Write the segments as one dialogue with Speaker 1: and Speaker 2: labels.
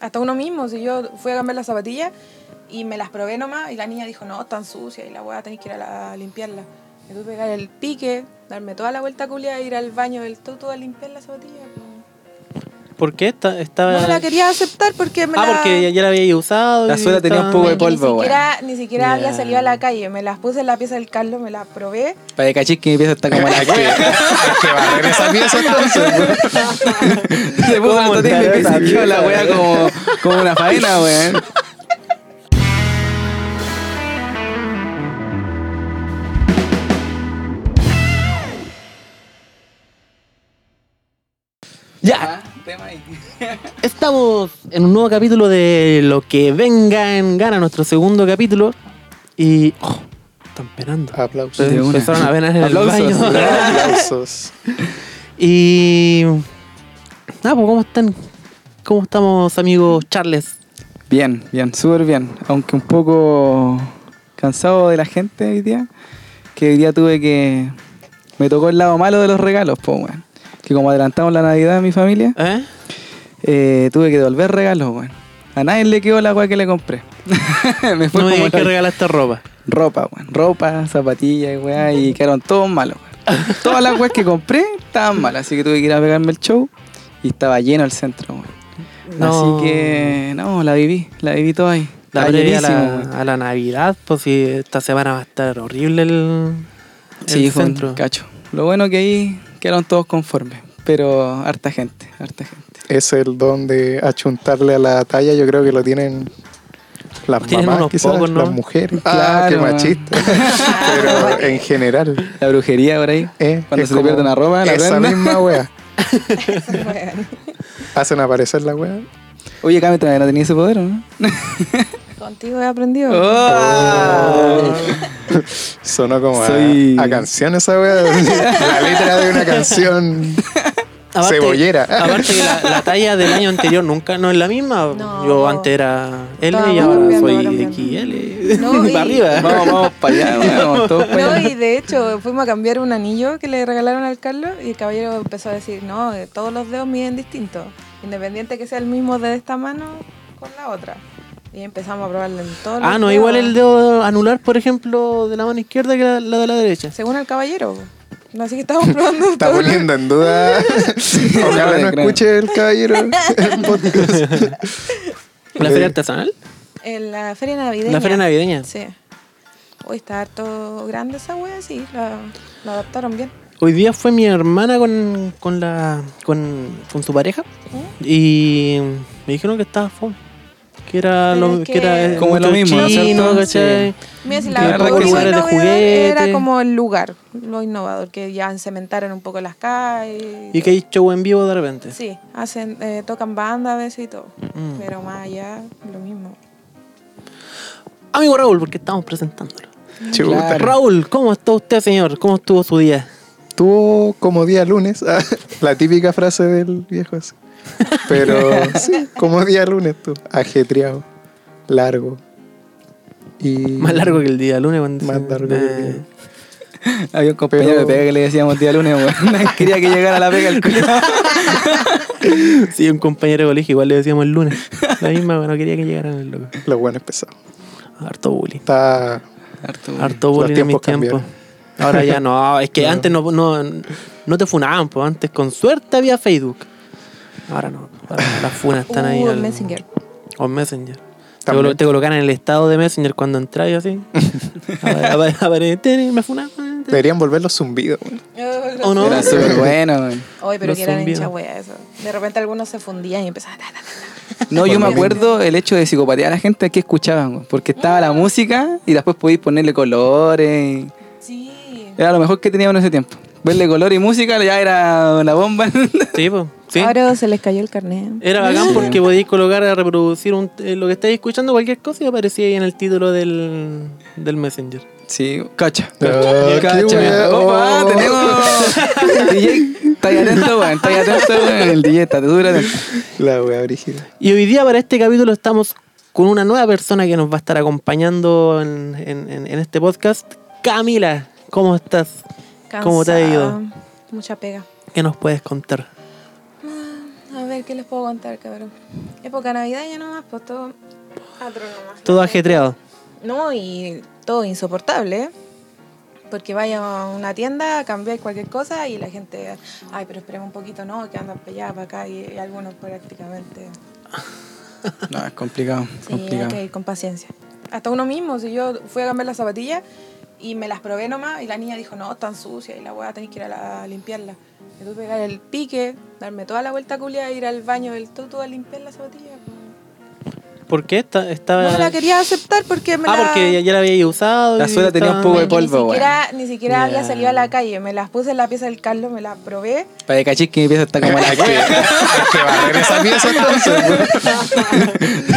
Speaker 1: hasta uno mismo. Si yo fui a cambiar las zapatillas y me las probé nomás y la niña dijo, no, están sucias y la weá tenés que ir a, la- a limpiarla. Me tuve que pegar el pique, darme toda la vuelta culia, e ir al baño del tutu a limpiar las zapatillas.
Speaker 2: ¿Por qué? Esta- estaba...
Speaker 1: No la quería aceptar porque me
Speaker 2: Ah,
Speaker 1: la...
Speaker 2: porque ya, ya la había usado.
Speaker 3: La
Speaker 2: y
Speaker 3: suela tenía un
Speaker 2: estaba-
Speaker 3: poco de
Speaker 1: que ni
Speaker 3: polvo, weón.
Speaker 1: siquiera, ni siquiera había
Speaker 2: Ya.
Speaker 1: salido a la calle. Me las puse en la pieza del Carlos, me las probé.
Speaker 3: Para que cachis que mi pieza está como la que. que va a regresar pieza entonces, weón. Se puso
Speaker 2: ¿Cómo
Speaker 3: la tatita y mi
Speaker 2: montar esa
Speaker 3: pieza quedó
Speaker 2: pieza,
Speaker 3: la wea
Speaker 2: weón?
Speaker 3: como, como una faena, weón.
Speaker 2: Ya, estamos en un nuevo capítulo de Lo que venga en gana, nuestro segundo capítulo. Y... oh, están penando. Em,
Speaker 4: Aplausos.
Speaker 3: Ah, De una.
Speaker 2: Empezaron a penar en el
Speaker 3: Aplausos.
Speaker 2: baño.
Speaker 4: Aplausos.
Speaker 2: Y. Ah, pues, ¿cómo están? ¿Cómo estamos, amigos Charles?
Speaker 3: Bien, bien, súper bien. Aunque un poco cansado de la gente hoy día, que hoy día tuve que. Me tocó el lado malo de los regalos, pues, weón. Que como adelantamos la Navidad a mi familia,
Speaker 2: ¿Eh?
Speaker 3: eh, tuve que devolver regalos, weón. A nadie le quedó la weá que le compré. me fue
Speaker 2: no me
Speaker 3: como
Speaker 2: digas que
Speaker 3: la-
Speaker 2: regalaste ropa.
Speaker 3: ropa, weón. Ropa, zapatillas, weá, y quedaron todos malos, weón. Todas las weas que compré estaban malas, así que tuve que ir a pegarme el show y estaba lleno el centro, weón.
Speaker 2: No.
Speaker 3: Así que, no, la viví, la viví toda ahí.
Speaker 2: La
Speaker 3: Estaba
Speaker 2: previa a
Speaker 3: llenísimo,
Speaker 2: la,
Speaker 3: weón.
Speaker 2: a la Navidad, pues si esta semana va a estar horrible el, el
Speaker 3: Sí, fue
Speaker 2: centro.
Speaker 3: un cacho. Lo bueno que ahí quedaron todos conformes, pero harta gente, harta gente.
Speaker 4: Es el don de achuntarle a la talla, yo creo que lo tienen las
Speaker 2: Tienen
Speaker 4: mamás,
Speaker 2: unos
Speaker 4: quizás,
Speaker 2: pocos, ¿no?
Speaker 4: las mujeres.
Speaker 3: Claro,
Speaker 4: ah, qué
Speaker 3: man.
Speaker 4: machista. Pero en general.
Speaker 3: La brujería por ahí.
Speaker 4: ¿eh?
Speaker 3: Cuando
Speaker 4: Es
Speaker 3: se le
Speaker 4: como
Speaker 3: pierde una ropa, la
Speaker 4: Esa
Speaker 3: prenda.
Speaker 4: misma wea.
Speaker 1: Bueno,
Speaker 4: Hacen aparecer la wea.
Speaker 3: Oye, Cami, todavía no tenía ese poder, ¿o ¿no?
Speaker 1: contigo he aprendido.
Speaker 3: Oh.
Speaker 2: Oh.
Speaker 4: Sonó como a-
Speaker 3: Soy-
Speaker 4: a, canción esa wea. la letra de una canción cebollera.
Speaker 2: aparte que la, la talla del año anterior nunca no es la misma.
Speaker 1: No.
Speaker 2: Yo antes era L
Speaker 1: Va
Speaker 2: y ahora
Speaker 1: cambiando,
Speaker 2: soy
Speaker 1: va cambiando.
Speaker 2: XL.
Speaker 1: No, y-
Speaker 2: Para arriba.
Speaker 3: Vamos, vamos para allá, weón, vamos todos para
Speaker 1: No,
Speaker 3: allá.
Speaker 1: y de hecho fuimos a cambiar un anillo que le regalaron al Carlos y el caballero empezó a decir, no, eh, todos los dedos miden distintos, independiente que sea el mismo de esta mano con la otra. Y empezamos a probarlo en todos los
Speaker 2: Ah, no,
Speaker 1: dedos,
Speaker 2: igual el dedo anular, por ejemplo, de la mano izquierda que la, la de la derecha.
Speaker 1: Según el caballero. po. Así que estábamos probando
Speaker 4: Está
Speaker 1: todos los-
Speaker 4: poniendo en duda. Ojalá no
Speaker 3: Creo.
Speaker 4: escuche el caballero el podcast.
Speaker 2: ¿La feria artesanal?
Speaker 1: en la feria navideña.
Speaker 2: La feria navideña.
Speaker 1: Sí. Hoy está harto grande esa wea, sí, la, la adaptaron bien.
Speaker 2: Hoy día fue mi hermana con, con la con, con su pareja
Speaker 1: ¿Eh?
Speaker 2: y me dijeron que estaba fome. Que era
Speaker 1: Pero
Speaker 2: lo
Speaker 1: es
Speaker 2: que, era
Speaker 1: que-
Speaker 3: Como lo
Speaker 2: mucho
Speaker 3: mismo, ¿no es
Speaker 2: chino,
Speaker 3: cierto?
Speaker 2: ¿cachai?
Speaker 1: Mira, si
Speaker 2: Que
Speaker 1: la
Speaker 3: verdad que
Speaker 1: única
Speaker 2: lugares de
Speaker 1: novedad
Speaker 2: juguete.
Speaker 1: era como el lugar, lo innovador, que ya cementaron un poco las calles.
Speaker 2: Y que hay show en vivo de repente.
Speaker 1: Sí, hacen, eh, tocan banda a veces y todo.
Speaker 2: Mm.
Speaker 1: Pero más allá, lo mismo.
Speaker 2: Amigo Raúl, porque estamos presentándolo.
Speaker 4: Chuta.
Speaker 3: Claro.
Speaker 2: Raúl, ¿cómo está usted, señor? ¿Cómo estuvo su día?
Speaker 4: Tuvo como día lunes, ah, la típica frase del viejo ese. Pero sí, como día lunes tú, ajetreado, largo. Y
Speaker 2: Más largo que el día lunes. cuando-
Speaker 4: Más largo que el día.
Speaker 3: Había un compañero
Speaker 4: Pero-
Speaker 3: de pega que le decíamos día lunes, weón. Quería que llegara la pega el culo.
Speaker 2: Sí, un compañero de colegio igual le decíamos el lunes. La misma, no quería que llegaran el loco.
Speaker 4: lo bueno empezado.
Speaker 2: Harto bullying.
Speaker 4: Está
Speaker 2: Harto
Speaker 4: Los
Speaker 2: bullying en mis
Speaker 4: tiempos cambiaron.
Speaker 2: tiempos. Ahora ya no, es que antes no, no, no te funaban, pues antes con suerte había Facebook. Ahora no, ahora las funas están ahí.
Speaker 1: Uh,
Speaker 2: al-
Speaker 1: Messenger.
Speaker 2: O en Messenger. Te,
Speaker 4: También.
Speaker 2: colo- te colocan en el estado de Messenger cuando entras y así. A- a- a- a- me funan.
Speaker 4: Deberían volver los zumbidos. güey.
Speaker 2: ¿O no?
Speaker 3: Era súper bueno, weón.
Speaker 1: Oh, Oye, pero
Speaker 2: Los
Speaker 1: que eran
Speaker 2: zumbidos.
Speaker 1: hincha wea eso. De repente algunos se fundían y empezaban. ta, ta, ta.
Speaker 3: No, yo me acuerdo el hecho de psicopatear a la gente que escuchaban, weón. Porque estaba la música y después podías ponerle colores.
Speaker 1: Sí.
Speaker 3: Era lo mejor que teníamos en ese tiempo. Verle color y música ya era una bomba.
Speaker 2: Sí, pues. Sí.
Speaker 1: Ahora se les cayó el carnet.
Speaker 2: Era bacán porque podíais colocar a reproducir un- eh, lo que estáis escuchando, cualquier cosa, y aparecía ahí en el título del, del Messenger.
Speaker 3: Sí, cacha.
Speaker 4: Ah, qué
Speaker 3: Cacha.
Speaker 4: weón.
Speaker 3: Opa, tenemos. DJ, estáis atento, weón. Estáis atento, weón. El DJ está súper atento.
Speaker 4: La wea brígida.
Speaker 2: Y hoy día para este capítulo estamos con una nueva persona que nos va a estar acompañando en, en- en- en este podcast. Camila, ¿cómo estás? ¿Cómo te ha ido?
Speaker 1: Cansada. Mucha pega. Ah,
Speaker 2: ¿Qué nos puedes contar?
Speaker 1: A ver, ¿qué les puedo contar, cabrón? Época navideña nomás, pues todo... Atrónomo.
Speaker 2: Todo ajetreado.
Speaker 1: No, y todo insoportable, ¿eh? Porque vaya a una tienda, cambiáis cualquier cosa y la gente, ay, pero esperemos un poquito, ¿no? Que andan para allá, para acá y, y algunos prácticamente.
Speaker 3: No, es complicado,
Speaker 1: Sí, hay
Speaker 3: complicado.
Speaker 1: que ir con paciencia. Hasta uno mismo, si yo fui a cambiar las zapatillas y me las probé nomás y la niña dijo, no, están sucias y la weá tenés que ir a, la- a limpiarla. Me tuve que pegar el pique, darme toda la vuelta culia, ir al baño del tutu a limpiar la zapatilla.
Speaker 2: ¿Por qué? Esta- estaba...
Speaker 1: No la quería aceptar porque me
Speaker 2: Ah,
Speaker 1: la...
Speaker 2: porque ya, ya la había usado.
Speaker 3: La
Speaker 2: y
Speaker 3: suela tenía un
Speaker 2: estaba-
Speaker 3: poco de
Speaker 1: Porque ni
Speaker 3: polvo, weón.
Speaker 1: siquiera, ni siquiera había
Speaker 2: Ya.
Speaker 1: salido a la calle. Me las puse en la pieza del Carlos, me las probé.
Speaker 3: Para que cachis que mi pieza está como la
Speaker 4: Hay que, hay que barrer esa pieza entonces. güey.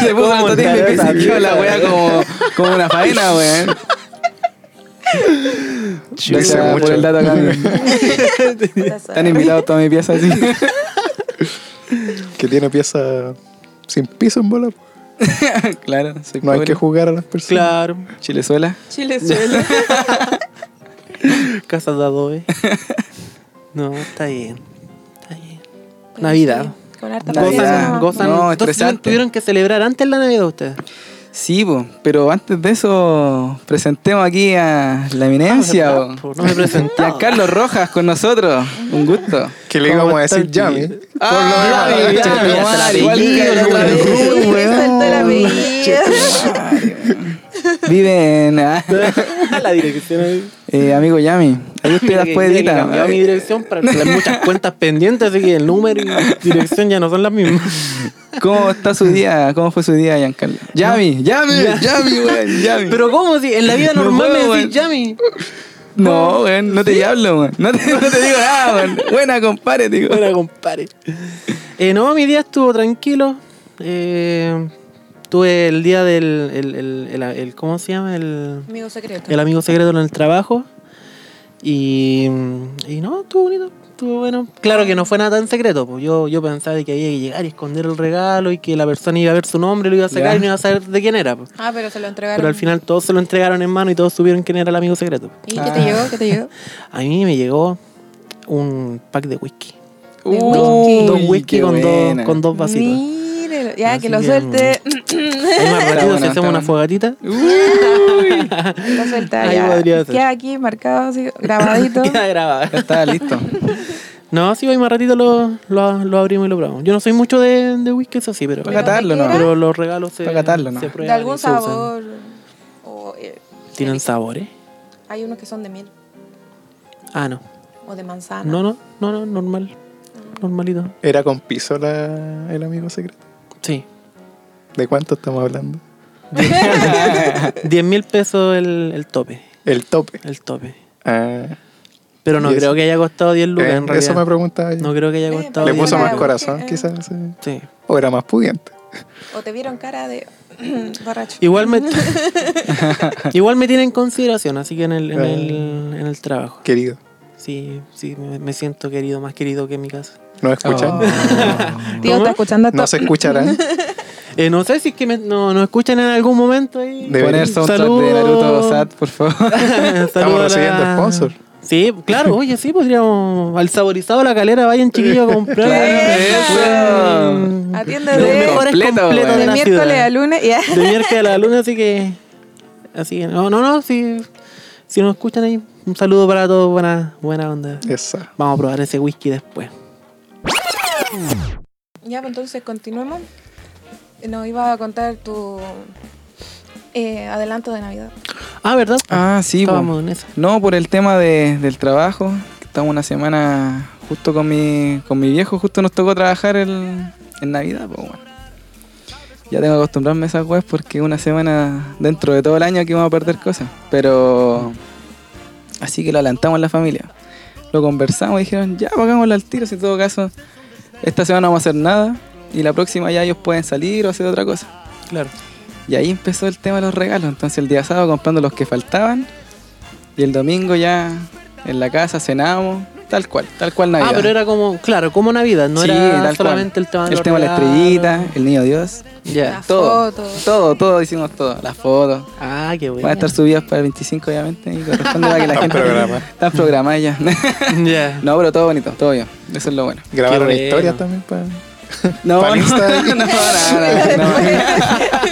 Speaker 3: Se puso la tatita y me
Speaker 4: Esa
Speaker 3: pisaqueó la wea como, como una faena, weón.
Speaker 4: No hice
Speaker 3: Gracias por
Speaker 4: mucho.
Speaker 3: el dato, Carmen. Están invitados toda mi pieza así.
Speaker 4: Que tiene pieza sin piso en bola.
Speaker 3: claro, soy
Speaker 4: No hay que
Speaker 3: pobre.
Speaker 4: jugar a las personas.
Speaker 2: Claro.
Speaker 3: Chilezuela.
Speaker 1: Chile suelo.
Speaker 2: Casa de adobe. no, está bien. Está bien. Navidad.
Speaker 1: Con harta
Speaker 3: Navidad.
Speaker 1: paciencia.
Speaker 2: Gozan,
Speaker 1: nomás.
Speaker 2: gozan.
Speaker 3: No,
Speaker 2: Entonces,
Speaker 3: estresante.
Speaker 2: tuvieron que celebrar antes la Navidad ustedes.
Speaker 3: Sí, po, pero antes de eso, presentemos aquí a la eminencia.
Speaker 2: Ah,
Speaker 3: po.
Speaker 2: no me presentaba.
Speaker 3: Giancarlo Rojas con nosotros. Un gusto.
Speaker 4: Que le
Speaker 2: ¿Cómo
Speaker 4: íbamos a
Speaker 2: está
Speaker 4: decir
Speaker 2: el
Speaker 4: Yami.
Speaker 2: tío?
Speaker 3: Ah,
Speaker 4: Por lo
Speaker 3: ya,
Speaker 4: demás,
Speaker 3: ya,
Speaker 4: che,
Speaker 3: ya,
Speaker 4: tu
Speaker 3: ya,
Speaker 4: madre,
Speaker 3: igual
Speaker 4: igual
Speaker 3: que
Speaker 4: que
Speaker 3: el
Speaker 4: la
Speaker 3: otro
Speaker 4: madre.
Speaker 3: día.
Speaker 1: Sí, saltó el apellido.
Speaker 3: Vive en. ah,
Speaker 2: la dirección ahí.
Speaker 3: eh, amigo Yami. Ahí usted
Speaker 2: Mira
Speaker 3: las
Speaker 2: que-
Speaker 3: puede
Speaker 2: mira que
Speaker 3: editar.
Speaker 2: cambiaba mi dirección para las muchas cuentas pendientes, así que el número y dirección ya no son las mismas.
Speaker 3: ¿Cómo está su día? ¿Cómo fue su día, Giancarlo? Yami, Yami, Yami, weón, Yami.
Speaker 2: Pero ¿cómo? Si en la vida
Speaker 3: No
Speaker 2: normal
Speaker 3: puedo,
Speaker 2: me decís
Speaker 3: weón.
Speaker 2: Yami.
Speaker 3: No, weón, no te hablo, weón. No te, no te digo nada, weón. Buena, compadre, te digo.
Speaker 2: Bueno, compadre. Eh, no, mi día estuvo tranquilo. Eh, tuve el día del... El, el- el- el- ¿Cómo se llama? El,
Speaker 1: Amigo secreto.
Speaker 2: el amigo secreto en el trabajo. Y, y no, estuvo bonito. Estuvo bueno. Claro que no fue nada tan secreto. Pues yo, yo pensaba de que había que llegar y esconder el regalo y que la persona iba a ver su nombre, lo iba a sacar
Speaker 3: Ya.
Speaker 2: y no iba a saber de quién era. pues.
Speaker 1: Ah, pero se lo entregaron.
Speaker 2: Pero al final todos se lo entregaron en mano y todos supieron quién era el amigo secreto.
Speaker 1: ¿Y qué te llegó? ¿Qué te llegó?
Speaker 2: A mí me llegó un pack de whisky.
Speaker 1: Uy,
Speaker 2: dos whisky
Speaker 3: qué
Speaker 2: con
Speaker 3: buena.
Speaker 2: dos, con dos vasitos.
Speaker 1: Mírelo. Ya,
Speaker 2: Así
Speaker 1: que lo
Speaker 2: que- mm.
Speaker 1: suelte.
Speaker 2: Ahí más ratito,
Speaker 3: Está bueno,
Speaker 2: si
Speaker 3: está
Speaker 2: hacemos una
Speaker 3: bueno.
Speaker 2: fogatita.
Speaker 1: lo suelta
Speaker 2: Ahí
Speaker 1: ya.
Speaker 2: podría ser.
Speaker 1: Queda aquí marcado, así, grabadito.
Speaker 2: Queda grabada.
Speaker 3: Ya está listo.
Speaker 2: No, sí, hoy más ratito lo, lo, lo abrimos y lo probamos. Yo no soy mucho de, de whisky, eso sí, pero,
Speaker 3: Para catarlo, ¿no?
Speaker 2: pero los regalos se,
Speaker 3: Para catarlo, ¿no?
Speaker 2: se
Speaker 1: De
Speaker 2: prueban y
Speaker 1: algún
Speaker 2: se usan.
Speaker 1: sabor. O, eh,
Speaker 2: ¿Tienen sabores?
Speaker 1: hay unos que son de miel
Speaker 2: Ah, no.
Speaker 1: o de manzana.
Speaker 2: No, no, no, no, normal. Normalito.
Speaker 4: Era con piso la- el amigo secreto.
Speaker 2: Sí.
Speaker 4: ¿De cuánto estamos hablando?
Speaker 2: 10 mil pesos el, el tope.
Speaker 4: El tope.
Speaker 2: El tope.
Speaker 4: Ah,
Speaker 2: Pero no
Speaker 4: ¿Y eso?
Speaker 2: creo que haya costado 10 lucas,
Speaker 4: eh,
Speaker 2: en
Speaker 4: eso me
Speaker 2: realidad.
Speaker 4: preguntaba yo.
Speaker 2: No creo que haya
Speaker 1: Eh,
Speaker 2: costado
Speaker 4: Le
Speaker 1: pero
Speaker 2: 10
Speaker 4: puso
Speaker 1: Oye,
Speaker 4: más
Speaker 1: eh,
Speaker 2: lucas.
Speaker 4: corazón,
Speaker 1: eh.
Speaker 4: quizás. eh.
Speaker 2: Sí.
Speaker 4: O era más pudiente.
Speaker 1: O te vieron cara de borracho.
Speaker 2: Igual me, igual me tiene en consideración, así que en el, en
Speaker 4: Ah.
Speaker 2: el, en el trabajo.
Speaker 4: Querido.
Speaker 2: Sí, sí, me, me siento querido, más querido que en mi casa.
Speaker 4: ¿No escuchan?
Speaker 3: Oh,
Speaker 1: Tío, está escuchando esto.
Speaker 4: No se escucharán.
Speaker 2: Eh, no sé si es que me- no, nos escuchan en algún momento ahí.
Speaker 4: De-
Speaker 3: Poner soundtrack de Naruto Sad, por favor.
Speaker 2: Saludo a
Speaker 4: recibiendo sponsor.
Speaker 2: Sí, claro, oye, sí, podríamos. Al saborizado la calera, vayan chiquillos a comprar.
Speaker 3: Claro,
Speaker 2: Mm,
Speaker 1: Atiende
Speaker 2: los
Speaker 1: de-
Speaker 2: mejores
Speaker 3: Completo,
Speaker 2: completos
Speaker 3: weón.
Speaker 2: de
Speaker 1: de
Speaker 2: la
Speaker 1: miércoles
Speaker 2: ciudad.
Speaker 1: a lunes. ya.
Speaker 2: De miércoles a la luna, así que. Así que, no, no, no, si, si nos escuchan ahí, un saludo para todos, buena, buena onda.
Speaker 4: Esa.
Speaker 2: Vamos a probar ese whisky después.
Speaker 1: Ya, pues entonces continuemos. Nos iba a contar tu eh, adelanto de Navidad.
Speaker 2: Ah, ¿verdad?
Speaker 3: Ah, sí, po.
Speaker 2: Estábamos en eso.
Speaker 3: No, por el tema de- del trabajo. que Estamos una semana justo con mi, con mi viejo, justo nos tocó trabajar el, en Navidad, pues bueno. Ya tengo que acostumbrarme a esas weas porque una semana dentro de todo el año aquí vamos a perder cosas. Pero. Así que lo adelantamos en la familia. Lo conversamos y dijeron, ya pagámoslo al tiro, si en todo caso, esta semana no vamos a hacer nada. Y la próxima ya ellos pueden salir o hacer otra cosa.
Speaker 2: Claro.
Speaker 3: Y ahí empezó el tema de los regalos. Entonces el día sábado comprando los que faltaban. Y el domingo ya en la casa cenamos. Tal cual, tal cual Navidad.
Speaker 2: Ah, pero era como, claro, como Navidad, no
Speaker 3: Sí,
Speaker 2: era
Speaker 3: tal
Speaker 2: solamente
Speaker 3: cual.
Speaker 2: el tema de
Speaker 3: El
Speaker 2: los
Speaker 3: tema de la
Speaker 2: regalos.
Speaker 3: estrellita, el niño Dios.
Speaker 2: Ya.
Speaker 1: Las
Speaker 3: Todo,
Speaker 1: fotos.
Speaker 3: todo, todo hicimos todo. Las fotos.
Speaker 2: Ah, qué
Speaker 3: Van a
Speaker 2: bueno.
Speaker 3: estar subidas para el 25 obviamente y corresponde para que la gente...
Speaker 4: programadas.
Speaker 3: Están programadas ya.
Speaker 2: Ya.
Speaker 3: no, pero todo bonito, todo bien. Eso es lo bueno.
Speaker 4: Grabaron
Speaker 2: bueno.
Speaker 4: historias también pues. para
Speaker 3: No, no,
Speaker 4: Para el
Speaker 3: no,
Speaker 4: Insta.
Speaker 3: no, no, no,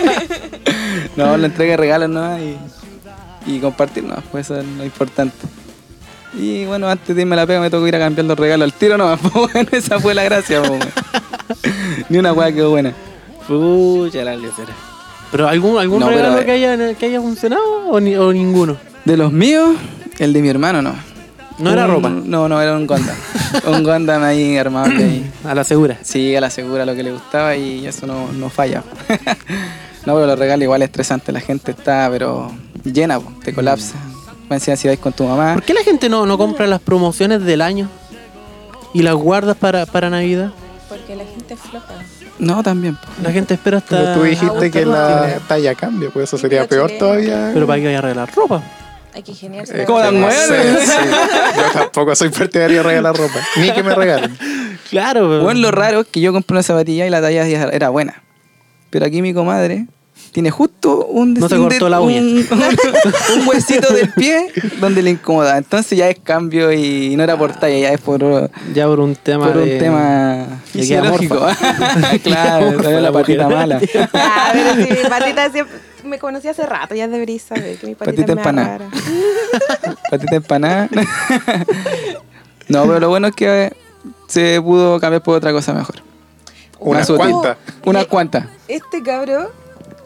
Speaker 3: no. No, la entrega de regalos no y, y compartir no, pues eso es lo importante. Y bueno, antes de irme a la pega me tocó ir a cambiar los regalos al tiro no, pues bueno, esa fue la gracia, pues, bueno. Ni una hueá quedó buena.
Speaker 2: Pucha la lecera. ¿Pero algún, algún
Speaker 3: No, pero,
Speaker 2: regalo
Speaker 3: eh.
Speaker 2: que, haya, que haya funcionado o, ni- o ninguno?
Speaker 3: De los míos, el de mi hermano no.
Speaker 2: No era
Speaker 3: Un-
Speaker 2: ropa.
Speaker 3: No, no, era un gondam. un gondam ahí armado de ahí.
Speaker 2: A la segura.
Speaker 3: Sí, a la segura lo que le gustaba y eso no, no falla. no, pero los regalos igual es estresante. La gente está, pero llena, po, te colapsa. Me encima si vais con tu mamá.
Speaker 2: ¿Por qué la gente no, no compra las promociones del año y las guardas para, para Navidad?
Speaker 1: Porque la gente es floja.
Speaker 3: No, también. po.
Speaker 2: La gente espera hasta.
Speaker 4: Pero tú dijiste que la
Speaker 1: Aguanta,
Speaker 4: talla cambia, pues eso sería
Speaker 1: Pero
Speaker 4: peor
Speaker 1: chileno.
Speaker 4: todavía.
Speaker 2: Pero para que vaya a arreglar ropa.
Speaker 1: Hay que ingeniarse.
Speaker 4: Eh,
Speaker 3: ¿Cómo la
Speaker 4: no
Speaker 3: mueve?
Speaker 4: sé, sí. Yo tampoco soy partidario de regalar ropa. Ni que me regalen.
Speaker 2: Claro, pero.
Speaker 3: Bueno, lo raro es que yo compré una zapatilla y la talla ya era buena. Pero aquí mi comadre tiene justo un
Speaker 2: No te
Speaker 3: un-
Speaker 2: cortó la uña.
Speaker 3: Un, un huesito del pie donde le incomoda. Entonces ya es cambio y no era por talla, ya es por.
Speaker 2: ya por un tema.
Speaker 3: por un
Speaker 2: de-
Speaker 3: tema
Speaker 2: de que
Speaker 3: fisiológico. claro,
Speaker 2: Amorfa,
Speaker 3: salió la
Speaker 2: la
Speaker 3: patita
Speaker 2: mujer.
Speaker 3: mala.
Speaker 1: Ah, pero sí, mi patita siempre. Me conocí hace rato, ya deberías saber que mi patita,
Speaker 3: Patita
Speaker 1: es media
Speaker 3: empanada.
Speaker 1: rara.
Speaker 3: Patita empanada. no, pero lo bueno es que se pudo cambiar por otra cosa mejor.
Speaker 4: Una
Speaker 3: Más útil.
Speaker 4: cuanta.
Speaker 3: Unas
Speaker 1: Y-
Speaker 3: cuantas.
Speaker 1: Este cabrón,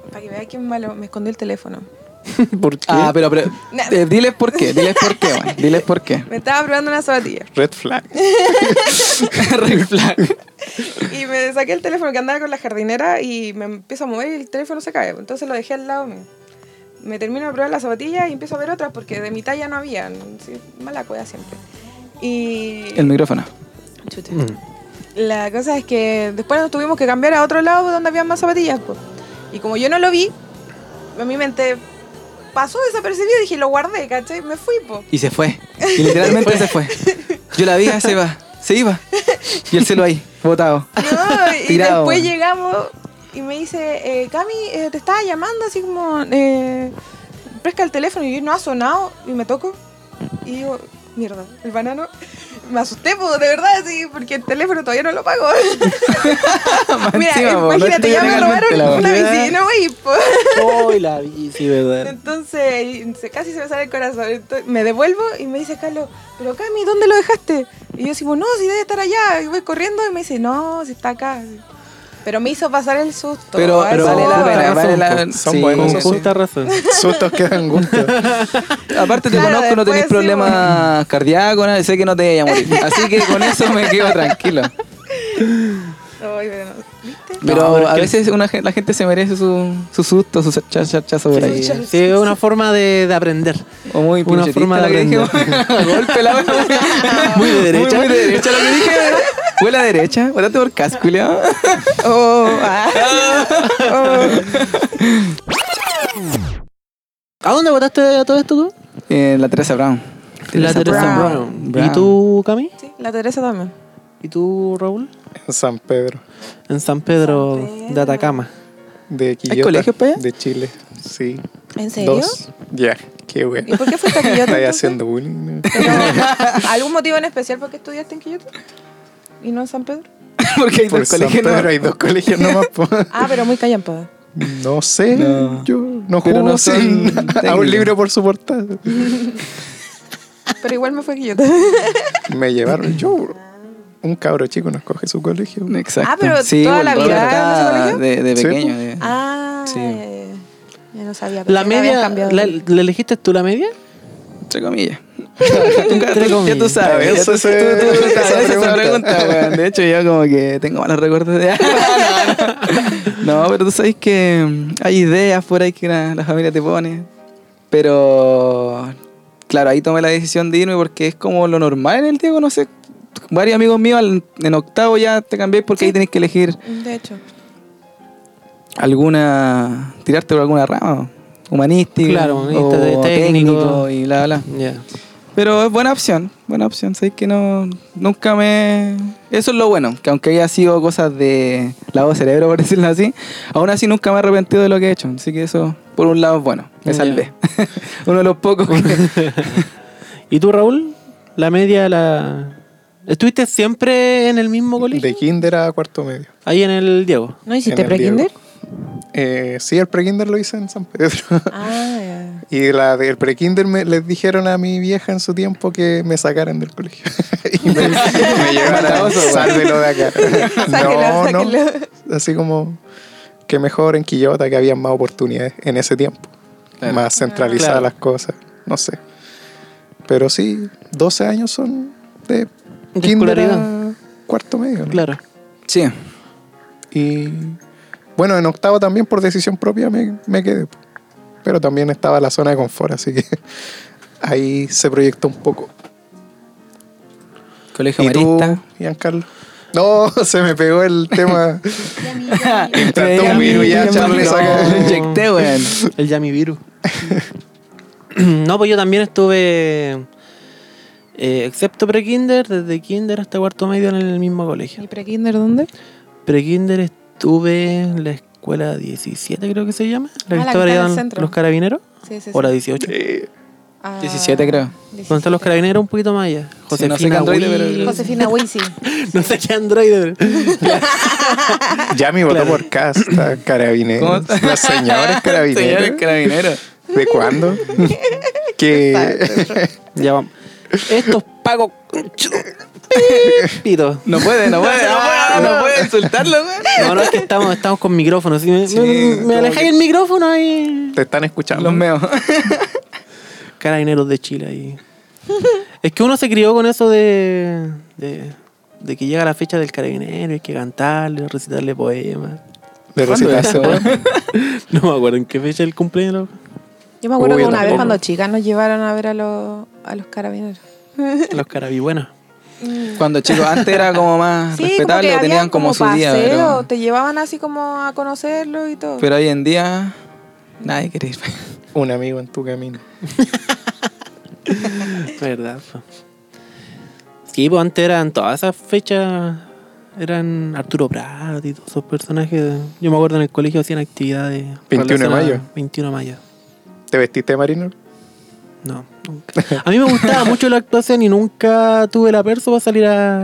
Speaker 1: para que vea que es malo, me escondió el teléfono.
Speaker 2: ¿Por qué?
Speaker 3: Ah, pero, pero
Speaker 1: No.
Speaker 3: eh, diles por qué, diles por qué, man, diles por qué.
Speaker 1: Me estaba probando una zapatilla.
Speaker 4: Red flag.
Speaker 3: Red flag.
Speaker 1: Y me saqué el teléfono que andaba con la jardinera y me empiezo a mover y el teléfono se cae. Entonces lo dejé al lado mío. Me termino de probar la zapatilla y empiezo a ver otras porque de mi talla no había. Sí, mala cueva siempre. Y.
Speaker 3: El micrófono.
Speaker 1: Chuta.
Speaker 2: Mm.
Speaker 1: La cosa es que después nos tuvimos que cambiar a otro lado donde había más zapatillas. po. Y como yo no lo vi, en mi mente pasó desapercibido y dije, lo guardé, ¿cachai? Me fui, po.
Speaker 3: Y se fue. Y literalmente se fue. Yo la vi, ah, se va. Se iba. Y el celo ahí, botado.
Speaker 1: No, y
Speaker 3: Tirado,
Speaker 1: después
Speaker 3: man.
Speaker 1: llegamos y me dice, eh, Cami, eh, te estaba llamando así como, eh, pesca el teléfono y yo, no ha sonado y me toco y digo, mierda, el banano. Me asusté, po, de verdad, así, porque el teléfono todavía no lo pago.
Speaker 3: Más
Speaker 1: Mira,
Speaker 3: encima, po, no
Speaker 1: imagínate,
Speaker 3: estoy
Speaker 1: ya me
Speaker 3: legalmente la
Speaker 1: robaron una
Speaker 3: weá.
Speaker 1: bici, no voy, po.
Speaker 2: Ay, la bici, ¿verdad?
Speaker 1: Entonces, y se- casi se me sale el corazón. Entonces, me devuelvo y me dice Carlos, pero Cami, ¿dónde lo dejaste? Y yo decimos, no, si debe estar allá. Y voy corriendo y me dice, no, si está acá. Pero me hizo pasar el susto.
Speaker 3: Pero,
Speaker 1: Ay,
Speaker 3: vale la
Speaker 1: por
Speaker 3: pena,
Speaker 1: favor.
Speaker 3: vale la
Speaker 4: Son
Speaker 3: sí,
Speaker 2: Con
Speaker 4: buenos Entonces,
Speaker 2: justa razón.
Speaker 4: Sustos que dan gusto.
Speaker 3: Aparte te
Speaker 1: Claro,
Speaker 3: conozco, no tenés
Speaker 1: después sí,
Speaker 3: problemas cardíacos, nada, sé que no te vayas a morir. Así que con eso me quedo tranquilo.
Speaker 1: Ay, bueno, ¿Viste?
Speaker 3: Pero
Speaker 2: No, pero es
Speaker 3: a
Speaker 2: que-
Speaker 3: veces una, gen- la gente se merece su, su susto, su cha- cha- chachazo por ahí.
Speaker 1: Sí,
Speaker 2: Sí, es una forma de, de aprender.
Speaker 3: O muy
Speaker 2: Una
Speaker 3: pinchetista
Speaker 2: forma de
Speaker 3: lo que dije. Golpe la
Speaker 2: Muy de derecha.
Speaker 3: Muy, muy de derecha lo que dije. Huele a derecha. Guárdate por casco, culiao.
Speaker 1: Oh, ah.
Speaker 2: ¿A dónde votaste a todo esto tú?
Speaker 3: Eh, la Teresa Brown.
Speaker 2: la Teresa Brown. ¿Y tú, Cami?
Speaker 1: Sí, la Teresa también.
Speaker 2: ¿Y tú, Raúl?
Speaker 4: En San Pedro.
Speaker 2: En San Pedro, de Atacama.
Speaker 4: De Quillota.
Speaker 3: colegios para allá?
Speaker 4: De Chile. Sí.
Speaker 1: ¿En serio?
Speaker 4: Dos. Ya. Qué
Speaker 1: ¿Y
Speaker 4: bueno.
Speaker 1: por qué fuiste a Quillota?
Speaker 4: Estáis
Speaker 1: entonces?
Speaker 4: haciendo bullying.
Speaker 1: Pero, ¿Algún motivo en especial por qué estudiaste en Quillota? ¿Y no en San Pedro?
Speaker 3: Porque hay
Speaker 4: Por
Speaker 3: dos
Speaker 4: San
Speaker 3: colegios.
Speaker 4: Pedro
Speaker 3: ¿no?
Speaker 4: hay dos colegios nomás. po.
Speaker 1: Ah, pero muy callampada.
Speaker 4: No sé.
Speaker 3: No.
Speaker 4: Yo
Speaker 3: Pero
Speaker 4: no juego
Speaker 3: no son
Speaker 4: sin- a
Speaker 3: técnicos.
Speaker 4: un libro por su portada.
Speaker 1: Pero igual me fue a Quillota.
Speaker 4: Me llevaron. Yo, un cabro chico nos coge su colegio.
Speaker 3: Exacto.
Speaker 1: Ah, pero toda la
Speaker 3: bueno,
Speaker 1: vida en ese
Speaker 3: acá
Speaker 1: colegio.
Speaker 3: de, de
Speaker 4: Sí,
Speaker 3: pequeño.
Speaker 4: pues.
Speaker 3: de-
Speaker 1: Ah,
Speaker 3: Sí.
Speaker 1: eh, ya no sabía.
Speaker 2: ¿La
Speaker 1: pensé que habían
Speaker 2: media?
Speaker 1: cambiado.
Speaker 2: ¿La, la elegiste tú la media?
Speaker 3: Entre comillas. Nunca-
Speaker 2: Entre
Speaker 3: Ya tú
Speaker 2: comillas.
Speaker 4: A
Speaker 3: sabes. ya
Speaker 4: veces
Speaker 3: tú-
Speaker 4: se-
Speaker 3: tú- tú- tú-
Speaker 4: esa
Speaker 3: a veces se
Speaker 4: pregunta.
Speaker 3: pregunta, weón. De hecho, yo como que tengo malos recuerdos de. no, no. No, pero tú sabes que mm, hay ideas por ahí que la, la familia te pone. Pero. Claro, ahí tomé la decisión de irme porque es como lo normal en el Diego, no sé. Varios amigos míos al- en octavo ya te cambié porque ahí tenés que elegir
Speaker 1: De hecho.
Speaker 3: alguna. tirarte por alguna rama. Humanística.
Speaker 2: Claro, humanista,
Speaker 3: o
Speaker 2: de- técnico.
Speaker 3: técnico y bla, bla.
Speaker 2: Ya.
Speaker 3: Pero es buena opción, buena opción. Sabéis que no, nunca me. Eso es lo bueno, que aunque haya sido cosas de lado cerebro, por decirlo así, aún así nunca me he arrepentido de lo que he hecho. Así que eso, por un lado, es bueno, me
Speaker 2: Ya.
Speaker 3: salvé. Uno de los pocos que.
Speaker 2: ¿Y tú, Raúl? ¿La media, la, ¿Estuviste siempre en el mismo colegio?
Speaker 4: De kinder a cuarto medio.
Speaker 2: Ahí en el Diego.
Speaker 1: ¿No
Speaker 4: en
Speaker 1: hiciste
Speaker 4: el
Speaker 1: pre-kinder?
Speaker 4: Diego. Eh, sí, el pre-kinder lo hice en San Pedro.
Speaker 1: Ah, ya.
Speaker 4: Y la del prekinder me, les dijeron a mi vieja en su tiempo que me sacaran del colegio. y me, me llevaron sálvelo de acá. no,
Speaker 5: Sáquelo, sáquelo.
Speaker 4: no. Así como que mejor en Quillota que había más oportunidades en ese tiempo.
Speaker 3: Claro.
Speaker 4: Más centralizadas
Speaker 2: Claro.
Speaker 4: las cosas. No sé. Pero sí, 12 años son de
Speaker 2: De
Speaker 4: kinder a
Speaker 2: escolaridad.
Speaker 4: cuarto medio. ¿no?
Speaker 2: Claro.
Speaker 3: Sí.
Speaker 4: Y bueno, en octavo también por decisión propia me, me quedé. po. Pero también estaba la zona de confort, así que ahí se proyectó un poco.
Speaker 3: Colegio
Speaker 4: ¿Y tú,
Speaker 3: Marista.
Speaker 4: Giancarlo? No, se me pegó el tema. Intentó
Speaker 3: Veía
Speaker 4: un virus ya,
Speaker 3: mi-
Speaker 4: Charles,
Speaker 3: no,
Speaker 4: saca-
Speaker 3: lo inyecté, weón.
Speaker 2: El Yami Virus. no, pues yo también estuve, eh, excepto pre-kinder, desde kinder hasta cuarto medio en el mismo colegio.
Speaker 1: ¿Y pre-kinder dónde?
Speaker 2: Pre-kinder estuve en la escuela 17, creo que se llama.
Speaker 5: Ah, la que
Speaker 2: La que
Speaker 5: está en el
Speaker 2: estaban
Speaker 5: centro.
Speaker 2: los carabineros.
Speaker 5: Sí, sí, sí.
Speaker 2: O la 18.
Speaker 5: Ah,
Speaker 3: 17 creo.
Speaker 2: ¿Dónde están los
Speaker 5: 17.
Speaker 2: carabineros? Un poquito más allá.
Speaker 3: Sí, no sé qué
Speaker 2: Josefina
Speaker 3: androide, pero-
Speaker 2: Will.
Speaker 1: Josefina Wisi.
Speaker 2: No sé qué androide. pero-
Speaker 4: ya me votó
Speaker 2: Claro.
Speaker 4: por casta, carabineros.
Speaker 3: ¿Cómo?
Speaker 4: Las señoras carabineros.
Speaker 3: Señores carabineros.
Speaker 4: ¿De cuándo? que
Speaker 2: ya vamos. Estos pagos. Pito.
Speaker 3: No puede, no puede, no puede, no puede insultarlo, weón.
Speaker 2: No, no, es que estamos, estamos con micrófono. Si me,
Speaker 3: Sí,
Speaker 2: me- me
Speaker 3: como
Speaker 2: alejáis
Speaker 3: que-
Speaker 2: el micrófono y.
Speaker 4: te están escuchando.
Speaker 3: Los meos.
Speaker 2: Carabineros de Chile ahí. es que uno se crió con eso de, de. de que llega la fecha del carabinero, hay que cantarle, recitarle poemas.
Speaker 4: De
Speaker 3: ¿Cuándo
Speaker 4: Rosita
Speaker 3: es eso,
Speaker 4: Zeta.
Speaker 3: weón?
Speaker 2: No me acuerdo en qué fecha el cumpleaños.
Speaker 1: Yo me acuerdo
Speaker 4: Uy,
Speaker 1: que
Speaker 4: yo
Speaker 1: una vez
Speaker 4: tampoco.
Speaker 1: cuando chicas nos llevaron a ver a los, a los carabineros.
Speaker 2: Los carabibuenos.
Speaker 3: Cuando chicos, antes era como más
Speaker 5: Sí, como
Speaker 3: Ah, respetable,
Speaker 5: que
Speaker 3: o tenían
Speaker 5: habían
Speaker 3: como,
Speaker 5: como
Speaker 3: su día,
Speaker 5: paseo,
Speaker 3: pero,
Speaker 5: te llevaban así como a conocerlo y todo.
Speaker 3: pero hoy en día nadie quiere ir.
Speaker 4: Un amigo en tu camino.
Speaker 2: Verdad. po. Sí, pues antes eran todas esas fechas. Eran Arturo Prat y todos esos personajes. Yo me acuerdo en el colegio hacían actividades.
Speaker 4: 21 de mayo.
Speaker 2: relacionadas- 21 de mayo.
Speaker 4: ¿Te vestiste de marino?
Speaker 2: No, nunca. A mí me gustaba mucho la actuación y nunca tuve la perso para salir a,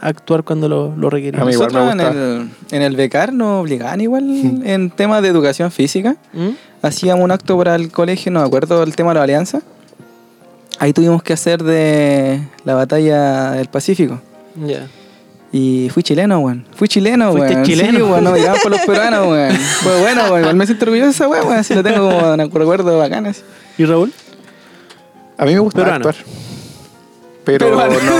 Speaker 2: a actuar cuando lo, lo requería.
Speaker 4: A mí igual me
Speaker 3: Nosotros en
Speaker 4: gustaba.
Speaker 3: el, en el becar nos obligaban igual en temas de educación física.
Speaker 2: ¿Mm?
Speaker 3: Hacíamos un acto para el colegio, no me acuerdo el tema de la alianza. Ahí tuvimos que hacer de la batalla del Pacífico.
Speaker 2: Ya.
Speaker 3: Y fui chileno, weón. Fui chileno, weón.
Speaker 2: Fuiste
Speaker 3: Sí,
Speaker 2: chileno.
Speaker 3: weón, no me llamaban por los peruanos, weón. Fue bueno, weón. Igual me siento orgulloso de esa weá, weón. Así lo tengo como un recuerdo bacán. así.
Speaker 2: ¿Y Raúl?
Speaker 4: A mí me gusta
Speaker 2: Peruano.
Speaker 4: actuar. Pero
Speaker 3: Peruano.
Speaker 4: no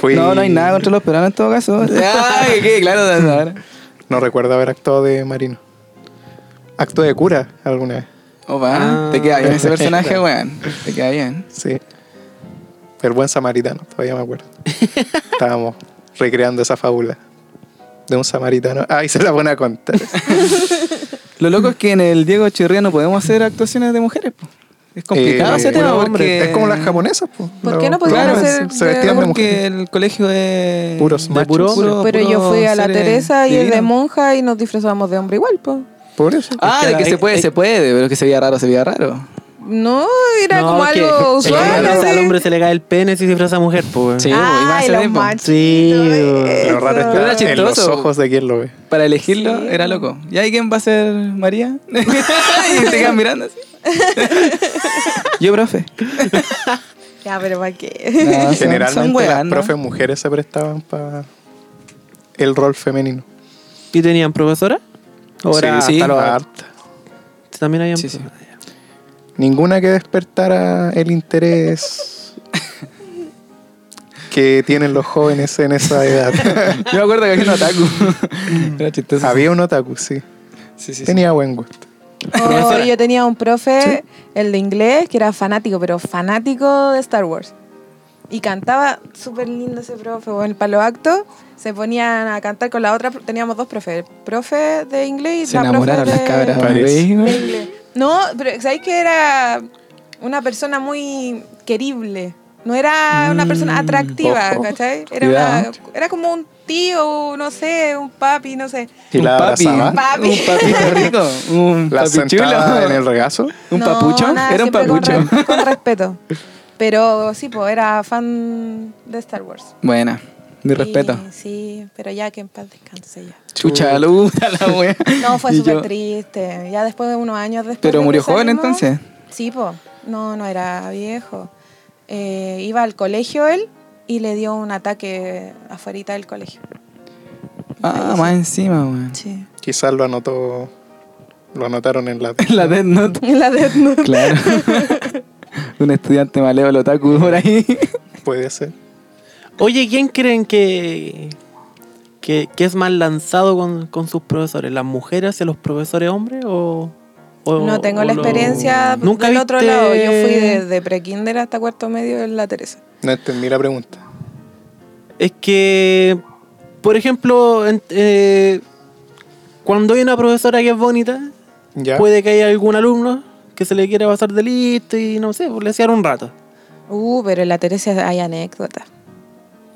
Speaker 4: fui-
Speaker 3: No, no hay nada contra los peruanos en todo caso. Ay, que quede claro de ahora.
Speaker 4: No recuerdo haber actuado de marino. Acto de cura alguna vez.
Speaker 3: Opa,
Speaker 2: Ah.
Speaker 3: te queda bien ese personaje, weón. Te queda bien.
Speaker 4: Sí. El buen samaritano, todavía me acuerdo. Estábamos recreando esa fábula de un samaritano. Ay, se la pone a contar.
Speaker 3: Lo loco es que en el Diego Chirría no podemos hacer actuaciones de mujeres, po. Es complicado
Speaker 4: Eh,
Speaker 3: ese tema
Speaker 2: puro
Speaker 3: porque...
Speaker 4: Es como las japonesas, po.
Speaker 5: ¿Por
Speaker 4: Los
Speaker 5: qué no podían
Speaker 4: programas
Speaker 5: hacer
Speaker 4: se-
Speaker 5: de-
Speaker 4: Se vestían de
Speaker 3: Claro,
Speaker 4: mujeres.
Speaker 3: porque el colegio es...
Speaker 4: Puros
Speaker 3: de
Speaker 4: machos.
Speaker 3: puro-
Speaker 5: Pero yo
Speaker 3: puros
Speaker 5: fui a la
Speaker 3: seres
Speaker 5: Teresa y es de
Speaker 3: divinos.
Speaker 5: monja y nos disfrazamos de hombre igual, pues.
Speaker 4: Por eso.
Speaker 2: Es
Speaker 3: Ah,
Speaker 2: que
Speaker 3: de que
Speaker 2: la-
Speaker 3: se puede,
Speaker 2: es-
Speaker 3: se puede, pero que se veía raro, se veía raro.
Speaker 5: No, era
Speaker 2: No,
Speaker 5: como
Speaker 2: es que-
Speaker 5: algo
Speaker 2: es que
Speaker 5: usual.
Speaker 2: al-
Speaker 5: así.
Speaker 2: Al hombre se le cae el pene si disfraza a mujer, pues.
Speaker 3: Sí, po, iba a
Speaker 5: Ay,
Speaker 3: ser
Speaker 5: los
Speaker 3: de- po.
Speaker 5: machos.
Speaker 2: Sí, po.
Speaker 4: Lo raro
Speaker 3: Pero era
Speaker 4: está en los
Speaker 3: chistoso.
Speaker 4: ojos de quien lo ve.
Speaker 3: Para elegirlo era loco. ¿Y ahí quién va a ser María? y te quedan mirando así. yo, profe.
Speaker 5: Ya, pero ¿para qué?
Speaker 3: No, son- son
Speaker 4: Generalmente
Speaker 3: weas,
Speaker 4: las
Speaker 3: ¿no?
Speaker 4: profes mujeres se prestaban para el rol femenino.
Speaker 2: ¿Y tenían profesora? ¿O era
Speaker 3: Sí,
Speaker 2: hasta los-
Speaker 4: harta.
Speaker 2: También habían
Speaker 3: Sí, sí.
Speaker 4: Ninguna que despertara el interés que tienen los jóvenes en esa edad.
Speaker 3: Yo me acuerdo que había un otaku. Era chistoso.
Speaker 4: Había un otaku, sí.
Speaker 3: Sí, sí, sí.
Speaker 4: Tenía buen gusto.
Speaker 5: Oh, yo tenía un profe, el de inglés, que era fanático, pero fanático de Star Wars. Y cantaba súper lindo ese profe. Bueno, para los actos se ponían a cantar con la otra. pro- Teníamos dos profes, el profe de inglés y
Speaker 3: Se
Speaker 5: la profe
Speaker 3: enamoraron las
Speaker 5: de-
Speaker 3: cabras.
Speaker 4: Parece.
Speaker 3: ¿veis,
Speaker 5: de
Speaker 3: güey?
Speaker 5: inglés. No, pero ¿sabéis que era una persona muy querible? No era una persona
Speaker 2: Mm,
Speaker 5: atractiva,
Speaker 4: ojo.
Speaker 5: ¿cachai? Era, una-
Speaker 3: Cuidado.
Speaker 5: era como un tío, no sé, un papi, no sé.
Speaker 4: Y la abrazaba.
Speaker 3: un
Speaker 5: Papi.
Speaker 3: Un papito rico. Un
Speaker 4: La
Speaker 3: papi
Speaker 4: sentaba
Speaker 3: chulo.
Speaker 4: en el regazo.
Speaker 3: Un
Speaker 5: No,
Speaker 3: papucho.
Speaker 5: nada,
Speaker 3: Era un
Speaker 5: siempre con
Speaker 3: papucho.
Speaker 5: re- Con, respeto.
Speaker 1: Pero sí, pues era fan de Star Wars.
Speaker 3: Buena. Mi
Speaker 1: Y-
Speaker 3: respeto.
Speaker 1: Sí, pero ya que en paz descanse ya.
Speaker 3: Chucha, luta la wea.
Speaker 1: No, fue
Speaker 3: Y
Speaker 1: súper
Speaker 3: yo-
Speaker 1: triste. Ya después de unos años después.
Speaker 3: Pero
Speaker 1: de que
Speaker 3: murió joven
Speaker 1: salimos-
Speaker 3: entonces.
Speaker 1: Sí, po. No, no era viejo. Eh, iba al colegio él y le dio un ataque afuera del colegio.
Speaker 3: Ah, más encima, weón.
Speaker 1: Sí.
Speaker 4: Quizás lo anotó. Lo anotaron en la.
Speaker 3: La Death Note.
Speaker 1: La Death Note.
Speaker 3: Claro. Un estudiante maleo lo otaku por ahí.
Speaker 4: Puede ser.
Speaker 2: Oye, ¿quién creen que, que, que es más lanzado con, con sus profesores? ¿Las mujeres hacia los profesores hombres o...? o-
Speaker 1: No tengo
Speaker 2: o
Speaker 1: la
Speaker 2: lo-
Speaker 1: experiencia
Speaker 2: ¿Nunca
Speaker 1: del otro
Speaker 2: viste-
Speaker 1: lado. Yo fui desde prekinder hasta cuarto medio en la Teresa.
Speaker 4: No entendí la pregunta.
Speaker 2: Es que, por ejemplo, en- eh, cuando hay una profesora que es bonita,
Speaker 4: ¿Ya?
Speaker 2: puede que haya algún alumno que se le quiera pasar de listo y no sé, pues, le hacían un rato.
Speaker 1: Uh, pero en la Teresa hay anécdotas.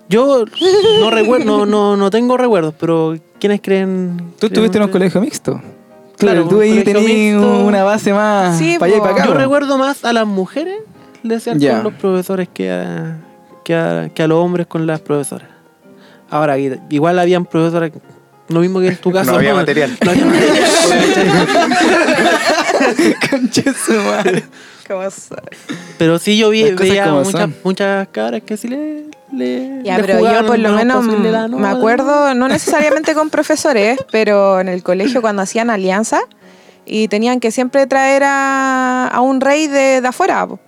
Speaker 2: Yo no recuerdo, no, no, no tengo recuerdos, pero ¿quiénes creen?
Speaker 3: Tú estuviste en un
Speaker 2: creen-
Speaker 3: colegio mixto.
Speaker 2: Claro,
Speaker 3: Claro, tú
Speaker 2: un
Speaker 3: ahí
Speaker 2: colegio
Speaker 3: tenías
Speaker 2: mixto.
Speaker 3: una base más
Speaker 1: Sí,
Speaker 3: para allá y
Speaker 1: po.
Speaker 3: para acá.
Speaker 2: Yo
Speaker 3: po.
Speaker 2: recuerdo más a las mujeres le hacían
Speaker 3: Ya.
Speaker 2: con los profesores que a, que, a, que a los hombres con las profesoras. Ahora, i- igual habían profesoras, lo mismo que en tu caso.
Speaker 4: No había material.
Speaker 2: No había material.
Speaker 3: Conche su madre.
Speaker 1: ¿Cómo sabes?
Speaker 2: Pero sí yo vi,
Speaker 3: Las cosas
Speaker 2: veía
Speaker 3: como
Speaker 2: muchas,
Speaker 3: son.
Speaker 2: muchas caras que sí le... le
Speaker 1: Ya,
Speaker 2: le
Speaker 1: pero yo
Speaker 2: jugaban
Speaker 1: por lo
Speaker 2: más
Speaker 1: menos
Speaker 2: posible la
Speaker 1: me
Speaker 2: nota.
Speaker 1: acuerdo, no necesariamente con profesores, pero en el colegio cuando hacían alianza y tenían que siempre traer a, a un rey de, de afuera po,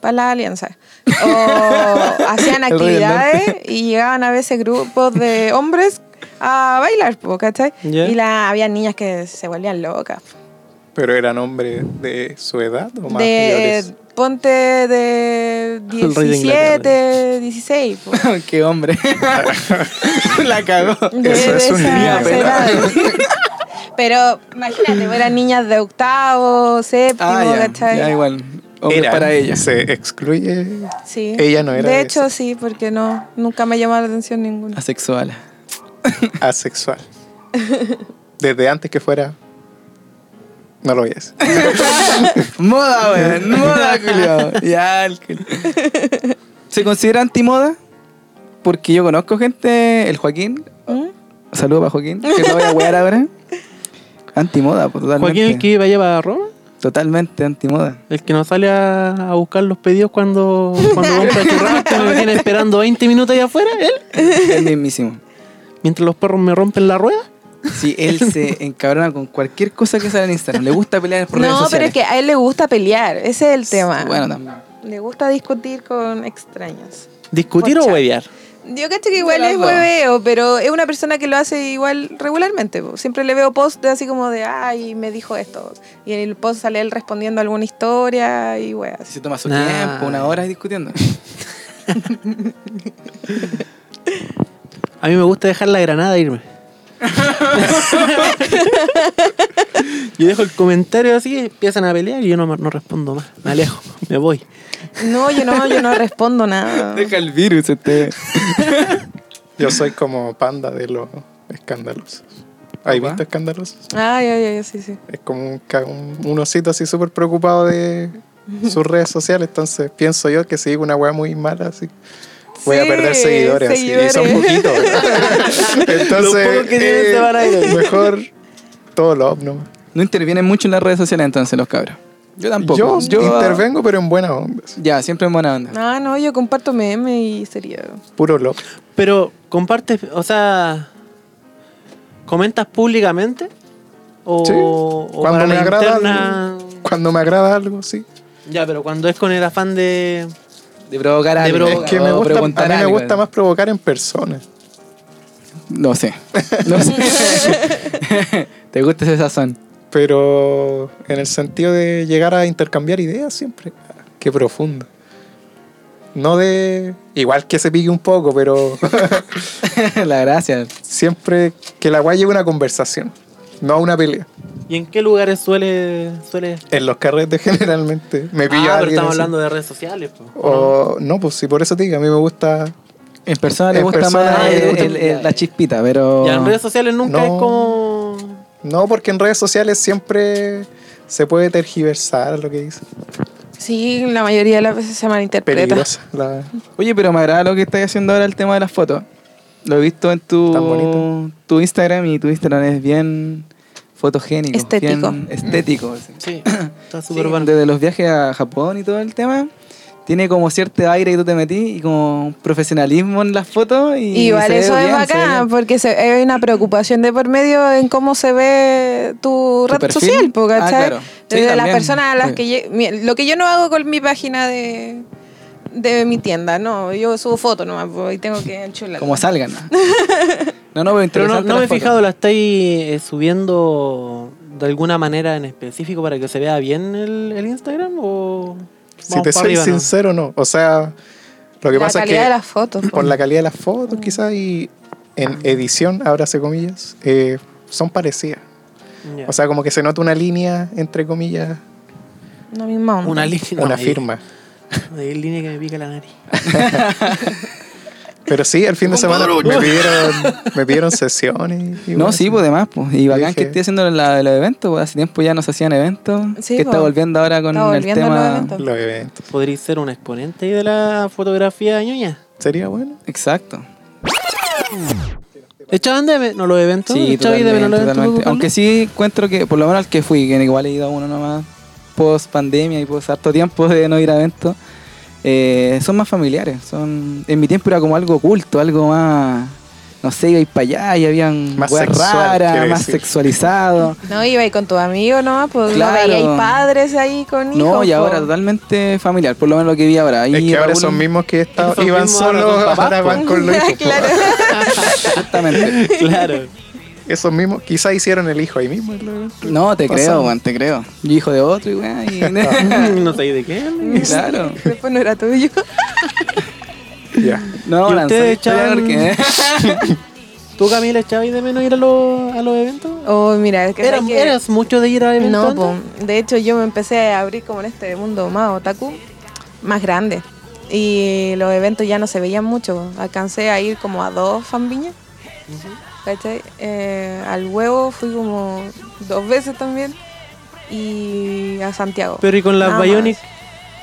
Speaker 1: para la alianza. O hacían
Speaker 3: El rey del
Speaker 1: actividades y llegaban a veces grupos de hombres a bailar, po, ¿cachai?
Speaker 2: Ya.
Speaker 1: Y la, había niñas que se volvían locas.
Speaker 4: ¿Pero eran hombres de su edad o más
Speaker 1: De,
Speaker 4: mayores?
Speaker 1: ponte de
Speaker 2: El rey de Inglaterra.
Speaker 1: 17, 16. po.
Speaker 3: Oh, Qué hombre. la cagó.
Speaker 1: De,
Speaker 4: Eso
Speaker 1: de
Speaker 4: es un
Speaker 1: esas
Speaker 4: niño
Speaker 1: edades. Pero imagínate, eran niñas de octavo, séptimo,
Speaker 3: Ah, ya,
Speaker 1: ¿cachai?
Speaker 3: ya igual. Hombre
Speaker 4: Eran,
Speaker 3: para ella.
Speaker 4: Se excluye.
Speaker 1: Sí.
Speaker 4: Ella no era
Speaker 1: De
Speaker 4: de
Speaker 1: hecho,
Speaker 4: esas.
Speaker 1: sí, porque no, nunca me llamó la atención ninguna.
Speaker 3: Asexual.
Speaker 4: asexual. Desde antes que fuera. No lo voy a decir.
Speaker 3: Moda, weón. Moda, culiao. Ya, el cul- ¿Se considera antimoda? Porque yo conozco gente, el Joaquín.
Speaker 1: ¿Mm?
Speaker 3: Saludos para Joaquín, que lo voy a wear ahora. Antimoda, pues, totalmente.
Speaker 2: Joaquín, el que iba allá para Roma,
Speaker 3: Totalmente antimoda.
Speaker 2: el que no sale a, a buscar los pedidos cuando, cuando compra churrasco, que me tiene esperando 20 minutos allá afuera, él,
Speaker 3: El mismísimo.
Speaker 2: mientras los perros me rompen la rueda.
Speaker 3: Sí, él se encabrona con cualquier cosa que sale en Instagram. Le gusta pelear por redes
Speaker 1: No, pero
Speaker 3: sociales.
Speaker 1: es que a él le gusta pelear, ese es el tema.
Speaker 3: Bueno, también.
Speaker 1: Le gusta discutir con extraños.
Speaker 2: ¿Discutir o
Speaker 1: Pocha.
Speaker 2: huevear?
Speaker 1: Yo cacho que igual
Speaker 3: las
Speaker 1: es
Speaker 3: dos.
Speaker 1: hueveo, pero es una persona que lo hace igual regularmente. po. Siempre le veo post de así como de, ay, me dijo esto. Y en el post sale él respondiendo alguna historia y weas.
Speaker 3: Se toma su
Speaker 2: Nah.
Speaker 3: tiempo, una hora discutiendo.
Speaker 2: A mí me gusta dejar la granada e irme. yo dejo el comentario así, empiezan a pelear y yo no, no respondo más. Me alejo, me voy.
Speaker 1: No, yo no, yo no respondo nada.
Speaker 3: Deja el virus este.
Speaker 4: Yo soy como panda de los escandalosos. ¿Hay visto escandalosos?
Speaker 1: Ay, ay, ay, sí, sí.
Speaker 4: Es como un, ca- un, un osito así súper preocupado de sus redes sociales. Entonces pienso yo que si digo una weá muy mala, así. Voy a
Speaker 1: Sí,
Speaker 4: perder seguidores, así, y son
Speaker 1: seguidores.
Speaker 4: poquitos. Entonces,
Speaker 2: Los pocos que tienen
Speaker 4: eh,
Speaker 1: este
Speaker 2: se van a ir.
Speaker 4: mejor todo lo nomás.
Speaker 3: No intervienen mucho en las redes sociales entonces los cabros. Yo
Speaker 4: Yo,
Speaker 3: tampoco.
Speaker 4: intervengo, pero en buena onda. así.
Speaker 3: Ya, siempre en buena onda.
Speaker 1: Ah, no, yo comparto meme y sería.
Speaker 4: Puro love.
Speaker 2: Pero compartes, o sea, comentas públicamente o,
Speaker 4: Sí.
Speaker 2: o
Speaker 4: Cuando
Speaker 2: para
Speaker 4: me
Speaker 2: la
Speaker 4: agrada
Speaker 2: interna?
Speaker 4: algo. Cuando me agrada algo, sí.
Speaker 2: Ya, pero cuando es con el afán de
Speaker 3: De provocar algo.
Speaker 2: provocar.
Speaker 4: Es que me
Speaker 3: o
Speaker 4: gusta, a mí
Speaker 3: preguntar
Speaker 4: me
Speaker 3: algo.
Speaker 4: gusta más provocar en persona.
Speaker 3: No sé. No sé. ¿Te gusta ese sazón?
Speaker 4: Pero en el sentido de llegar a intercambiar ideas siempre. Ah, Qué profundo. No de. Igual que se pique un poco, pero
Speaker 3: la gracia.
Speaker 4: siempre que la guay lleve una conversación, no a una pelea.
Speaker 2: ¿y en qué lugares suele suele
Speaker 4: En los carretes generalmente me pillo a
Speaker 2: Ah, pero
Speaker 4: alguien
Speaker 2: estamos
Speaker 4: así.
Speaker 2: hablando de redes sociales, po.
Speaker 4: O, no, pues si por eso te digo, a mí me gusta.
Speaker 3: En persona le
Speaker 4: En
Speaker 3: gusta
Speaker 4: persona
Speaker 3: más
Speaker 2: le
Speaker 3: el-
Speaker 2: gusta-
Speaker 3: el- el- la chispita, pero.
Speaker 2: Ya en redes sociales nunca
Speaker 4: No.
Speaker 2: es como
Speaker 4: No, porque en redes sociales siempre se puede tergiversar lo que dicen.
Speaker 1: Sí, la mayoría de las veces se malinterpreta.
Speaker 4: Peligrosa. La...
Speaker 3: Oye, pero me agrada lo que estás haciendo ahora el tema de las fotos. Lo he visto en
Speaker 4: Tan
Speaker 3: tu,
Speaker 4: bonito.
Speaker 3: tu Instagram y tu Instagram es bien fotogénico.
Speaker 1: Estético.
Speaker 3: bien estético. así.
Speaker 2: Sí, está
Speaker 3: Sí,
Speaker 2: súper bueno.
Speaker 3: Desde los viajes a Japón y todo el tema. Tiene como cierto aire que tú te metí y como profesionalismo en las fotos. Y
Speaker 1: Igual
Speaker 3: se ve
Speaker 1: eso es
Speaker 3: bien, se ve
Speaker 1: bacán,
Speaker 3: bien.
Speaker 1: porque se, hay una preocupación de por medio en cómo se ve tu,
Speaker 3: ¿Tu
Speaker 1: red
Speaker 3: perfil?
Speaker 1: social, po,
Speaker 3: Ah,
Speaker 1: ¿cachai?
Speaker 3: claro. Sí,
Speaker 1: Desde las
Speaker 3: también.
Speaker 1: personas a las
Speaker 3: Sí.
Speaker 1: que... lle- mi- lo que yo no hago con mi página de, de mi tienda, no, yo subo fotos nomás po, y tengo que enchular.
Speaker 3: Como salgan. No, no, pero
Speaker 2: Pero no,
Speaker 3: interesante
Speaker 2: no
Speaker 3: las
Speaker 2: me he
Speaker 3: fotos.
Speaker 2: fijado, la estáis eh, subiendo de alguna manera en específico para que se vea bien el, el Instagram o...
Speaker 4: Si
Speaker 2: vamos pa'
Speaker 4: te soy
Speaker 2: arriba, ¿no?
Speaker 4: sincero, no. O sea, lo que
Speaker 1: la
Speaker 4: pasa es
Speaker 1: calidad
Speaker 4: que
Speaker 1: de las fotos. po.
Speaker 4: por la calidad de las fotos quizás y en edición, abrace comillas, eh, son parecidas.
Speaker 2: Ya.
Speaker 4: O sea, como que se nota una línea, entre comillas,
Speaker 1: Una misma onda.
Speaker 2: una línea. no,
Speaker 4: una
Speaker 2: ahí-
Speaker 4: firma.
Speaker 2: ahí hay línea que me pica la nariz.
Speaker 4: Pero sí, el fin de semana me pidieron, me pidieron sesiones. y
Speaker 3: No,
Speaker 4: bueno,
Speaker 3: sí, pues demás, pues. Y bacán
Speaker 4: dije-
Speaker 3: que esté haciendo la- los eventos, pues. Hace tiempo ya no se hacían eventos.
Speaker 1: Sí,
Speaker 3: que
Speaker 1: po.
Speaker 3: está volviendo ahora con
Speaker 1: Está volviendo
Speaker 3: el
Speaker 1: los
Speaker 3: tema.
Speaker 1: eventos.
Speaker 4: Los eventos.
Speaker 2: Podrías ser un exponente ahí de la fotografía ñoña.
Speaker 4: Sería bueno.
Speaker 3: Exacto.
Speaker 2: ¿Echaban de menos los eventos?
Speaker 3: Sí,
Speaker 2: ¿Echaban de
Speaker 3: totalmente,
Speaker 2: menos los eventos,
Speaker 3: totalmente.
Speaker 2: Pablo?
Speaker 3: Aunque sí encuentro que, por lo menos al que fui, que igual he ido a uno nomás, post pandemia y post harto tiempo de no ir a eventos, eh, son más familiares. son En mi tiempo era como algo oculto, algo más, no sé, iba a ir para allá y habían
Speaker 4: Más
Speaker 3: weas
Speaker 4: sexual,
Speaker 3: raras,
Speaker 4: quiere
Speaker 3: más
Speaker 4: decir.
Speaker 3: sexualizado.
Speaker 1: No, iba ahí con tu amigo nomás, pues
Speaker 3: Claro.
Speaker 1: no veía padres ahí con hijos.
Speaker 3: No, y
Speaker 1: po.
Speaker 3: ahora totalmente familiar, por lo menos lo que vi ahora.
Speaker 4: es
Speaker 3: Y
Speaker 4: que ahora
Speaker 3: Raúl-
Speaker 4: son mismos que estaban-
Speaker 2: Esos
Speaker 4: iban
Speaker 2: mismos ahora
Speaker 4: solos,
Speaker 2: son papás,
Speaker 4: ahora van con los hijos. po.
Speaker 1: claro.
Speaker 3: Exactamente.
Speaker 2: Claro.
Speaker 4: Esos mismos, quizás hicieron el hijo ahí mismo. en los eventos.
Speaker 3: No, te
Speaker 4: Pasamos.
Speaker 3: creo, Juan, te creo. Yo hijo de otro, igual. Y...
Speaker 2: no sé de qué.
Speaker 3: claro.
Speaker 1: Después no era tuyo.
Speaker 4: Ya.
Speaker 3: No,
Speaker 2: ¿Y
Speaker 3: lanzó
Speaker 2: ustedes
Speaker 3: la historia
Speaker 2: echaban-
Speaker 3: porque-
Speaker 2: ¿Tú, Camila, echabas de menos ir a los, a los eventos?
Speaker 1: Oh, mira, es que,
Speaker 2: Era-
Speaker 1: sé que-
Speaker 2: ¿Eras mucho de ir a eventos?
Speaker 1: No,
Speaker 2: antes?
Speaker 1: po. de hecho yo me empecé a abrir como en este mundo más otaku, más grande. Y los eventos ya no se veían mucho. Alcancé a ir como a dos fanviñas. ¿Cachai? Eh, al huevo fui como dos veces también. Y a Santiago.
Speaker 2: Pero y con las
Speaker 1: Nada más.
Speaker 2: Bionic.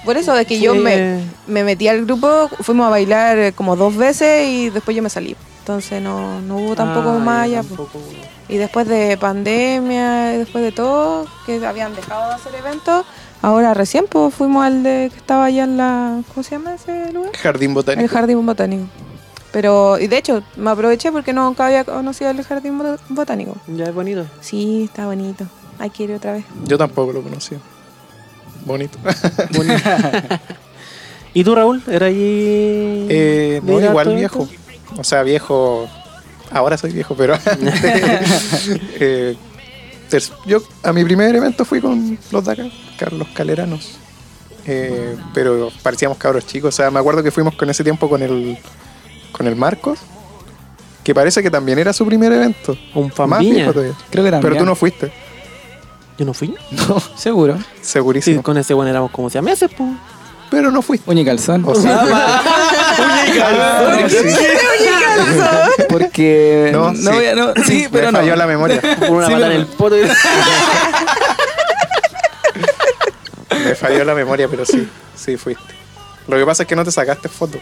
Speaker 1: Por eso de que yo
Speaker 2: Sí.
Speaker 1: me, me metí al grupo, fuimos a bailar eh, como dos veces y después yo me salí. Entonces no, no hubo tampoco
Speaker 2: Ah,
Speaker 1: más
Speaker 2: ya,
Speaker 1: allá. po.
Speaker 2: tampoco.
Speaker 1: Y después de pandemia, y después de todo, que habían dejado de hacer eventos, ahora recién pues, fuimos al de que estaba allá en la. ¿Cómo se llama ese lugar?
Speaker 4: Jardín botánico.
Speaker 1: El Jardín Botánico. Pero, y de hecho, me aproveché porque nunca había conocido el Jardín Bot- Botánico.
Speaker 2: Ya es bonito.
Speaker 1: Sí, está bonito. Hay que ir otra vez.
Speaker 4: Yo tampoco lo conocí. Bonito.
Speaker 2: ¿Y tú, Raúl? ¿Era allí?
Speaker 4: Eh, no,
Speaker 2: Mira,
Speaker 4: igual
Speaker 2: todo
Speaker 4: viejo.
Speaker 2: esto.
Speaker 4: O sea, viejo. Ahora soy viejo, pero. antes, eh, ter- yo a mi primer evento fui con los Dakar, Carlos Caleranos. Eh, pero parecíamos cabros chicos. O sea, me acuerdo que fuimos con ese tiempo con el, con el Marcos, que parece que también era su primer evento.
Speaker 2: Un
Speaker 4: Más
Speaker 2: familia.
Speaker 4: viejo todavía.
Speaker 3: Creo que también.
Speaker 4: Pero tú no fuiste,
Speaker 2: Yo no fui.
Speaker 3: Seguro.
Speaker 2: Sí,
Speaker 4: segurísimo.
Speaker 2: con ese bueno éramos como si a meses, po.
Speaker 4: Pero no fuiste.
Speaker 3: Uña y calzón.
Speaker 4: O sea,
Speaker 3: Porque.
Speaker 4: No,
Speaker 3: No,
Speaker 4: sí.
Speaker 3: ya no- sí, pero
Speaker 4: me
Speaker 3: no.
Speaker 4: falló la memoria.
Speaker 2: Con una
Speaker 3: Sí,
Speaker 2: patada
Speaker 3: pero-
Speaker 2: en el poto.
Speaker 4: Me falló la memoria, pero sí, sí fuiste. Lo que pasa es que no te sacaste fotos.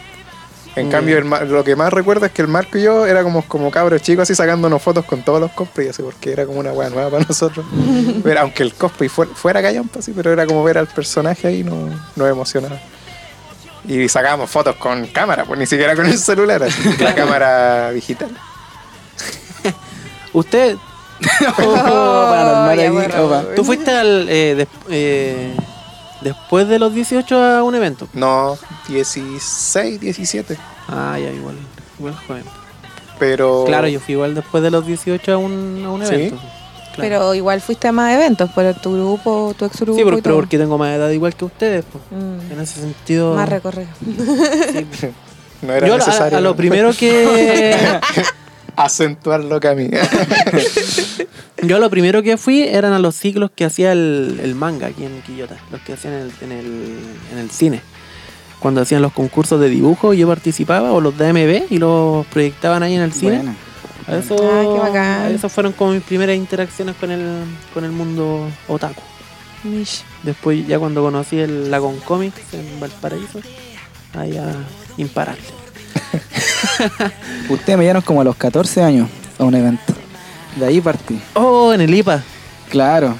Speaker 2: Mm.
Speaker 4: En cambio, el Mar- lo que más recuerdo es que el Marco y yo éramos como cabros chicos así sacándonos fotos con todos los cosplays, así porque era como una hueá nueva para nosotros. Ver, aunque el cosplay fuera, fuera callampa, así, pero era como ver al personaje ahí, no, no emocionaba. Y sacábamos fotos con cámara, pues ni siquiera con el celular, así, la cámara digital.
Speaker 2: Usted.
Speaker 3: Oh, paranormal
Speaker 1: ya,
Speaker 3: ahí,
Speaker 1: bueno.
Speaker 3: opa.
Speaker 2: ¿Tú fuiste al, eh, des- eh, después de los 18 a un evento?
Speaker 4: No, 16, 17.
Speaker 2: Ah, ya, igual. Igual joven.
Speaker 4: Pero.
Speaker 2: Claro, yo fui igual después de los 18 a un, a un
Speaker 4: Oh. Sí.
Speaker 2: evento. Claro.
Speaker 1: Pero igual fuiste a más eventos, por tu grupo, tu ex grupo.
Speaker 2: sí,
Speaker 1: y
Speaker 2: pero, pero
Speaker 1: todo.
Speaker 2: porque tengo más edad igual que ustedes. po.
Speaker 1: Mm,
Speaker 2: En ese sentido.
Speaker 1: Más recorrido.
Speaker 4: No era
Speaker 2: yo a-
Speaker 4: necesario
Speaker 2: a, lo primero que.
Speaker 4: acentuar lo que a mí.
Speaker 2: yo a lo primero que fui eran a los ciclos que hacía el, el manga aquí en Quillota. Los que hacían en el, en el, en el cine. Cuando hacían los concursos de dibujo, yo participaba, o los DMB, y los proyectaban ahí en el cine.
Speaker 3: Buena.
Speaker 2: A eso,
Speaker 1: Ah, qué bacán.
Speaker 2: a eso fueron como mis primeras interacciones con el, con el mundo otaku.
Speaker 1: Mish.
Speaker 2: Después, ya cuando conocí el Lagon Comics en Valparaíso, allá imparable.
Speaker 3: Ustedes me llevaron como a los 14 años a un evento. De ahí partí.
Speaker 2: Oh, en el IPA.
Speaker 3: Claro.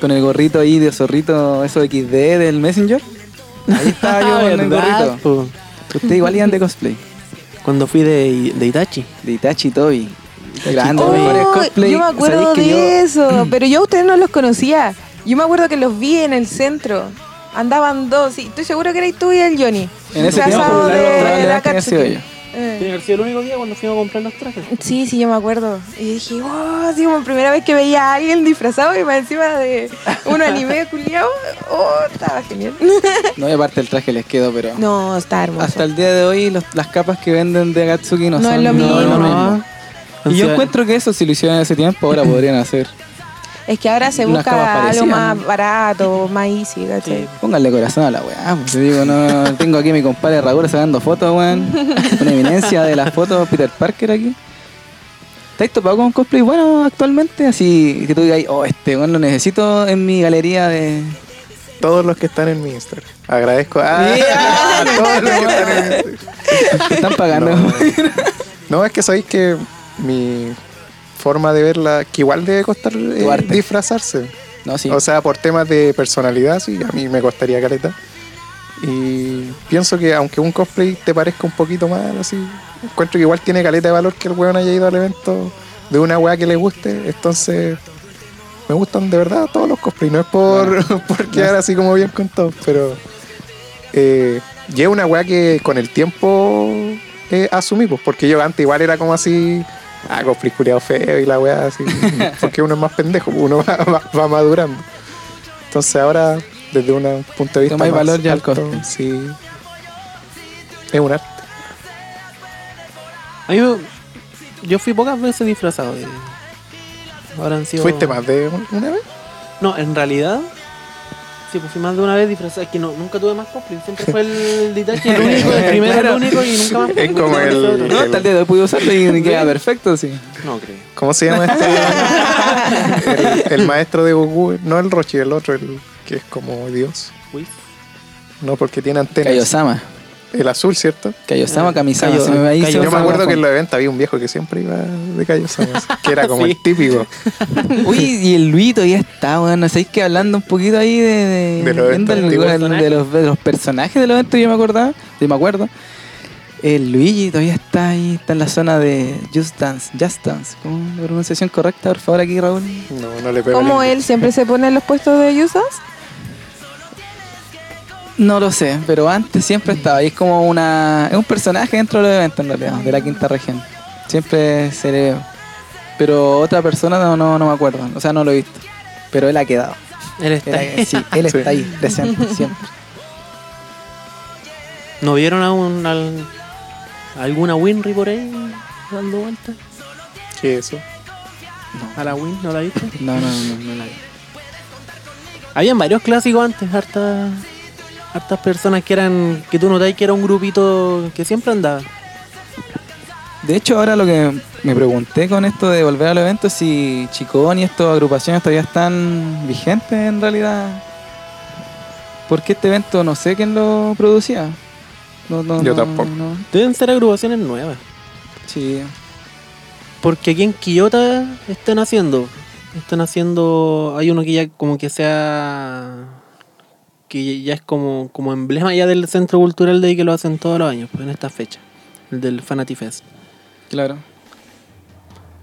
Speaker 3: Con el gorrito ahí de zorrito, eso XD del Messenger. Ahí estaba
Speaker 1: Ah,
Speaker 3: yo con el
Speaker 2: ¿Verdad,
Speaker 3: gorrito.
Speaker 2: po?
Speaker 3: Ustedes igual iban de cosplay.
Speaker 2: Cuando fui de, de Itachi.
Speaker 3: De Itachi y Toby. Grande,
Speaker 1: Oh,
Speaker 3: mejores cosplay.
Speaker 1: yo me acuerdo
Speaker 3: ¿Sabéis
Speaker 1: de
Speaker 3: que yo-
Speaker 1: eso, pero yo a ustedes no los conocía. Yo me acuerdo que los vi en el centro. Andaban dos, y estoy seguro que erais tú y el Johnny.
Speaker 3: En ese
Speaker 1: Disfrazado
Speaker 3: tiempo,
Speaker 1: de
Speaker 3: claro, probablemente
Speaker 1: la
Speaker 3: haya sido
Speaker 1: Katsuki.
Speaker 3: yo.
Speaker 1: Eh,
Speaker 2: Tiene que haber sido el único día cuando fuimos a comprar los trajes.
Speaker 1: Sí, sí, yo me acuerdo. Y dije, wow, sí, como primera vez que veía a alguien disfrazado y más encima de un anime culiao. Oh, estaba genial.
Speaker 3: No, y aparte el traje les quedó, pero.
Speaker 1: No, está hermoso.
Speaker 3: Hasta el día de hoy los- las capas que venden de Akatsuki no,
Speaker 1: No
Speaker 3: son
Speaker 1: es lo mismo.
Speaker 3: no,
Speaker 2: No.
Speaker 3: Y yo
Speaker 2: Entonces-
Speaker 3: encuentro que eso, si lo hicieron en ese tiempo, ahora podrían hacer.
Speaker 1: Es que ahora se
Speaker 3: Unas capas
Speaker 1: busca algo
Speaker 3: parecidas,
Speaker 1: más
Speaker 3: ¿no?
Speaker 1: barato, más easy, ¿cachai?
Speaker 3: Pónganle corazón a la weá. pues, Te digo, no. Tengo aquí a mi compadre Raúl sacando fotos, weón. Una eminencia de las fotos, Peter Parker aquí. ¿Estáis topado con cosplay bueno actualmente? Así que tú digas, oh, este weón lo necesito en mi galería de.
Speaker 4: Todos los que están en mi Instagram. Agradezco a, a todos los que están en mi Instagram.
Speaker 3: Te están pagando.
Speaker 4: No. No, es que sabéis que mi forma de verla, que igual debe costar eh,
Speaker 3: Tu arte.
Speaker 4: disfrazarse.
Speaker 3: No, sí.
Speaker 4: O sea, por temas de personalidad, sí, a mí me costaría careta. Y pienso que aunque un cosplay te parezca un poquito mal, así, encuentro que igual tiene caleta de valor que el weón haya ido al evento de una weá que le guste. Entonces, me gustan de verdad todos los cosplays. No es por, por quedar así como bien con todo, pero eh, y es una weá que con el tiempo eh, asumí, pues, porque yo antes igual era como así, ah, cosplay culiao feo y la weá así, porque uno es más pendejo, uno va, va- va madurando. Entonces ahora, desde un punto de vista
Speaker 3: Tomáis
Speaker 4: más
Speaker 3: valor ya al
Speaker 4: alto,
Speaker 3: cosplay.
Speaker 4: sí. Es un arte.
Speaker 2: A mí me- yo fui pocas veces disfrazado. y Ahora han sido.
Speaker 4: ¿Fuiste más de un- una vez?
Speaker 2: No, en realidad. Sí, pues fui más de una vez disfrazado. Es que no, nunca tuve más cosplay. Siempre fue el detalle, el único, el primero,
Speaker 3: Claro.
Speaker 2: el único y nunca más.
Speaker 4: Es como el-
Speaker 3: No, hasta el día de hoy pude usarlo y queda perfecto, sí.
Speaker 2: No creo.
Speaker 4: ¿Cómo se llama este? el, el maestro de Goku, no el Rochi, el otro, el que es como Dios.
Speaker 2: Uy.
Speaker 4: No, porque tiene antenas.
Speaker 3: Kaiosama.
Speaker 4: El azul, ¿cierto?
Speaker 3: Kaiosama, Kamisama.
Speaker 2: Kaio-
Speaker 3: se me va ahí,
Speaker 2: Kaio-
Speaker 3: se
Speaker 4: Yo me
Speaker 3: va
Speaker 4: acuerdo
Speaker 3: la
Speaker 4: que en
Speaker 3: fon-
Speaker 4: los eventos había un viejo que siempre iba de Cayo Samas, que era como
Speaker 2: Sí.
Speaker 4: el típico.
Speaker 3: Uy, y el Luis todavía está, bueno, sabéis que hablando un poquito ahí de, de,
Speaker 4: De los
Speaker 3: viendo el-
Speaker 4: antiguos
Speaker 3: el- de los, de los personajes del evento, yo me acordaba, yo me acuerdo. El Luigi todavía está ahí, está en la zona de Just Dance, Just Dance. ¿Cómo es la pronunciación correcta, por favor, aquí, Raúl?
Speaker 4: No, no le pego.
Speaker 1: ¿Cómo
Speaker 4: el
Speaker 1: él siempre se pone en los puestos de Yusas?
Speaker 3: No lo sé, pero antes siempre estaba ahí, es como una. Es un personaje dentro del evento, en realidad, de la quinta región. Siempre se le veo. Pero otra persona no, no, no me acuerdo, o sea, no lo he visto. Pero él ha quedado.
Speaker 2: Él está.
Speaker 3: Era- sí, él
Speaker 4: Sí.
Speaker 3: está ahí, presente, siempre.
Speaker 2: ¿No vieron a un, al- alguna Winry por ahí dando vueltas?
Speaker 4: ¿Qué es eso?
Speaker 2: ¿A la Win? ¿No la viste?
Speaker 3: No, no, no, no la vi.
Speaker 2: Habían varios clásicos antes, hartas, hartas personas que eran, que tú notáis que era un grupito que siempre andaba.
Speaker 3: De hecho, ahora lo que me pregunté con esto de volver al evento es si Chicón y estas agrupaciones todavía están vigentes en realidad. Porque este evento no sé quién lo producía. No, no,
Speaker 4: Yo
Speaker 3: no,
Speaker 4: tampoco.
Speaker 3: no.
Speaker 2: Deben ser agrupaciones nuevas.
Speaker 3: Sí.
Speaker 2: Porque aquí en Quillota están haciendo. Están haciendo. Hay uno que ya como que sea. que ya es como, como emblema ya del centro cultural de ahí que lo hacen todos los años, pues en esta fecha. El del Fanatifest.
Speaker 3: Claro.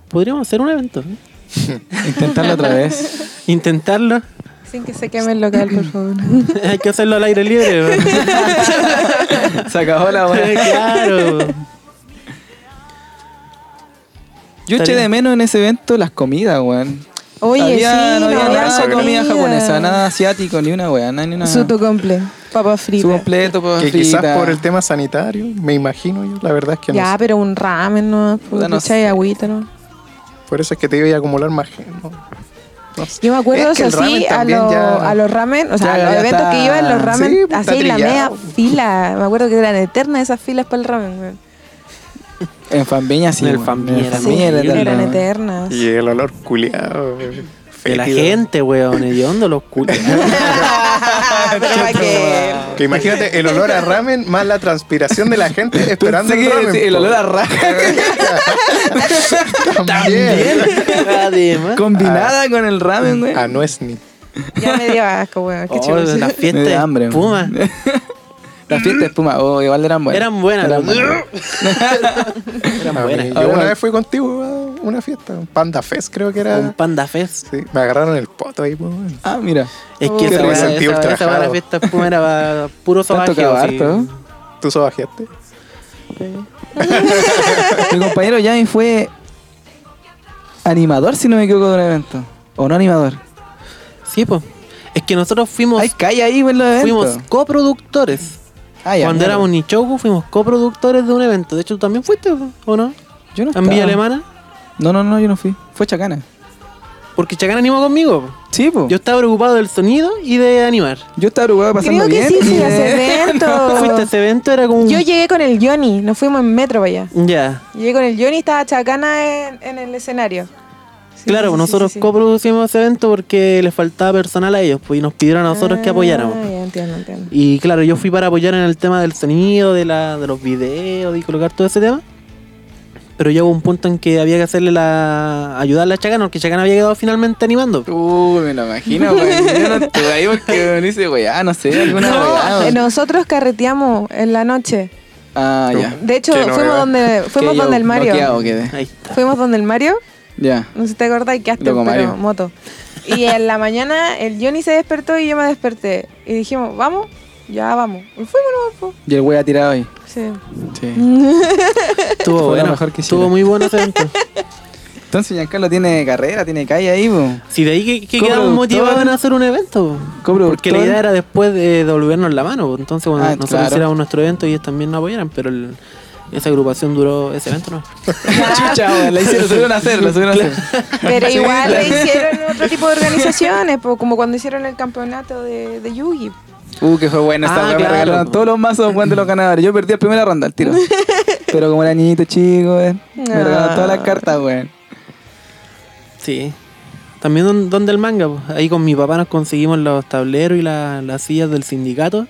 Speaker 2: Podríamos hacer un evento. ¿eh?
Speaker 3: Intentarlo otra vez.
Speaker 2: Intentarlo.
Speaker 1: Sin que se queme el local, por favor.
Speaker 2: Hay que hacerlo al aire libre.
Speaker 3: Se acabó la
Speaker 2: ¿no?
Speaker 3: hora.
Speaker 2: claro.
Speaker 3: Yo eché de menos en ese evento las comidas, weón.
Speaker 1: Oye,
Speaker 3: Había-
Speaker 1: sí,
Speaker 3: no había nada de comida
Speaker 1: comida.
Speaker 3: japonesa, nada asiático, ni una weá, nada, ni una.
Speaker 1: Suto comple, papa frita.
Speaker 3: Su completo, papas
Speaker 4: Que quizás
Speaker 3: fritas.
Speaker 4: por el tema sanitario, me imagino yo, la verdad es que no.
Speaker 1: ya,
Speaker 4: sé.
Speaker 1: pero un ramen, ¿no?
Speaker 3: Puta, no
Speaker 1: Puta,
Speaker 3: sé.
Speaker 1: y agüita, ¿no?
Speaker 4: Por eso es que te iba a acumular más gente. No, no sé.
Speaker 1: Yo me acuerdo,
Speaker 4: Es que
Speaker 1: eso
Speaker 4: el ramen
Speaker 1: sí, a,
Speaker 4: también
Speaker 1: lo-
Speaker 4: ya-
Speaker 1: a los ramen, o sea,
Speaker 3: Ya,
Speaker 1: a los
Speaker 3: ya
Speaker 1: eventos
Speaker 3: está-
Speaker 1: que iban, los ramen,
Speaker 4: Sí, está
Speaker 1: así la media
Speaker 4: trillado.
Speaker 1: fila. Me acuerdo que eran eternas esas filas para el ramen, weón.
Speaker 3: En Fambiña sí.
Speaker 2: En el
Speaker 3: weón.
Speaker 2: Fambiña
Speaker 3: En el
Speaker 2: era
Speaker 3: Fambiña
Speaker 1: Sí,
Speaker 3: era
Speaker 2: muy
Speaker 3: eterno,
Speaker 1: eran
Speaker 3: weón.
Speaker 1: eternas.
Speaker 4: Y el olor culiado.
Speaker 2: De la
Speaker 4: fétido.
Speaker 2: gente, weón, hediondo los culos.
Speaker 1: Ah, Pero para que.
Speaker 4: Que imagínate el olor a ramen más la transpiración de la gente esperando
Speaker 3: Pensé
Speaker 4: el
Speaker 3: que
Speaker 4: ramen.
Speaker 3: el
Speaker 4: po.
Speaker 3: olor a raja
Speaker 4: También.
Speaker 2: Además.
Speaker 3: combinada con el ramen, güey.
Speaker 4: A nuezni.
Speaker 1: Ya me dio asco, weón. Qué
Speaker 2: Oh,
Speaker 1: chulo.
Speaker 2: la
Speaker 3: Me
Speaker 2: fiesta
Speaker 3: da
Speaker 2: de
Speaker 3: hambre, güey.
Speaker 2: Puma.
Speaker 3: Las fiestas de espuma, oh, igual eran buenas.
Speaker 2: Eran buenas.
Speaker 3: Eran buenas.
Speaker 2: Eran
Speaker 4: A mí,
Speaker 2: buenas.
Speaker 4: Yo
Speaker 3: Ahora-
Speaker 4: una vez fui contigo a una fiesta, un Panda Fest creo que
Speaker 2: Un
Speaker 4: era.
Speaker 2: Panda Fest.
Speaker 4: Sí, me agarraron el poto ahí, pues. bueno.
Speaker 3: Ah, mira.
Speaker 2: Es
Speaker 4: Uh,
Speaker 2: que
Speaker 4: qué
Speaker 2: esa
Speaker 4: rico
Speaker 2: weá-
Speaker 4: sentir
Speaker 2: esa esa weá de la
Speaker 4: ultrajado.
Speaker 2: fiesta de Puma era puro
Speaker 3: Tanto
Speaker 2: sobajeo.
Speaker 3: cagar,
Speaker 2: sí.
Speaker 3: pero-
Speaker 4: ¿Tú sobajeaste?
Speaker 3: Mi compañero Yami fue animador, si no me equivoco, de un evento. O no animador.
Speaker 2: Sí, pues. Es que nosotros fuimos,
Speaker 3: Hay calle ahí, güey, en los eventos.
Speaker 2: fuimos coproductores.
Speaker 3: Ah, ya,
Speaker 2: Cuando
Speaker 3: mierda.
Speaker 2: éramos Nichoku fuimos coproductores de un evento. De hecho, tú también fuiste, ¿o no?
Speaker 3: Yo no
Speaker 2: En Villa
Speaker 3: estaba.
Speaker 2: Alemana.
Speaker 3: No, no, no, yo no fui. Fue Chacana.
Speaker 2: Porque Chacán animó conmigo. po.
Speaker 3: Sí, po.
Speaker 2: Yo
Speaker 3: Yo,
Speaker 2: estaba preocupado del sonido y de animar.
Speaker 3: estaba preocupado pasando
Speaker 1: Creo que
Speaker 3: bien.
Speaker 1: sí,
Speaker 3: y
Speaker 1: sí,
Speaker 3: de-
Speaker 1: hace evento.
Speaker 2: Fuiste a ese evento, era como un...
Speaker 1: Yo llegué con el Johnny, nos fuimos en metro para allá.
Speaker 2: Ya.
Speaker 1: Llegué con el Johnny, estaba Chacana en, en el escenario. Sí,
Speaker 2: claro,
Speaker 1: sí, sí,
Speaker 2: nosotros
Speaker 1: sí, sí.
Speaker 2: coproducimos ese evento porque les faltaba personal a ellos pues, y nos pidieron a nosotros que
Speaker 1: Ah,
Speaker 2: apoyáramos.
Speaker 1: ya entiendo, entiendo.
Speaker 2: Y claro, yo fui para apoyar en el tema del sonido, de, la, de los videos y colocar todo ese tema. Pero llegó un punto en que había que hacerle la. ayudarle a Chacano, porque Chacano había quedado finalmente animando.
Speaker 3: Uy, me lo imagino, güey. Yo no estuve ahí porque me dice, güey, ah, no sé, alguna
Speaker 1: No,
Speaker 3: weá, güey.
Speaker 1: eh, nosotros carreteamos en la noche.
Speaker 3: Ah, ya.
Speaker 1: De hecho,
Speaker 4: Qué novedad.
Speaker 1: fuimos donde fuimos
Speaker 3: Que yo
Speaker 1: donde el Mario.
Speaker 3: bloqueado quedé.
Speaker 2: Ahí está.
Speaker 1: Fuimos donde el Mario,
Speaker 3: Ya.
Speaker 1: no sé si te acordás, que hasta
Speaker 3: Loco Mario.
Speaker 1: pero moto. Y en la mañana el Johnny se despertó y yo me desperté. Y dijimos, ¿vamos? Ya vamos. Y fuimos nomás, po.
Speaker 3: Y el güey ha tirado ahí.
Speaker 1: Sí. Mm.
Speaker 3: Sí. Fue
Speaker 2: Estuvo
Speaker 3: lo
Speaker 2: bueno.
Speaker 3: mejor que
Speaker 2: estuvo
Speaker 3: hicieron.
Speaker 2: muy bueno ese evento.
Speaker 3: Entonces, Giancarlo tiene carrera, tiene calle ahí, po.
Speaker 2: Si de ahí que, que
Speaker 3: Coproductor.
Speaker 2: quedamos motivados en hacer un evento.
Speaker 3: Coproductor.
Speaker 2: Porque la idea era después de devolvernos la mano. Entonces, cuando
Speaker 3: Ah,
Speaker 2: nosotros
Speaker 3: claro.
Speaker 2: hiciéramos nuestro evento, ellos también nos apoyaran. Pero el- esa agrupación duró ese evento, ¿no?
Speaker 3: Chucha, güey, la hicieron, lo subieron a hacer, lo subieron a hacer.
Speaker 1: Pero
Speaker 3: Sí,
Speaker 1: igual le
Speaker 3: claro.
Speaker 1: hicieron otro tipo de organizaciones, po, como cuando hicieron el campeonato de, de Yugi.
Speaker 3: Uh, que fue bueno esta
Speaker 2: Ah,
Speaker 3: weá,
Speaker 2: claro.
Speaker 3: me regalaron todos los mazos weón, de los ganadores. Yo perdí la primera ronda al tiro. Pero como era niñito chico, weón, me
Speaker 1: Ah.
Speaker 3: regalaron todas las cartas, weón.
Speaker 2: Sí. También don- donde el manga, po. ahí con mi papá nos conseguimos los tableros y la- las sillas del sindicato.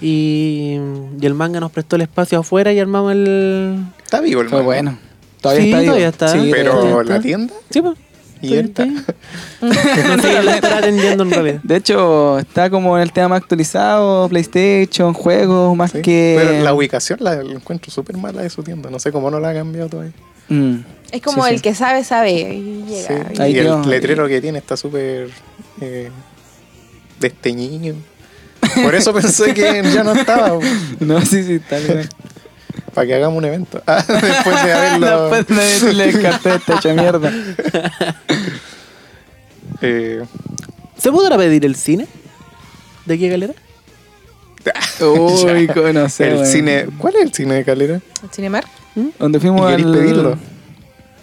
Speaker 2: Y, y el manga nos prestó el espacio afuera y armamos el...
Speaker 4: Está vivo el
Speaker 3: Fue
Speaker 4: man.
Speaker 3: bueno. Todavía
Speaker 2: Sí,
Speaker 3: está ahí.
Speaker 2: todavía
Speaker 3: weón.
Speaker 2: está.
Speaker 3: Sí,
Speaker 4: Pero
Speaker 3: todavía
Speaker 2: ya
Speaker 4: la
Speaker 2: está.
Speaker 4: tienda
Speaker 2: Sí, pues.
Speaker 4: y él está.
Speaker 2: No sé quién la estará atendiendo en realidad.
Speaker 3: De hecho, está como en el tema más actualizado, PlayStation, juegos, más
Speaker 4: Sí.
Speaker 3: que...
Speaker 4: Pero la ubicación la, la encuentro súper mala de su tienda. No sé cómo no la ha cambiado todavía.
Speaker 3: Mm.
Speaker 1: Es como
Speaker 3: Sí, sí.
Speaker 1: el que sabe, sabe. Y llega.
Speaker 4: Sí.
Speaker 3: Ahí
Speaker 4: Y el
Speaker 3: quedó.
Speaker 4: letrero que tiene está súper eh, desteñido. Por eso pensé que ya no estaba.
Speaker 3: No, sí, sí, tal vez.
Speaker 4: Para que hagamos un evento. Ah, después de haberlo.
Speaker 3: Después le, le descarté esta hecha mierda.
Speaker 4: eh,
Speaker 2: ¿Se podrá pedir el cine? ¿De qué galera?
Speaker 3: Uy, co- no sé,
Speaker 4: el
Speaker 3: weón.
Speaker 4: cine. ¿Cuál es el cine de Calera?
Speaker 1: ¿El Cinemar?
Speaker 3: Donde fuimos
Speaker 4: ¿Y
Speaker 3: al...
Speaker 4: queréis pedirlo?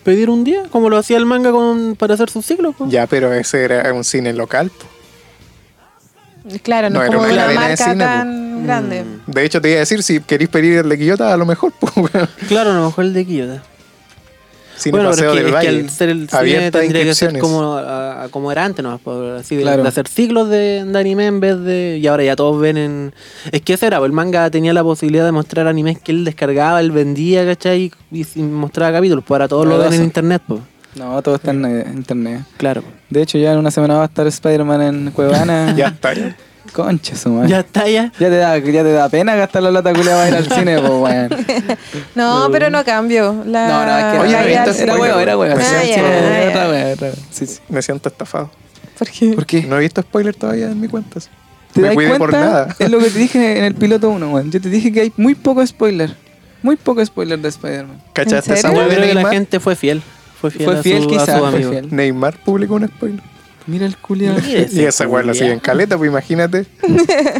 Speaker 2: ¿Pedir un día? Como lo hacía el manga con, para hacer sus ciclos. po.
Speaker 4: Ya, pero ese era un cine local. po.
Speaker 1: Claro, no,
Speaker 4: No,
Speaker 1: es
Speaker 4: era
Speaker 1: como
Speaker 4: una
Speaker 1: una
Speaker 4: cadena de
Speaker 1: marca
Speaker 4: cine, Mm.
Speaker 1: tan grande.
Speaker 4: De hecho, te iba a decir, si queréis pedir el de Quillota, a lo mejor. po, weón.
Speaker 2: Claro, a lo mejor el de Quillota.
Speaker 4: cine
Speaker 2: bueno, pero
Speaker 4: Paseo
Speaker 2: es que,
Speaker 4: del
Speaker 2: es que
Speaker 4: Valle.
Speaker 2: al ser el cine
Speaker 4: abierta a
Speaker 2: tendría que ser
Speaker 4: inscripciones.
Speaker 2: como, a- a- como era antes, ¿no? Por, así de,
Speaker 3: Claro.
Speaker 2: de hacer ciclos de, de anime en vez de... Y ahora ya todos ven en... Es que ese era, pues, el manga tenía la posibilidad de mostrar animes que él descargaba, él vendía, ¿cachai? Y, y si mostraba capítulos, pues ahora todos lo ven en
Speaker 3: Novedoso.
Speaker 2: internet, pues.
Speaker 3: No, todo está en eh, internet.
Speaker 2: Claro.
Speaker 3: De hecho, ya en una semana va a estar Spider-Man en Cuevana.
Speaker 4: Ya está. ya.
Speaker 3: Concha su madre.
Speaker 2: Ya
Speaker 3: Ya.
Speaker 2: está, ya.
Speaker 3: te da, ya te da pena gastar la plata culia para ir al cine, pues, weón.
Speaker 1: No, pero no cambio. La...
Speaker 3: No, no, es que
Speaker 1: la
Speaker 4: Oye,
Speaker 1: idea
Speaker 4: era-
Speaker 1: del
Speaker 4: era
Speaker 1: cine.
Speaker 4: huevo, era huevo.
Speaker 1: Ah,
Speaker 3: Sí,
Speaker 1: ya, ah,
Speaker 3: sí,
Speaker 1: ya.
Speaker 3: era huevo, era huevo. Sí, sí.
Speaker 4: Me siento estafado.
Speaker 1: ¿Por qué?
Speaker 3: ¿Por qué?
Speaker 4: No he visto spoiler todavía en mi cuenta.
Speaker 3: ¿Te
Speaker 4: me
Speaker 3: das
Speaker 4: cuidé
Speaker 3: cuenta?
Speaker 4: por nada.
Speaker 3: Es lo que te dije en el piloto 1, weón. Yo te dije que hay muy poco spoiler. Muy poco spoiler de Spider-Man.
Speaker 4: ¿Cachaste
Speaker 1: ¿En
Speaker 4: esa
Speaker 1: serio?
Speaker 2: Yo
Speaker 4: hueá de
Speaker 2: creo que la
Speaker 4: Neymar?
Speaker 2: gente fue fiel. Fue fiel,
Speaker 3: Fue
Speaker 2: a
Speaker 3: fiel
Speaker 2: su, a
Speaker 3: quizá,
Speaker 2: su
Speaker 3: fue
Speaker 2: amigo.
Speaker 3: fiel.
Speaker 4: Neymar publicó un spoiler.
Speaker 3: Mira el culiado.
Speaker 2: Mire ese
Speaker 4: y esa weá la
Speaker 2: culiao.
Speaker 4: sigue en caleta, pues imagínate.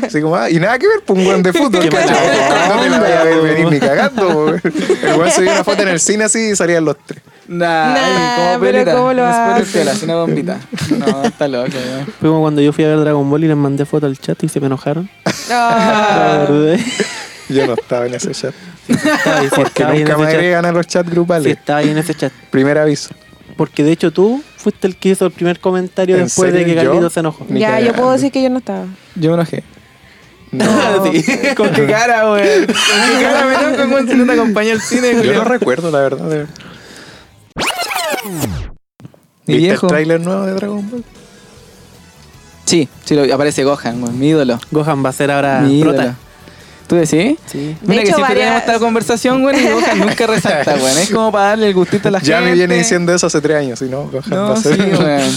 Speaker 4: Así como, ah, y nada que ver, pues un weón de fútbol.
Speaker 2: Qué
Speaker 4: ¿cachai?
Speaker 2: mala
Speaker 4: No te
Speaker 2: onda,
Speaker 4: vaya a ver
Speaker 2: po.
Speaker 4: venir ni cagando. po. El weón subió una foto en el cine así y salían los tres.
Speaker 3: Nah, eh,
Speaker 1: Nah,
Speaker 3: como
Speaker 1: pero
Speaker 3: pelita.
Speaker 1: ¿cómo lo
Speaker 3: Un spoiler
Speaker 1: hace?
Speaker 3: piola, así una bombita. No, está loco, weón.
Speaker 2: Fue como cuando yo fui a ver Dragon Ball y les mandé foto al chat y se me enojaron. La
Speaker 1: Ah.
Speaker 2: verdad.
Speaker 4: Yo no estaba en ese chat.
Speaker 2: Estaba ahí, sí,
Speaker 4: Que
Speaker 2: estaba ahí en
Speaker 4: nunca me
Speaker 2: ese chat.
Speaker 4: agregan a los chats
Speaker 2: Sí,
Speaker 4: grupales.
Speaker 2: estaba ahí en ese chat.
Speaker 4: Primer aviso.
Speaker 2: Porque de hecho tú fuiste el que hizo el primer comentario
Speaker 4: ¿En
Speaker 2: después de
Speaker 4: serio?
Speaker 2: que Carlito
Speaker 4: ¿Yo?
Speaker 2: se enojó.
Speaker 4: Ni
Speaker 1: ya, yo
Speaker 4: cagando.
Speaker 1: puedo decir que yo no estaba.
Speaker 3: Yo me enojé.
Speaker 2: Sí, Con qué cara, weón.
Speaker 3: Con qué cara me enojo, weón, si no te acompañé al cine,
Speaker 4: Yo no
Speaker 3: Julián.
Speaker 4: recuerdo, la verdad. De...
Speaker 3: Mi
Speaker 4: ¿Viste
Speaker 3: viejo.
Speaker 4: el tráiler nuevo de Dragon Ball?
Speaker 3: Sí, sí, lo- aparece Gohan, weón, mi ídolo.
Speaker 2: Gohan va a ser ahora
Speaker 3: mi ídolo.
Speaker 2: prota.
Speaker 3: ¿Tú decís?
Speaker 2: Sí.
Speaker 3: Mira que
Speaker 1: Ah, hecho,
Speaker 3: siempre
Speaker 1: varias-
Speaker 3: tenemos esta conversación, güey, y Gohan nunca resalta, güey. Es como para darle el gustito a la
Speaker 4: Ya
Speaker 3: gente.
Speaker 4: me viene diciendo eso hace tres años, si no, Gohan va
Speaker 3: No,
Speaker 4: a
Speaker 3: sí,
Speaker 4: ser-
Speaker 3: güey.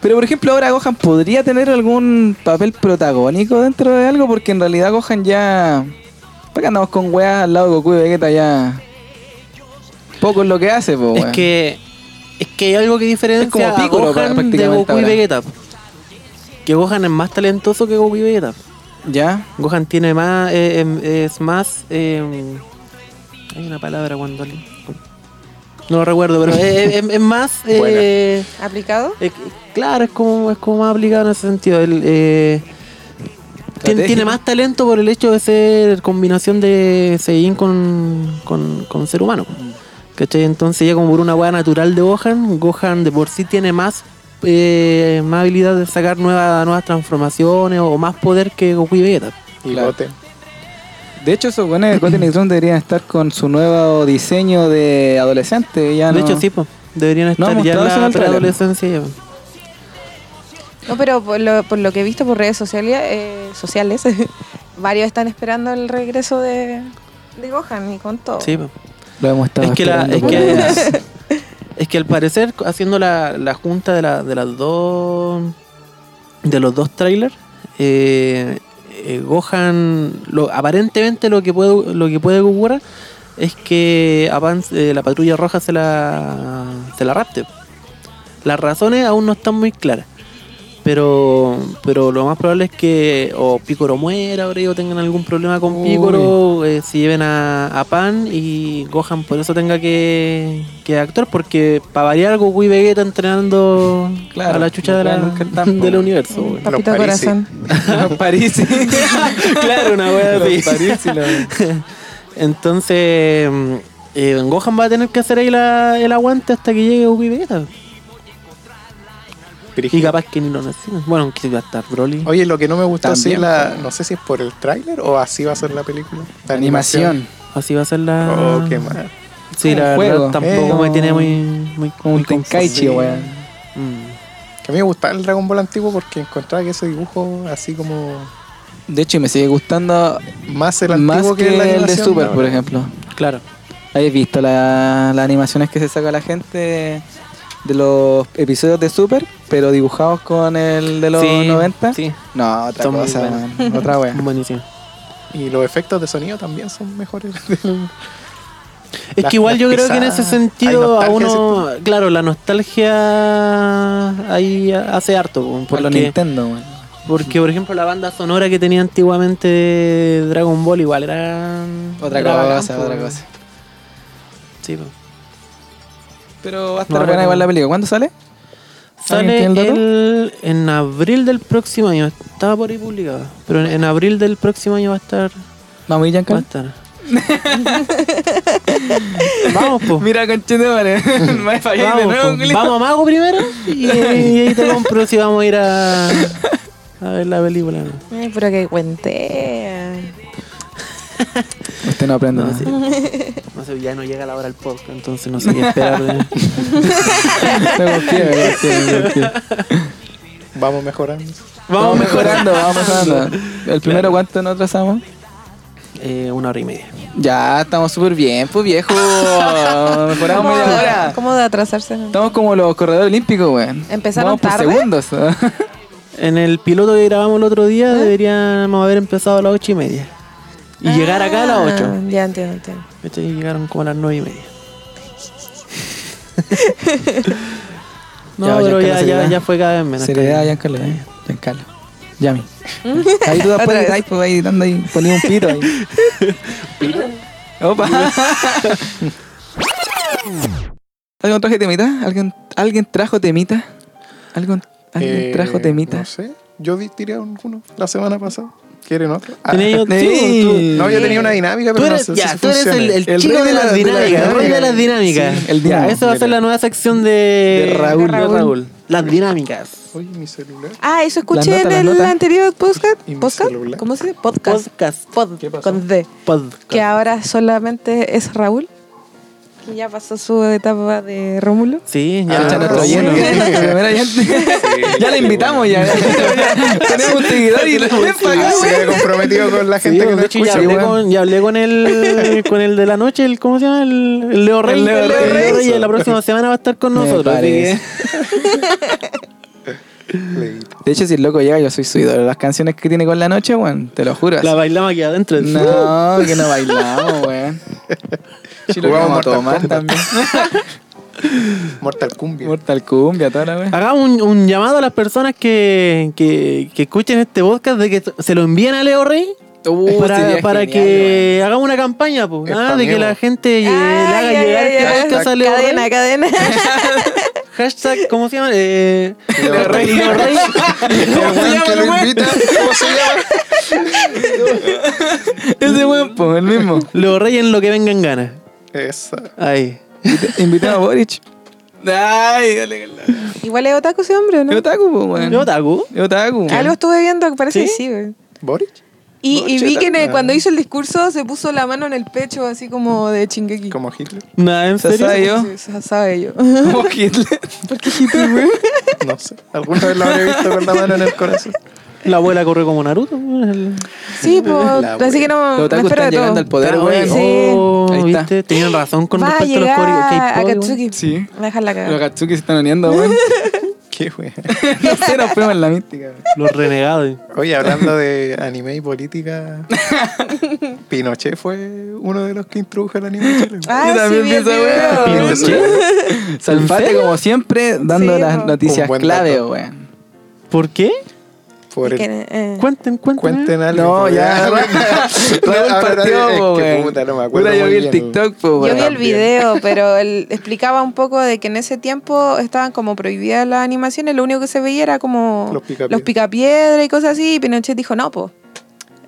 Speaker 3: Pero por ejemplo, ahora Gohan podría tener algún papel protagónico dentro de algo, porque en realidad Gohan ya. ¿Para qué andamos con weas al lado de Goku y Vegeta ya? Poco es lo que hace, po,
Speaker 2: Es
Speaker 3: weón.
Speaker 2: que es que hay algo que diferencia
Speaker 3: Es como
Speaker 2: a
Speaker 3: Piccolo, pra-
Speaker 2: Gohan de
Speaker 3: prácticamente
Speaker 2: Goku y
Speaker 3: ahora.
Speaker 2: Vegeta. Que Gohan es más talentoso que Goku y Vegeta.
Speaker 3: ¿Ya?
Speaker 2: Gohan tiene más eh, em, es más eh, hay una palabra cuando le- no lo recuerdo, pero es, es- es- es más eh,
Speaker 1: ¿Aplicado?
Speaker 2: eh, claro, es como es como más aplicado en ese sentido. El, eh, tien-
Speaker 3: Estratégico.
Speaker 2: tiene más talento por el hecho de ser combinación de Saiyajin con, con, con ser humano. ¿Cachai? Entonces ya como por una hueá natural de Gohan, Gohan de por sí tiene más, eh, más habilidad de sacar nuevas, nuevas transformaciones o más poder que Goku y Vegeta.
Speaker 4: Y
Speaker 3: Claro.
Speaker 4: Goten.
Speaker 3: De hecho, esos weones de Goten y Tron deberían estar con su nuevo diseño de adolescente. Ya
Speaker 2: De
Speaker 3: no-
Speaker 2: hecho, sí, pues. Deberían
Speaker 3: No,
Speaker 2: estar ya en
Speaker 3: mostrado eso en
Speaker 2: la
Speaker 3: el tráiler.
Speaker 2: preadolescencia. ya.
Speaker 1: No, pero por lo, por lo que he visto por redes sociales, eh, sociales varios están esperando el regreso de, de Gohan y con todo.
Speaker 2: Sí, po.
Speaker 3: Lo hemos estado
Speaker 2: Es que, la-
Speaker 3: esperando
Speaker 2: es,
Speaker 3: por años.
Speaker 2: que, es que al parecer, haciendo la, la junta de, la- de las dos. de los dos trailers, eh, eh, Gohan. Lo, aparentemente lo que puede lo que puede ocurrir es que avance- eh, la patrulla roja se la. se la rapte. Las razones aún no están muy claras. Pero, pero lo más probable es que o Picoro muera, o ellos tengan algún problema con
Speaker 3: Uy.
Speaker 2: Picoro, eh, si lleven a, a Pan y Gohan por eso tenga que, que actuar, porque para variar Goku y Vegeta entrenando
Speaker 3: Claro,
Speaker 2: a la chucha de la,
Speaker 3: nunca el campo.
Speaker 2: del universo. güey.
Speaker 1: Papito
Speaker 4: Los Parisi.
Speaker 1: corazón.
Speaker 3: París.
Speaker 2: claro, una wea así.
Speaker 3: Los París y los-
Speaker 2: Entonces, mm, eh, Gohan va a tener que hacer ahí la- el aguante hasta que llegue Goku y Vegeta. Y
Speaker 4: Brígido.
Speaker 2: capaz que ni lo necesitan. Bueno, que va a estar Broly.
Speaker 4: Oye, lo que no me gustó así
Speaker 3: También,
Speaker 4: la. No sé si es por el tráiler o así va a ser la película. La
Speaker 3: Animación.
Speaker 2: Así va a ser la.
Speaker 4: Oh, qué mal.
Speaker 2: Sí,
Speaker 3: Como
Speaker 2: la
Speaker 3: un juego.
Speaker 2: verdad tampoco
Speaker 3: Eh,
Speaker 2: me tiene
Speaker 3: como-
Speaker 2: muy. muy
Speaker 3: Como un
Speaker 2: muy
Speaker 3: tenkaichi,
Speaker 4: Sí.
Speaker 3: weón.
Speaker 2: confuso. Mm.
Speaker 4: Que a mí me gustaba el Dragon Ball antiguo porque encontraba que ese dibujo así como.
Speaker 3: De hecho, me sigue gustando
Speaker 4: Más el antiguo
Speaker 3: más que,
Speaker 4: la
Speaker 3: el de
Speaker 4: animación
Speaker 3: Super,
Speaker 4: ahora.
Speaker 3: por ejemplo.
Speaker 2: Claro.
Speaker 3: ¿Habéis visto la- las animaciones que se saca la gente de los episodios de Super, pero dibujados con el de los
Speaker 2: Sí,
Speaker 3: 90?
Speaker 2: Sí,
Speaker 3: No, otra
Speaker 2: Son muy
Speaker 3: cosa,
Speaker 2: buenas.
Speaker 3: weón, otra wea.
Speaker 2: buenísimo.
Speaker 4: Y los efectos de sonido también son mejores.
Speaker 2: Es
Speaker 4: Las-
Speaker 2: que igual
Speaker 4: las
Speaker 2: yo creo que en
Speaker 4: pisadas,
Speaker 2: ese sentido a
Speaker 4: hay nostalgia,
Speaker 2: uno. Claro, la nostalgia ahí hace harto. po,
Speaker 3: Por los
Speaker 2: Porque,
Speaker 3: Nintendo, weón.
Speaker 2: porque, por ejemplo, la banda sonora que tenía antiguamente de Dragon Ball igual era.
Speaker 3: Otra
Speaker 2: era bacán,
Speaker 3: cosa,
Speaker 2: po.
Speaker 3: otra cosa.
Speaker 2: Sí, po.
Speaker 3: Pero va a
Speaker 2: No,
Speaker 3: estar
Speaker 2: ahora
Speaker 3: buena
Speaker 2: no.
Speaker 3: igual la película. ¿Cuándo sale?
Speaker 2: Sale
Speaker 3: ¿Alguien tiene el
Speaker 2: el- en abril del próximo año. Estaba por ahí publicada. Pero en, en abril del próximo año va a estar.
Speaker 3: Vamos,
Speaker 2: Va a
Speaker 3: Giancarlo.
Speaker 2: estar. Vamos, po.
Speaker 3: Mira, conchetumare. Me ha fallado de
Speaker 2: Vamos,
Speaker 3: nuevo,
Speaker 2: po.
Speaker 3: culiao.
Speaker 2: Vamos a Mago primero y, y ahí te compro si vamos a ir a, a ver la película.
Speaker 1: Ay, pero que cuente.
Speaker 3: Usted no aprende.
Speaker 2: No,
Speaker 3: nada.
Speaker 2: sí. No sé, ya no llega la hora del podcast, entonces no sé qué esperar. de-
Speaker 3: Me confío, me confío, me confío.
Speaker 4: Vamos mejorando.
Speaker 3: Vamos mejorando, vamos mejorando. ¿El primero cuánto nos atrasamos?
Speaker 2: Eh, una hora y media.
Speaker 3: Ya, estamos súper bien, pues viejo. Mejoramos
Speaker 1: ¿Cómo
Speaker 3: media
Speaker 1: de-
Speaker 3: hora.
Speaker 1: ¿Cómo de atrasarse?
Speaker 3: Estamos como los corredores olímpicos, weón.
Speaker 1: ¿Empezaron
Speaker 3: Vamos por
Speaker 1: tarde?
Speaker 3: segundos.
Speaker 2: En el piloto que grabamos el otro día deberíamos haber empezado a las ocho y media. Y llegar acá a las ocho.
Speaker 1: Ah, Ya entiendo, entiendo.
Speaker 2: ¿Cachai? Y Llegaron como a las nueve y media. no,
Speaker 3: Ya,
Speaker 2: pero
Speaker 3: Giancarlo,
Speaker 2: ya, ya,
Speaker 3: seriedad.
Speaker 2: ya fue cada vez menos.
Speaker 3: Seriedad,
Speaker 2: cada vez.
Speaker 3: Giancarlo, eh. Giancarlo. Yami. Ahí tú después
Speaker 1: Otra vez.
Speaker 3: editáis, pues ahí dando ahí, ponías un pito ahí. Opa. ¿Alguien traje temita? ¿Alguien, ¿Alguien trajo temita? ¿Alguien, alguien
Speaker 4: Eh,
Speaker 3: trajo temita?
Speaker 4: No sé. Yo di- tiré alguno la semana pasada. ¿Quieren otro? Ah.
Speaker 2: Tenía yo-
Speaker 3: Ey.
Speaker 2: tú- tú-
Speaker 4: No, yo tenía una dinámica,
Speaker 2: Tú
Speaker 4: pero
Speaker 2: eres,
Speaker 4: no sé
Speaker 2: ya,
Speaker 4: si
Speaker 2: tú eres
Speaker 4: funciona.
Speaker 2: el, el
Speaker 3: El
Speaker 2: chico
Speaker 3: rey
Speaker 2: de las dinámicas. El rey de las dinámicas.
Speaker 3: Sí, el
Speaker 2: Ya,
Speaker 3: dinámico.
Speaker 2: Esa va a ser la nueva sección de,
Speaker 3: De Raúl.
Speaker 2: de Las dinámicas.
Speaker 4: Oye, mi celular.
Speaker 1: Ah, eso escuché
Speaker 3: Las notas, las
Speaker 1: en el
Speaker 3: notas.
Speaker 1: anterior podcast.
Speaker 4: Y mi
Speaker 1: ¿Podcast?
Speaker 4: celular.
Speaker 1: ¿Cómo se dice? Podcast.
Speaker 2: Podcast.
Speaker 1: Pod,
Speaker 4: ¿Qué pasó?
Speaker 1: con D.
Speaker 2: Podcast.
Speaker 1: Que ahora solamente es Raúl. Que ya pasó su etapa de Rómulo.
Speaker 2: Sí,
Speaker 4: Ah,
Speaker 2: ya.
Speaker 3: Cacha, no está
Speaker 4: sí.
Speaker 3: lleno. Primera ya- Ya la
Speaker 4: sí,
Speaker 3: invitamos ya. Tenemos un seguidor y ven para acá,
Speaker 4: Se ve comprometido con la
Speaker 2: Sí,
Speaker 4: gente que
Speaker 2: de
Speaker 4: no
Speaker 2: hecho, ya
Speaker 4: escucha.
Speaker 2: hablé,
Speaker 4: weón.
Speaker 2: con, ya hablé con el con el de la noche, el ¿cómo se llama? El, el Leo Rey.
Speaker 3: Leo
Speaker 2: el Leo
Speaker 3: Rey.
Speaker 2: Rey, el Rey, la próxima semana va a estar con
Speaker 3: Me
Speaker 2: nosotros. así
Speaker 3: parece.
Speaker 4: Leí.
Speaker 3: De hecho, si el loco llega, yo soy su ídolo. Las canciones que tiene con la noche, weón, te lo juro.
Speaker 2: que la bailamos aquí adentro.
Speaker 3: No, que no bailamos, weón. Si lo que
Speaker 4: Jugamos
Speaker 3: vamos a tomar
Speaker 4: Mortal Kombat.
Speaker 3: también.
Speaker 4: Mortal Cumbia.
Speaker 3: Mortal Cumbia, toda la weón.
Speaker 2: Hagamos un, un llamado a las personas que, que, que escuchen este podcast de que se lo envíen a Leo Rey.
Speaker 3: uh,
Speaker 2: para para que hagamos una campaña, po.
Speaker 4: Es
Speaker 2: Ah,
Speaker 4: pa'
Speaker 2: de
Speaker 4: mí,
Speaker 2: que
Speaker 4: po.
Speaker 2: la gente eh, le haga
Speaker 1: Ay, ay,
Speaker 2: llegar
Speaker 1: ay,
Speaker 2: este
Speaker 1: ay.
Speaker 2: podcast a Leo
Speaker 1: Cadena,
Speaker 2: Rey.
Speaker 1: cadena.
Speaker 2: Hashtag, ¿cómo se llama? Eh,
Speaker 4: Leo Rey.
Speaker 2: Leo Rey.
Speaker 4: El
Speaker 2: ¿Cómo se
Speaker 4: weón
Speaker 2: llama
Speaker 4: que
Speaker 2: el
Speaker 4: lo
Speaker 2: weón?
Speaker 4: invita, ¿Cómo se llama?
Speaker 3: Ese weón, pues el mismo.
Speaker 2: Leo Rey en lo que vengan ganas.
Speaker 4: Esa.
Speaker 2: Ahí.
Speaker 3: Invita- Invitamos a Boric. Ay, dale, dale.
Speaker 1: Igual es otaku ese hombre, ¿o
Speaker 3: Es
Speaker 1: ¿no?
Speaker 3: otaku, pues, weón.
Speaker 2: Yo tagu.
Speaker 3: Es otaku.
Speaker 1: Algo estuve viendo, parece que sí, güey.
Speaker 4: ¿Boric?
Speaker 1: Y, y vi que en el-
Speaker 4: Bocheta.
Speaker 1: cuando hizo el discurso se puso la mano en el pecho, así como de chinguequi.
Speaker 4: Como Hitler.
Speaker 2: Nada, en
Speaker 3: ¿Se
Speaker 2: serio.
Speaker 3: sabe yo?
Speaker 1: sabe yo.
Speaker 3: Como Hitler.
Speaker 4: No sé. Alguna vez lo habré visto con la mano en el corazón.
Speaker 2: La abuela corre como Naruto. el-
Speaker 1: Sí, pues.
Speaker 4: La
Speaker 1: Así que no.
Speaker 3: Los
Speaker 1: Me
Speaker 3: otakus
Speaker 1: espero de todo.
Speaker 3: están llegando al poder,
Speaker 2: Pero,
Speaker 3: weón.
Speaker 1: Sí.
Speaker 2: oh,
Speaker 3: Ahí está.
Speaker 2: ¿viste? Tenían razón con
Speaker 1: Va a
Speaker 2: respecto a los
Speaker 1: llegar a
Speaker 2: coreos que
Speaker 1: Akatsuki.
Speaker 3: Sí.
Speaker 1: Va a dejar la
Speaker 3: Los
Speaker 1: cagada.
Speaker 3: Katsuki se están uniendo, weón.
Speaker 4: Qué wea.
Speaker 3: No sé, nos fuimos en la mística, weón.
Speaker 2: Los renegados.
Speaker 4: Oye, hablando de anime y política, Pinochet fue uno de los que introdujo el anime en Chile.
Speaker 1: Ah,
Speaker 3: Yo también
Speaker 1: sí, vi el
Speaker 3: pienso,
Speaker 1: video.
Speaker 3: weón.
Speaker 4: Pinochet.
Speaker 3: Salfate, como siempre, dando
Speaker 1: Sí,
Speaker 3: las
Speaker 1: po.
Speaker 3: noticias
Speaker 4: Un buen
Speaker 3: clave,
Speaker 4: dato.
Speaker 3: weón.
Speaker 2: ¿Por qué?
Speaker 4: Por
Speaker 1: Es que,
Speaker 4: el...
Speaker 1: eh,
Speaker 2: Cuenten, cuenten.
Speaker 4: Cuenten algo.
Speaker 3: No,
Speaker 4: por-
Speaker 3: ya,
Speaker 4: Ah,
Speaker 3: Raúl
Speaker 4: Raúl partió,
Speaker 3: partió, po,
Speaker 4: es que
Speaker 3: weón.
Speaker 4: puta, no me acuerdo
Speaker 3: Puta, yo
Speaker 4: muy
Speaker 3: vi el
Speaker 4: bien.
Speaker 3: TikTok, po,
Speaker 1: Yo
Speaker 3: weón.
Speaker 1: vi el
Speaker 4: también.
Speaker 1: video, pero él explicaba un poco de que en ese tiempo estaban como prohibidas las animaciones, lo único que se veía era como
Speaker 4: Los picapiedra.
Speaker 1: picapiedra y cosas así, y Pinochet dijo, no, pues,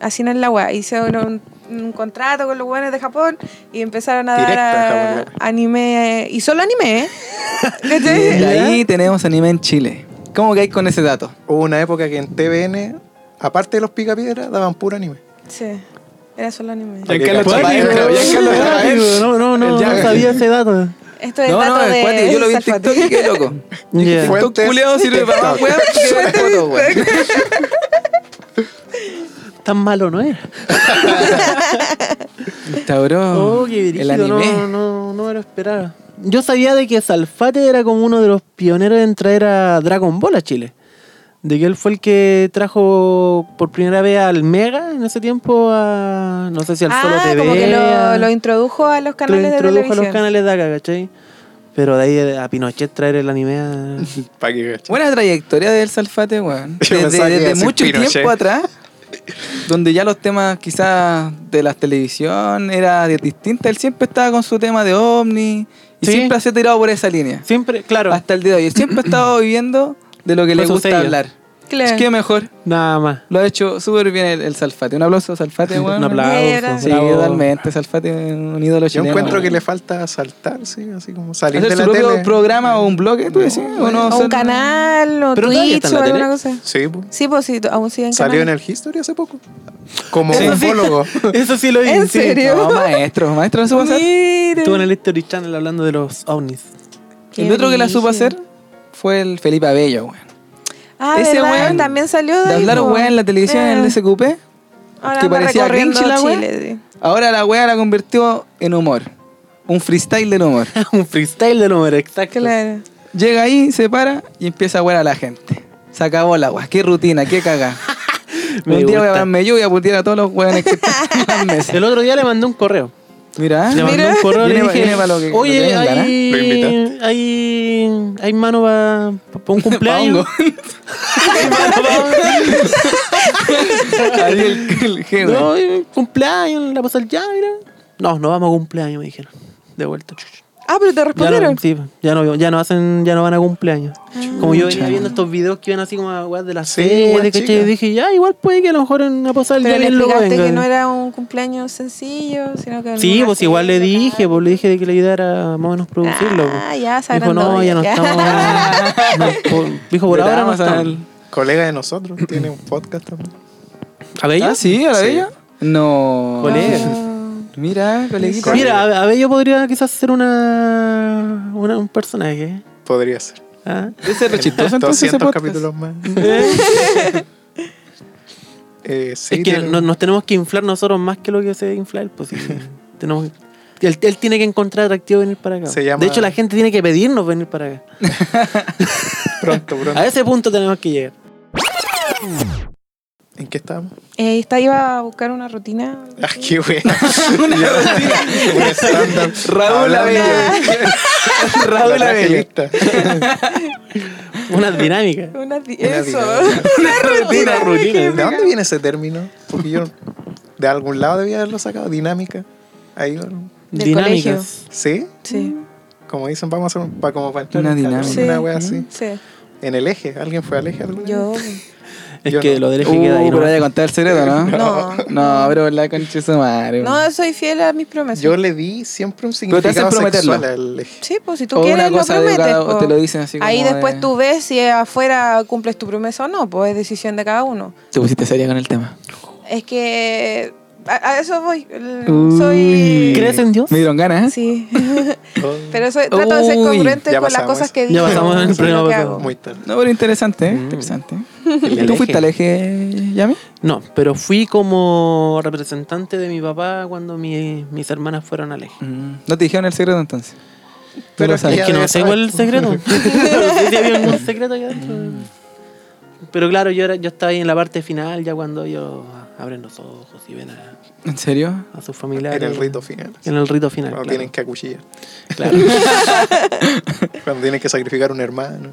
Speaker 1: así no es la weá. Hizo un, un contrato con los weones de Japón y empezaron a dar
Speaker 4: Directo a
Speaker 1: a-
Speaker 4: Japón,
Speaker 1: anime, y solo anime, ¿eh? ¿Cachai?
Speaker 3: Y ahí tenemos anime en Chile. ¿Cómo que hay con ese dato?
Speaker 4: Hubo una época que en TVN, aparte de los picapiedras, daban puro anime.
Speaker 1: Sí, era solo anime.
Speaker 4: Ya. Giancarlo
Speaker 2: Cuático,
Speaker 4: Chapain, creo, Giancarlo
Speaker 2: cuático,
Speaker 4: Chapain.
Speaker 2: No, no, no,
Speaker 4: El
Speaker 2: no
Speaker 4: Jack.
Speaker 2: sabía ese dato.
Speaker 1: Esto es
Speaker 3: no,
Speaker 1: Pues dato
Speaker 3: no, el
Speaker 1: de
Speaker 3: cuate, yo lo vi en
Speaker 1: Salfate.
Speaker 3: TikTok y qué loco.
Speaker 2: Ya.
Speaker 4: fue-
Speaker 3: TikTok
Speaker 4: Fuentes,
Speaker 3: culeado sirve para más,
Speaker 4: TikTok.
Speaker 3: weón. que ver fotos, weón.
Speaker 2: Tan malo no era.
Speaker 3: Tauro,
Speaker 2: Oh, qué
Speaker 3: el
Speaker 2: brígido,
Speaker 3: anime.
Speaker 2: no, no, no me lo esperaba. Yo sabía de que Salfate era como uno de los pioneros en traer a Dragon Ball a Chile. De que él fue el que trajo por primera vez al Mega en ese tiempo a. No sé si al Solo
Speaker 1: Ah,
Speaker 2: TV.
Speaker 1: como que
Speaker 2: a-
Speaker 1: lo, lo introdujo a los canales de
Speaker 2: lo introdujo a
Speaker 1: televisión.
Speaker 2: los canales de acá, ¿cachai? Pero de ahí a Pinochet traer el anime a.
Speaker 4: Pa' que veas.
Speaker 3: Buena trayectoria del Salfate, weón.
Speaker 4: Yo
Speaker 3: Desde,
Speaker 4: pensaba que iba a
Speaker 3: desde
Speaker 4: decir
Speaker 3: mucho
Speaker 4: Pinochet.
Speaker 3: tiempo atrás, donde ya los temas quizás de la televisión era de- distinta, él siempre estaba con su tema de ovni y
Speaker 2: Sí.
Speaker 3: siempre se ha tirado por esa línea.
Speaker 2: Siempre, claro.
Speaker 3: Hasta el día de hoy. Él siempre ha estado viviendo de lo que
Speaker 2: Con
Speaker 3: le
Speaker 2: su
Speaker 3: gusta
Speaker 2: sello.
Speaker 3: hablar.
Speaker 1: Claro.
Speaker 3: Es que mejor.
Speaker 2: Nada más.
Speaker 3: Lo ha hecho súper bien el, el Salfate. Un aplauso, Salfate, weón.
Speaker 2: Un aplauso.
Speaker 1: Mierda.
Speaker 3: Sí,
Speaker 2: bravo.
Speaker 3: totalmente. Salfate es un ídolo
Speaker 4: Yo
Speaker 3: chileno.
Speaker 4: encuentro que
Speaker 3: weón.
Speaker 4: le falta saltar, sí, así como salir
Speaker 3: ¿Hacer
Speaker 4: de
Speaker 3: su
Speaker 4: la
Speaker 3: propio
Speaker 4: tele.
Speaker 3: programa o un blog, ¿eh? tú decís? ¿O no?
Speaker 1: O
Speaker 3: Son-
Speaker 1: un canal, o
Speaker 2: Pero todavía
Speaker 1: Twitch,
Speaker 2: está en
Speaker 1: o
Speaker 2: la
Speaker 1: alguna
Speaker 2: tele.
Speaker 1: cosa.
Speaker 4: Sí, po.
Speaker 1: Sí, pues sí, aún siguen
Speaker 4: salió en
Speaker 1: canales.
Speaker 4: el History hace poco. Como
Speaker 2: Eso sí.
Speaker 4: ufólogo.
Speaker 2: Eso sí lo vi.
Speaker 1: ¿En
Speaker 2: sí.
Speaker 1: serio?
Speaker 3: No, maestro, maestro la supo hacer.
Speaker 1: Mira.
Speaker 2: Estuvo en el History Channel hablando de los ovnis.
Speaker 1: Qué
Speaker 3: El otro que la supo
Speaker 1: brillo.
Speaker 3: hacer fue el Felipe Abello, weón.
Speaker 1: Ah,
Speaker 3: ese
Speaker 1: ese
Speaker 3: weón,
Speaker 1: weón también salió de
Speaker 3: De
Speaker 1: ahí,
Speaker 3: hablar
Speaker 1: po.
Speaker 3: weón en la televisión en el
Speaker 1: Eh,
Speaker 3: DSQP,
Speaker 1: ahora
Speaker 3: que
Speaker 1: anda
Speaker 3: parecía
Speaker 1: recorriendo
Speaker 3: cringe la
Speaker 1: Chile,
Speaker 3: weá.
Speaker 1: sí.
Speaker 3: Ahora la weá la convirtió en humor. Un freestyle del humor.
Speaker 2: Un freestyle de número, exacto.
Speaker 1: Claro.
Speaker 3: Llega ahí, se para y empieza a wear a la gente. Se acabó la weá. Qué rutina, qué cagá.
Speaker 2: Me
Speaker 3: un día voy a
Speaker 2: gusta.
Speaker 3: darme yo y a putear a todos los weones que están en las mesas.
Speaker 2: El otro día le mandé un correo.
Speaker 3: Ah, Mira,
Speaker 2: Le mandé un correo y le
Speaker 3: Viene pa-
Speaker 2: dije,
Speaker 3: viene pa lo que- lo que
Speaker 2: oye,
Speaker 3: venga, ¿no?
Speaker 4: Lo
Speaker 2: hay,
Speaker 4: invitaste.
Speaker 2: hay, hay mano para un cumpleaños.
Speaker 3: Ahí el, el jefe.
Speaker 2: no, hay un cumpleaños, la pasar ya, mira. No, no vamos a cumpleaños, me dijeron. De vuelta. chuch.
Speaker 1: Ah, pero te
Speaker 2: Ya no,
Speaker 1: respondieron.
Speaker 2: sí, ya no, ya no hacen, ya no van a cumpleaños.
Speaker 3: Ah.
Speaker 2: Como yo venía
Speaker 3: Chucha.
Speaker 2: viendo estos videos que iban así como a weas de las
Speaker 4: Sí,
Speaker 2: sedes,
Speaker 4: weas
Speaker 2: ¿cachai?
Speaker 4: chicas.
Speaker 2: dije, ya, igual puede que a lo mejor en una posada el
Speaker 1: pero
Speaker 2: día
Speaker 1: le
Speaker 2: bien loco
Speaker 1: explicaste que
Speaker 2: vengan.
Speaker 1: no era un cumpleaños sencillo, sino que...
Speaker 2: Sí,
Speaker 1: una
Speaker 2: pues igual le
Speaker 1: fiesta,
Speaker 2: dije,
Speaker 1: claro.
Speaker 2: pues le dije de que la idea era más o menos producirlo. pues.
Speaker 1: Ah, ya, se
Speaker 2: Dijo,
Speaker 1: agrandó,
Speaker 2: no, ya no
Speaker 1: ya.
Speaker 2: estamos. no, por- dijo, por
Speaker 3: Le
Speaker 2: ahora no
Speaker 3: damos
Speaker 2: estamos.
Speaker 3: al-
Speaker 4: Colega de nosotros, tiene un podcast también.
Speaker 2: ¿A Bello?
Speaker 3: ¿Ah, sí? ¿A la
Speaker 4: Sí.
Speaker 3: bella? No.
Speaker 2: pues, Colega.
Speaker 3: Mira, coleguita.
Speaker 2: Mira, a, a Bello podría quizás ser una, una- un personaje.
Speaker 4: Podría ser.
Speaker 2: ¿ah?
Speaker 3: Ese es re chistoso entonces ese
Speaker 4: 200
Speaker 3: podcast.
Speaker 4: capítulos más. Eh, Este, sí,
Speaker 2: es que
Speaker 4: tiene-
Speaker 2: no- nos tenemos que inflar nosotros más que lo que se infla él. Pues, sí. tenemos, él, él tiene que encontrar atractivo venir para acá.
Speaker 4: Se llama-
Speaker 2: De hecho, la gente tiene que pedirnos venir para acá.
Speaker 4: pronto, pronto.
Speaker 2: A ese punto tenemos que llegar.
Speaker 4: ¿En qué estábamos?
Speaker 1: Eh, esta iba a buscar una rutina.
Speaker 4: Ah, qué wea. Un estándar.
Speaker 3: Raúl
Speaker 4: Hablando
Speaker 3: Abella.
Speaker 4: de-
Speaker 3: Raúl
Speaker 4: La
Speaker 3: Abella.
Speaker 4: evangelista.
Speaker 2: Una dinámica.
Speaker 1: Una di-
Speaker 4: Una
Speaker 1: eso.
Speaker 4: dinámica.
Speaker 2: Una rutina.
Speaker 4: ¿De dónde viene ese término? Porque yo de algún lado debía haberlo sacado. Dinámica. Ahí, ¿no?
Speaker 1: Del
Speaker 2: Dinámicas.
Speaker 4: ¿sí,
Speaker 1: Sí,
Speaker 4: como dicen, vamos a hacer un, pa- como para entrar
Speaker 3: Una
Speaker 4: en calor,
Speaker 3: dinámica.
Speaker 4: Una
Speaker 1: Sí.
Speaker 4: wea así.
Speaker 1: sí.
Speaker 4: En el eje. ¿Alguien fue al eje alguna vez?
Speaker 1: Yo...
Speaker 2: Es
Speaker 4: Yo
Speaker 2: que
Speaker 4: no.
Speaker 2: lo del eje queda ahí.
Speaker 3: Uh,
Speaker 2: ¿no?
Speaker 3: pero vaya a contar el secreto, ¿no?
Speaker 1: No.
Speaker 3: No, pero la concha de su madre.
Speaker 1: No, soy fiel a mis promesas.
Speaker 4: Yo le di siempre un
Speaker 3: Pero te hacen
Speaker 4: significado
Speaker 3: prometerlo.
Speaker 4: sexual al eje.
Speaker 1: Sí, pues si tú
Speaker 3: O una
Speaker 1: quieres lo
Speaker 3: cosa de
Speaker 1: prometes.
Speaker 3: cada- o
Speaker 1: po.
Speaker 3: te lo dicen así
Speaker 1: Ahí
Speaker 3: como
Speaker 1: después
Speaker 3: de-
Speaker 1: tú ves si afuera cumples tu promesa o no, pues es decisión de cada uno.
Speaker 3: Te pusiste seria con el tema.
Speaker 1: Es que a, a eso voy. El-
Speaker 3: Uy.
Speaker 1: Soy
Speaker 2: ¿Crees en Dios?
Speaker 3: Me dieron ganas, ¿eh?
Speaker 1: sí,
Speaker 4: Oh,
Speaker 1: pero soy, trato de ser
Speaker 3: Uy.
Speaker 1: congruente
Speaker 4: Ya
Speaker 1: con las
Speaker 4: pasamos
Speaker 1: cosas
Speaker 4: eso.
Speaker 1: que
Speaker 2: Ya
Speaker 1: digo.
Speaker 2: pasamos en el
Speaker 1: con lo
Speaker 2: programa
Speaker 1: que
Speaker 2: pasado.
Speaker 1: hago.
Speaker 4: Oh, Muy tarde.
Speaker 3: No, pero interesante, ¿eh? Interesante.
Speaker 2: El
Speaker 3: ¿Tú
Speaker 2: eje.
Speaker 3: fuiste al eje, Yami?
Speaker 2: No, pero fui como representante de mi papá cuando mi- mis hermanas fueron al eje.
Speaker 3: No te dijeron el secreto entonces.
Speaker 4: Pero
Speaker 3: lo
Speaker 4: es que
Speaker 3: sabes.
Speaker 2: Es que no
Speaker 4: debe
Speaker 2: sé
Speaker 4: saber.
Speaker 2: cuál es el secreto. no sé si había algún secreto ahí adentro. Pero claro, yo, era, yo estaba ahí en la parte final, ya cuando ellos abren los ojos y ven a,
Speaker 3: ¿En serio?
Speaker 2: a sus familiares.
Speaker 4: En el rito final.
Speaker 2: En el rito final.
Speaker 4: Cuando
Speaker 2: claro.
Speaker 4: tienen que acuchillar.
Speaker 2: Claro.
Speaker 4: Cuando tienen que sacrificar un hermano.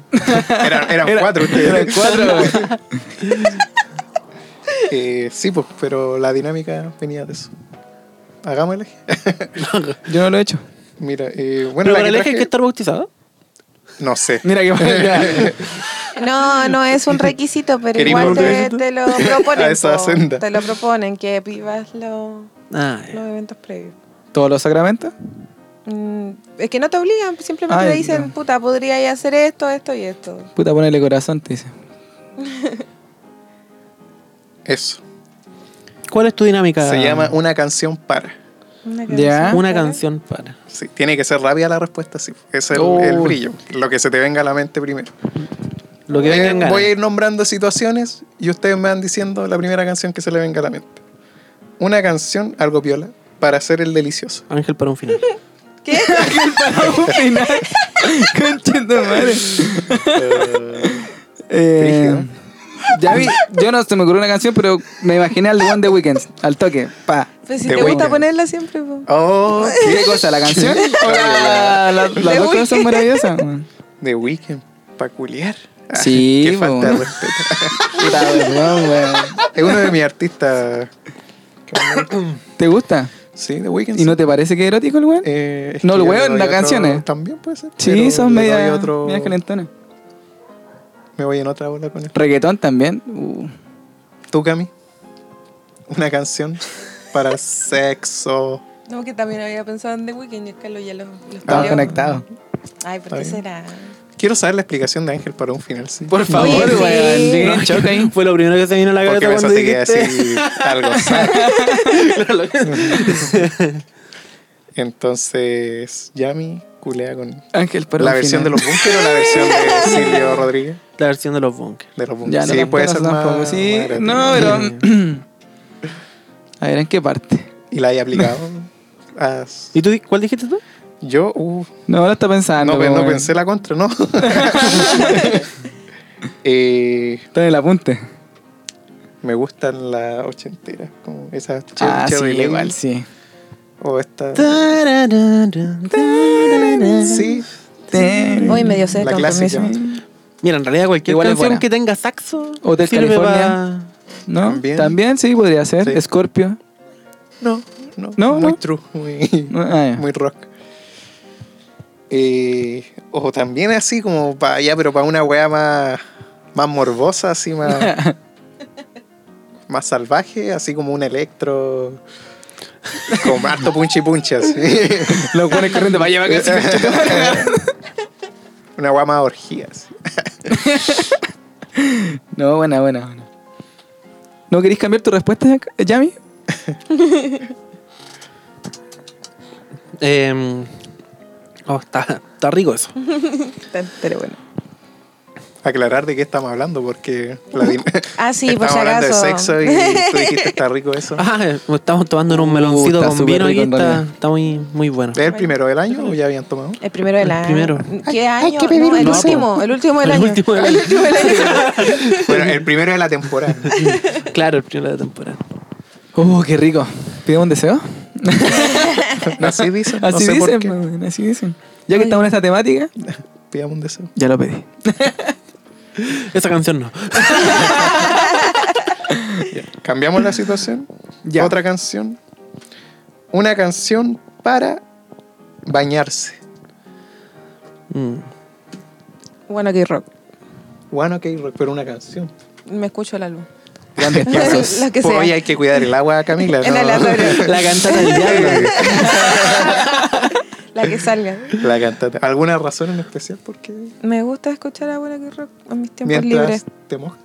Speaker 4: Eran, eran cuatro ustedes.
Speaker 3: Eran cuatro.
Speaker 4: Eh, sí, pues, pero la dinámica venía de eso. Hagamos el eje.
Speaker 3: Yo no lo he hecho.
Speaker 4: Mira, eh,
Speaker 2: Pero
Speaker 4: bueno, la
Speaker 2: para el
Speaker 4: que
Speaker 2: eje hay
Speaker 4: traje-
Speaker 2: que estar bautizado.
Speaker 4: No sé.
Speaker 3: Mira que ya.
Speaker 1: No, no es un requisito, pero
Speaker 4: Queremos
Speaker 1: igual
Speaker 4: un
Speaker 1: te,
Speaker 4: requisito.
Speaker 1: te lo proponen.
Speaker 4: A esa
Speaker 1: po.
Speaker 4: senda.
Speaker 1: Te lo proponen que vivas lo-
Speaker 2: Ah, ya.
Speaker 1: los eventos previos.
Speaker 3: ¿Todos los sacramentos?
Speaker 1: Mm, es que no te obligan, simplemente
Speaker 3: Ay,
Speaker 1: te dicen,
Speaker 3: ya.
Speaker 1: puta, podrías hacer esto, esto y esto.
Speaker 3: Puta, ponele corazón, te dice.
Speaker 4: Eso.
Speaker 2: ¿Cuál es tu dinámica?
Speaker 4: Se llama Una canción para.
Speaker 1: Una
Speaker 3: Ya.
Speaker 1: canción
Speaker 2: Una
Speaker 1: para-
Speaker 2: canción para.
Speaker 4: Sí, tiene que ser rabia la respuesta, sí. Es el,
Speaker 3: Oh.
Speaker 4: el brillo. Lo que se te venga a la mente primero.
Speaker 2: Lo que
Speaker 4: Eh,
Speaker 2: vengan ganas.
Speaker 4: voy a ir nombrando situaciones y ustedes me van diciendo la primera canción que se le venga a la mente. Una canción, algo viola, para hacer el delicioso.
Speaker 2: Ángel para un final.
Speaker 1: ¿Qué?
Speaker 3: Un final. Concha de tu madre. Eh, ya vi, yo no se me ocurrió una canción, pero me imaginé al One The Weekends, al toque, pa.
Speaker 1: Pues si
Speaker 4: The
Speaker 1: te gusta
Speaker 4: Weeknd.
Speaker 1: ponerla siempre, po.
Speaker 4: Oh,
Speaker 3: ¿Qué cosa? ¿La canción? ¿O la- la- las dos cosas son maravillosas. weón?
Speaker 4: The Weeknd, peculiar.
Speaker 3: Sí,
Speaker 4: Qué falta de
Speaker 3: bueno.
Speaker 4: respeto.
Speaker 3: Puta, weón, weón.
Speaker 4: Es uno de mis artistas. que más me gusta.
Speaker 3: ¿Te gusta?
Speaker 4: Sí, The Weeknd.
Speaker 3: ¿Y no te parece que erótico el weón?
Speaker 4: Eh, es
Speaker 3: No,
Speaker 4: que
Speaker 3: el
Speaker 4: yo
Speaker 3: weón,
Speaker 4: le doy
Speaker 3: las
Speaker 4: otro-
Speaker 3: canciones.
Speaker 4: También puede ser.
Speaker 3: Sí,
Speaker 4: pero
Speaker 3: son
Speaker 4: le doy
Speaker 3: medias
Speaker 4: otro-
Speaker 3: medias calentonas.
Speaker 4: Me voy en otra bola con él.
Speaker 3: Reggaetón también. uh.
Speaker 4: ¿Tú, Cami? Una canción para el sexo.
Speaker 1: No, que también había pensado en The Weeknd y el Carlos ya los, los
Speaker 3: Estamos
Speaker 1: peleó.
Speaker 3: conectados.
Speaker 1: Ay, ¿por
Speaker 4: Está
Speaker 1: qué
Speaker 4: bien.
Speaker 1: será?
Speaker 4: Quiero saber la explicación de Ángel para un final, sí.
Speaker 3: Por favor,
Speaker 1: favor, sí.
Speaker 3: weón. llegué en shock ahí.
Speaker 2: Fue lo primero que se vino a la
Speaker 4: Porque
Speaker 2: cabeza cuando
Speaker 4: pensaste que iba a
Speaker 2: dijiste.
Speaker 4: decir algo. Entonces, Yami culea con
Speaker 3: Ángel, para
Speaker 4: la
Speaker 3: un
Speaker 4: versión
Speaker 3: final.
Speaker 4: de los Bunkers o la versión de Silvio Rodríguez.
Speaker 2: La versión de los bunkers.
Speaker 4: De los Bunkers.
Speaker 3: Ya, no,
Speaker 4: sí,
Speaker 3: tampoco,
Speaker 4: puede ser
Speaker 3: no, tampoco,
Speaker 4: más.
Speaker 3: sí.
Speaker 4: más
Speaker 3: No,
Speaker 4: erótico.
Speaker 3: pero. A ver, ¿en qué parte?
Speaker 4: Y la haya aplicado. a-
Speaker 2: ¿Y tú di- cuál dijiste tú?
Speaker 4: Yo, uh,
Speaker 3: Ah, No, lo está pensando.
Speaker 4: no, pe- no
Speaker 3: weón.
Speaker 4: pensé la contra, no. eh,
Speaker 3: Está en el apunte.
Speaker 4: me gustan las ochenteras, como esas Che-
Speaker 3: Ah, sí,
Speaker 4: Cherry Lane,
Speaker 3: igual, sí.
Speaker 4: O esta.
Speaker 2: Sí.
Speaker 4: Sí,
Speaker 1: Hoy medio sed,
Speaker 4: Mm, la
Speaker 1: con
Speaker 4: clásica.
Speaker 1: permiso.
Speaker 2: Mira, en realidad cualquier
Speaker 3: Igual es
Speaker 2: canción
Speaker 3: buena.
Speaker 2: que tenga saxo
Speaker 3: Hotel
Speaker 2: sirve para...
Speaker 3: California. ¿No?
Speaker 4: También.
Speaker 3: También, sí, podría ser.
Speaker 4: Sí.
Speaker 3: Scorpio.
Speaker 4: No, no,
Speaker 3: No,
Speaker 4: muy
Speaker 3: no.
Speaker 4: true, muy,
Speaker 3: Ah, ya.
Speaker 4: muy rock. Eh, o también así como para allá, pero para una weá más, más morbosa, así más, más salvaje, así como un electro. Con harto punchi punchas.
Speaker 3: Los buenos corriendo para allá, para acá, así, conchito.
Speaker 4: Una weá más orgías.
Speaker 3: No, buena, buena, buena. ¿No querés cambiar tu respuesta, Yami?
Speaker 2: Em, oh, está, está rico eso.
Speaker 1: Tan- Pero bueno.
Speaker 4: Aclarar de qué estamos hablando, porque la din-
Speaker 1: Ah, sí, por
Speaker 4: estamos
Speaker 1: si
Speaker 4: hablando de
Speaker 1: acaso.
Speaker 4: sexo y tú dijiste está rico eso.
Speaker 2: Ah, eh, estamos tomando en un meloncito
Speaker 3: Uh, está
Speaker 2: con
Speaker 3: súper
Speaker 2: vino y
Speaker 3: rico en
Speaker 2: está,
Speaker 3: realidad. Eh,
Speaker 2: está muy, muy bueno.
Speaker 4: ¿Es el primero del año o ya habían tomado?
Speaker 1: El primero del
Speaker 2: El
Speaker 1: año.
Speaker 2: primero.
Speaker 1: ¿Qué año?
Speaker 4: que beber
Speaker 1: No,
Speaker 4: un
Speaker 1: el
Speaker 4: vaso.
Speaker 1: último, el último del
Speaker 2: El
Speaker 1: año.
Speaker 2: último del año.
Speaker 4: Bueno, el primero de la temporada.
Speaker 2: Claro, el primero de la temporada.
Speaker 3: Uh, qué rico. ¿Pidemos un deseo?
Speaker 4: Así dicen. no
Speaker 3: Así
Speaker 4: sé por
Speaker 3: dicen,
Speaker 4: qué.
Speaker 3: pues, bueno, así dicen. Ya que estamos en esta temática,
Speaker 1: pues.
Speaker 4: Pidamos un deseo.
Speaker 3: ya lo pedí.
Speaker 2: Esa canción no.
Speaker 4: Cambiamos la situación.
Speaker 3: Ya.
Speaker 4: Otra canción. Una canción para bañarse.
Speaker 2: Mm.
Speaker 1: Bueno, que rock.
Speaker 4: One Ok Rock, pero una canción.
Speaker 1: Me escucho la luz.
Speaker 3: Grandes pasos.
Speaker 1: La que
Speaker 4: Pues,
Speaker 1: sea.
Speaker 4: Oye, hay que cuidar el agua, Camila.
Speaker 1: En
Speaker 4: ¿no?
Speaker 1: aleatorio.
Speaker 2: La cantata del diablo.
Speaker 1: La que salga.
Speaker 4: La cantata. ¿Alguna razón en especial? Porque
Speaker 1: Me gusta escuchar a Buena que rock en mis tiempos
Speaker 4: mientras
Speaker 1: libres.
Speaker 4: te mojas.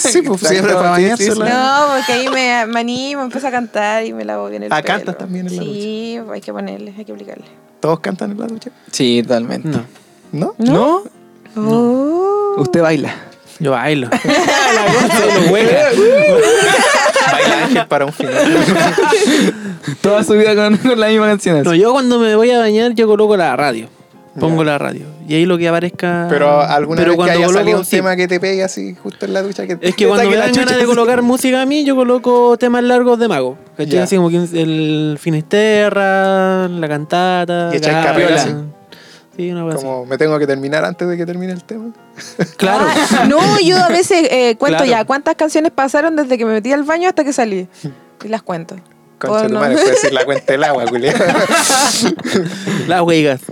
Speaker 4: sí, pues
Speaker 3: Exacto,
Speaker 4: siempre para
Speaker 3: sí, sí,
Speaker 4: bañarse.
Speaker 3: sí.
Speaker 4: la-
Speaker 1: No, porque ahí me, me animo, empiezo a cantar y me lavo bien el
Speaker 4: Ah,
Speaker 1: pelo.
Speaker 4: cantas también en la
Speaker 1: Sí, pues hay que ponerle, hay que aplicarle.
Speaker 4: Todos cantan en la ducha.
Speaker 3: Sí, totalmente.
Speaker 2: No,
Speaker 3: ¿No?
Speaker 4: ¿No?
Speaker 1: Oh.
Speaker 3: Usted baila.
Speaker 2: yo bailo. La gozo de los huevos.
Speaker 4: Baila ángel para un final.
Speaker 3: Toda su vida con, con la misma canción.
Speaker 2: No, yo cuando me voy a bañar, yo coloco la radio. Pongo la radio. Y ahí lo que aparezca.
Speaker 4: Pero alguna
Speaker 2: Pero
Speaker 4: vez que
Speaker 2: cuando
Speaker 4: haya
Speaker 2: coloco-
Speaker 4: salido un
Speaker 2: sí.
Speaker 4: tema que te pegue así justo en la ducha. Que
Speaker 2: Es que cuando me
Speaker 4: la
Speaker 2: dan ganas de colocar música a mí, yo coloco temas largos de mago. ¿Cachai?
Speaker 4: Ya.
Speaker 2: Así como que el Finisterra, la cantata.
Speaker 4: Y echar
Speaker 2: Gaga,
Speaker 4: carriola.
Speaker 2: así. Sí, una cosa
Speaker 4: Como me tengo que terminar antes de que termine el tema.
Speaker 1: Oh,
Speaker 2: así. Claro.
Speaker 1: Ah, no, yo a veces eh, cuento
Speaker 2: Claro.
Speaker 1: ya cuántas canciones pasaron desde que me metí al baño hasta que salí. Y las cuento.
Speaker 4: Concha
Speaker 1: Por
Speaker 4: tu
Speaker 1: no-
Speaker 4: madre, pues. puedes decir la cuenta del agua, Julián.
Speaker 2: Las huelgas.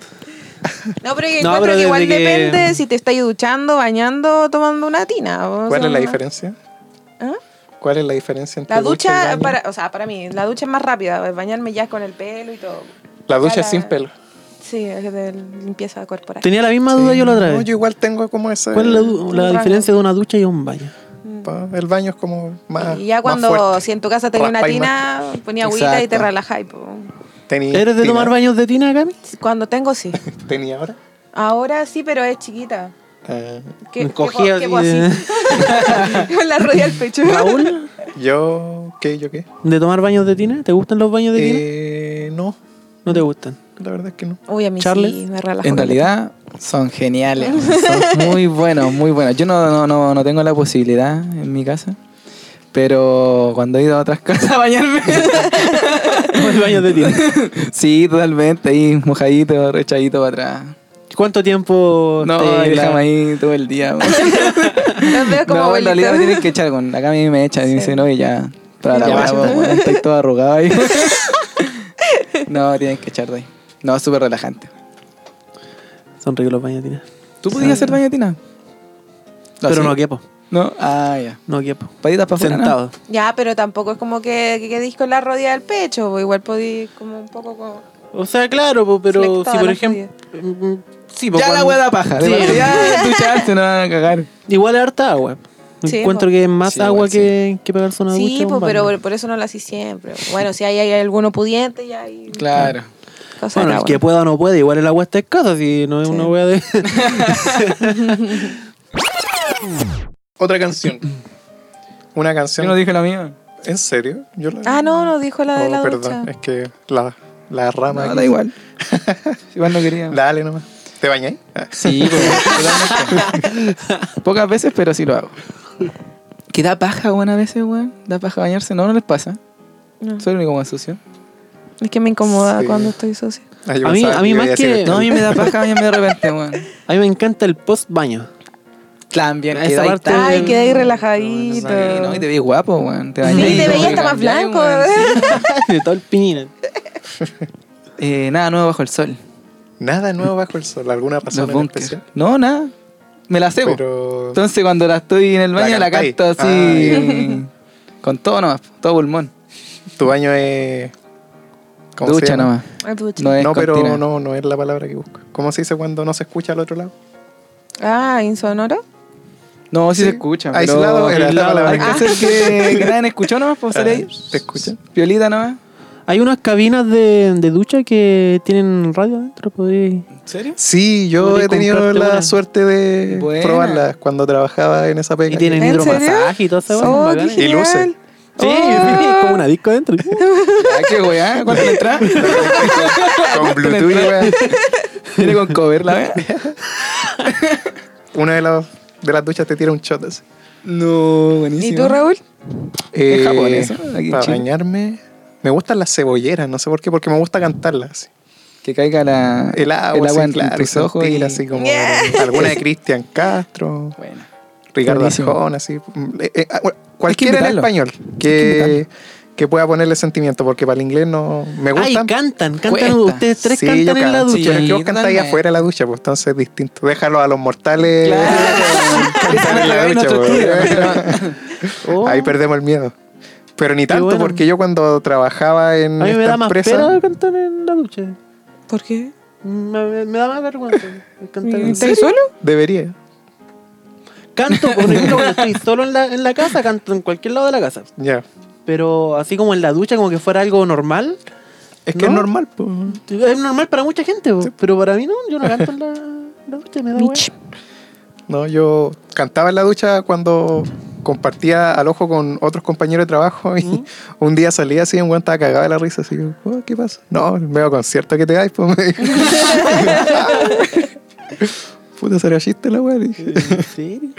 Speaker 1: No, pero yo
Speaker 2: No,
Speaker 1: encuentro
Speaker 2: pero
Speaker 1: que igual
Speaker 2: desde que-
Speaker 1: depende si te estáis duchando, bañando, o tomando una tina. o
Speaker 4: ¿Cuál
Speaker 1: sea,
Speaker 4: es la
Speaker 1: no-
Speaker 4: diferencia?
Speaker 1: ¿Ah?
Speaker 4: ¿Cuál es la diferencia entre
Speaker 1: La ducha,
Speaker 4: y baño?
Speaker 1: para, o sea, para mí, la ducha es más rápida, el bañarme ya es con el pelo y todo.
Speaker 4: La ducha
Speaker 1: para-
Speaker 4: es sin pelo.
Speaker 1: Sí, es de limpieza corporal.
Speaker 2: Tenía la misma duda yo la otra
Speaker 4: No,
Speaker 2: vez.
Speaker 4: yo igual tengo como esa. Mm.
Speaker 2: ¿Cuál es la, du- la
Speaker 1: Rango.
Speaker 2: diferencia de una ducha y un baño?
Speaker 4: pa- El baño es como más.
Speaker 1: y ya
Speaker 4: Ah, más
Speaker 1: cuando,
Speaker 4: fuerte.
Speaker 1: si en tu casa tenía una
Speaker 4: Raspáis
Speaker 1: tina, ponía agüita y te
Speaker 3: Exacto.
Speaker 1: relajáis. po.
Speaker 4: Tení
Speaker 2: ¿Eres de
Speaker 4: tina,
Speaker 2: tomar baños de tina, Cami?
Speaker 1: Cuando tengo, sí.
Speaker 4: Tenía ahora.
Speaker 1: Ahora sí, pero es chiquita.
Speaker 4: Eh,
Speaker 1: Que,
Speaker 2: Me
Speaker 1: que
Speaker 2: cogí
Speaker 1: po- que po
Speaker 2: así.
Speaker 1: así. Con la rodilla al pecho.
Speaker 2: Raúl,
Speaker 4: yo. ¿Qué? ¿Yo qué?
Speaker 2: ¿de tomar baños de tina? ¿Te gustan los baños de tina?
Speaker 4: Eh, no,
Speaker 2: No te gustan.
Speaker 4: la verdad es que no.
Speaker 1: Uy, a mí
Speaker 2: Charles,
Speaker 1: sí, me relajo.
Speaker 3: En realidad son geniales, son muy buenos, muy buenos. Yo no, no, no, no tengo la posibilidad en mi casa, pero cuando he ido a otras casas a bañarme,
Speaker 2: Tomar baños de tina.
Speaker 3: sí, totalmente, ahí mojadito, rechadito para atrás.
Speaker 2: ¿Cuánto tiempo?
Speaker 3: No,
Speaker 2: te-
Speaker 3: ahí,
Speaker 2: la-
Speaker 3: déjame ahí todo el día. man.
Speaker 1: Los veo como
Speaker 3: no, en
Speaker 1: abuelita.
Speaker 3: realidad me tienen que echar con acá a mí me echan y me dicen, no, y ya, para la
Speaker 4: Ya
Speaker 3: weá,
Speaker 4: basta.
Speaker 3: bueno, estoy todo arrugado ahí. no, tienen que echar de ahí. No, es súper relajante.
Speaker 2: Son ricos los baños de tina.
Speaker 3: ¿Tú podías hacer bañatina?
Speaker 2: Pero no quepo.
Speaker 3: No, ah, ya.
Speaker 2: No quepo.
Speaker 3: Patitas Ah, para afuera, ¿no?
Speaker 2: Sentado.
Speaker 1: Ya, pero tampoco es como que, que quedís con la rodilla del pecho. po. Igual podí como un poco como...
Speaker 2: O sea, claro, po, pero
Speaker 1: Flectada
Speaker 2: si por
Speaker 1: la
Speaker 2: ejemplo. Mm, Sí, po,
Speaker 3: Ya la
Speaker 2: cuando-
Speaker 3: hueá da paja. de
Speaker 2: Sí.
Speaker 3: partida, Ya ducharse, no van a cagar.
Speaker 2: Igual es harta agua.
Speaker 1: Sí,
Speaker 2: Encuentro
Speaker 1: po.
Speaker 2: que es más
Speaker 3: Sí,
Speaker 2: agua
Speaker 3: igual,
Speaker 2: que, que pegarse una ducha.
Speaker 1: Sí,
Speaker 2: o un
Speaker 1: po,
Speaker 2: baño.
Speaker 1: pero por eso no lo así siempre. Bueno, si hay, hay alguno pudiente, ya hay
Speaker 3: Claro.
Speaker 1: cosas
Speaker 2: Bueno,
Speaker 1: acá,
Speaker 2: el que
Speaker 1: bueno.
Speaker 2: pueda o no puede, igual el agua está escasa, si no es
Speaker 1: Sí.
Speaker 2: una wea de.
Speaker 4: Otra canción. Una
Speaker 3: Yo
Speaker 4: canción.
Speaker 3: no dije lo mío.
Speaker 4: ¿En serio? Yo la-
Speaker 1: Ah, no, no, dijo la de
Speaker 4: Oh,
Speaker 1: la
Speaker 4: perdón,
Speaker 1: ducha.
Speaker 4: es que la, la rama.
Speaker 3: No,
Speaker 4: aquí-
Speaker 3: da igual. Igual no quería.
Speaker 4: Dale nomás. ¿Te bañáis? Ah,
Speaker 3: Sí, pues, totalmente. Pocas veces, pero sí lo hago. Que da paja, weón, a veces, weón. Da paja bañarse. No, no les pasa.
Speaker 1: No.
Speaker 3: Soy el único más sucio.
Speaker 1: Es que me incomoda
Speaker 4: Sí.
Speaker 1: cuando estoy sucia.
Speaker 4: ah, yo
Speaker 2: A mí-
Speaker 4: pensaba
Speaker 2: a mí
Speaker 4: iba
Speaker 2: más
Speaker 4: decir
Speaker 2: que-
Speaker 4: esto.
Speaker 3: No, a mí me da paja bañarme de repente, weón.
Speaker 2: A mí me encanta el post baño.
Speaker 3: También,
Speaker 2: Esa
Speaker 3: queda ahí
Speaker 2: parte-
Speaker 3: tan-
Speaker 1: Ay,
Speaker 2: el-
Speaker 1: quedé ahí
Speaker 3: Sí,
Speaker 1: relajadito.
Speaker 3: no, y te veis guapo, weón. Te
Speaker 1: Sí,
Speaker 3: bañas y
Speaker 1: te
Speaker 3: todo
Speaker 1: veía hasta más
Speaker 3: cambiáis,
Speaker 1: blanco.
Speaker 3: weón.
Speaker 1: ¿eh?
Speaker 2: De todo el piñín.
Speaker 3: eh, nada nuevo bajo el sol.
Speaker 4: Nada nuevo bajo el sol, alguna razón
Speaker 3: Los
Speaker 4: en
Speaker 3: bunkers.
Speaker 4: especial.
Speaker 3: No, nada. Me la cebo.
Speaker 4: Pero
Speaker 3: Entonces cuando la estoy en el
Speaker 4: La
Speaker 3: baño la,
Speaker 4: cantáis. Ah.
Speaker 3: canto así. Con todo nomás, todo pulmón.
Speaker 4: tu baño es. ¿cómo se
Speaker 3: Ducha
Speaker 4: llama?
Speaker 3: nomás.
Speaker 1: Ah, tu chico.
Speaker 3: No es
Speaker 4: No, pero
Speaker 3: cortina.
Speaker 4: no, no es la palabra que busco. ¿Cómo se dice cuando no se escucha al otro lado?
Speaker 1: Ah, insonoro.
Speaker 3: No, sí,
Speaker 4: Sí.
Speaker 3: se escucha. pero-
Speaker 4: Aislado era la palabra.
Speaker 3: Hay que hacer que, que nadie escuchó nomás, pues
Speaker 4: Ah,
Speaker 3: sale ahí.
Speaker 4: ¿Te escuchan?
Speaker 3: Violita nomás.
Speaker 2: Hay unas cabinas de, de ducha que tienen radio adentro, podéis.
Speaker 3: ¿En serio?
Speaker 4: Sí, yo
Speaker 2: Podrí
Speaker 4: he tenido
Speaker 2: comprarte
Speaker 4: la
Speaker 2: una.
Speaker 4: suerte de
Speaker 3: Buena.
Speaker 4: probarlas cuando trabajaba en esa pega.
Speaker 2: Y tienen
Speaker 1: ¿En serio?
Speaker 2: hidromasaje y todo eso.
Speaker 1: Oh, qué
Speaker 4: Y luces.
Speaker 1: genial.
Speaker 2: Sí,
Speaker 1: Oh.
Speaker 2: sí, es como una disco dentro.
Speaker 3: Ah, qué weá. ¿Cuánto le entra?
Speaker 4: Con Bluetooth, weón.
Speaker 3: Viene con cover, la weá.
Speaker 4: Una de, las- de las duchas te tira un shot así.
Speaker 3: No,
Speaker 1: ¿Y
Speaker 3: buenísimo.
Speaker 1: tú, Raúl?
Speaker 3: ¿Es japonés, eh? Aquí en
Speaker 4: Para
Speaker 3: Chile.
Speaker 4: bañarme. Me gustan las cebolleras, no sé por qué, porque me gusta cantarlas. así.
Speaker 3: Que caiga la,
Speaker 4: El agua,
Speaker 3: el agua
Speaker 4: así,
Speaker 3: en
Speaker 4: claro,
Speaker 3: tus ojos.
Speaker 4: sentir
Speaker 3: Y...
Speaker 4: así como
Speaker 1: Yeah.
Speaker 4: alguna de Cristian Castro,
Speaker 3: Bueno.
Speaker 4: Ricardo
Speaker 3: Buenísimo.
Speaker 4: Arjón, así. Eh, eh, ah, bueno, cualquiera en
Speaker 3: invitarlo.
Speaker 4: español
Speaker 3: Hay que
Speaker 4: que, que pueda ponerle sentimiento, porque para el inglés no me
Speaker 2: Ay,
Speaker 4: gustan.
Speaker 2: cantan, cantan
Speaker 3: Cuesta.
Speaker 2: ustedes tres
Speaker 4: Sí, yo
Speaker 2: cantan en la
Speaker 4: canto,
Speaker 2: ducha.
Speaker 4: sí, Pero es que vos cantáis
Speaker 3: totalmente.
Speaker 4: afuera de la ducha, pues entonces es distinto. Déjalo a los mortales. cantar en la
Speaker 3: Claro.
Speaker 4: ducha,
Speaker 3: Nuestro estudio,
Speaker 4: pues.
Speaker 3: ¿no?
Speaker 2: Oh,
Speaker 4: Ahí perdemos el miedo. Pero ni tanto,
Speaker 2: bueno.
Speaker 4: porque yo cuando trabajaba en
Speaker 2: a mí me
Speaker 4: esta
Speaker 2: da más
Speaker 4: empresa.
Speaker 2: pena cantar en la ducha.
Speaker 1: ¿Por qué?
Speaker 2: Me, me- me da más vergüenza cantar en la ducha.
Speaker 1: ¿Estás solo?
Speaker 4: Debería.
Speaker 2: Canto, por ejemplo, cuando estoy solo en la, en la casa, canto en cualquier lado de la casa.
Speaker 4: Ya.
Speaker 2: Pero así como en la ducha, como que fuera algo normal.
Speaker 4: Es que
Speaker 2: ¿No?
Speaker 4: es normal, pues.
Speaker 2: Es normal para mucha gente, po, pero para mí no, yo no canto en la, la ducha, me da hueá.
Speaker 1: Mitch.
Speaker 4: No, yo cantaba en la ducha cuando compartía al ojo con otros compañeros de trabajo y
Speaker 2: ¿Mm?
Speaker 4: un día salía así, un weón estaba cagado de la risa, así, yo, "Oh, ¿qué pasa? No, el medio concierto que te dais, pues me dijo. Puta, sería chiste la weá, dije.
Speaker 2: ¿En serio?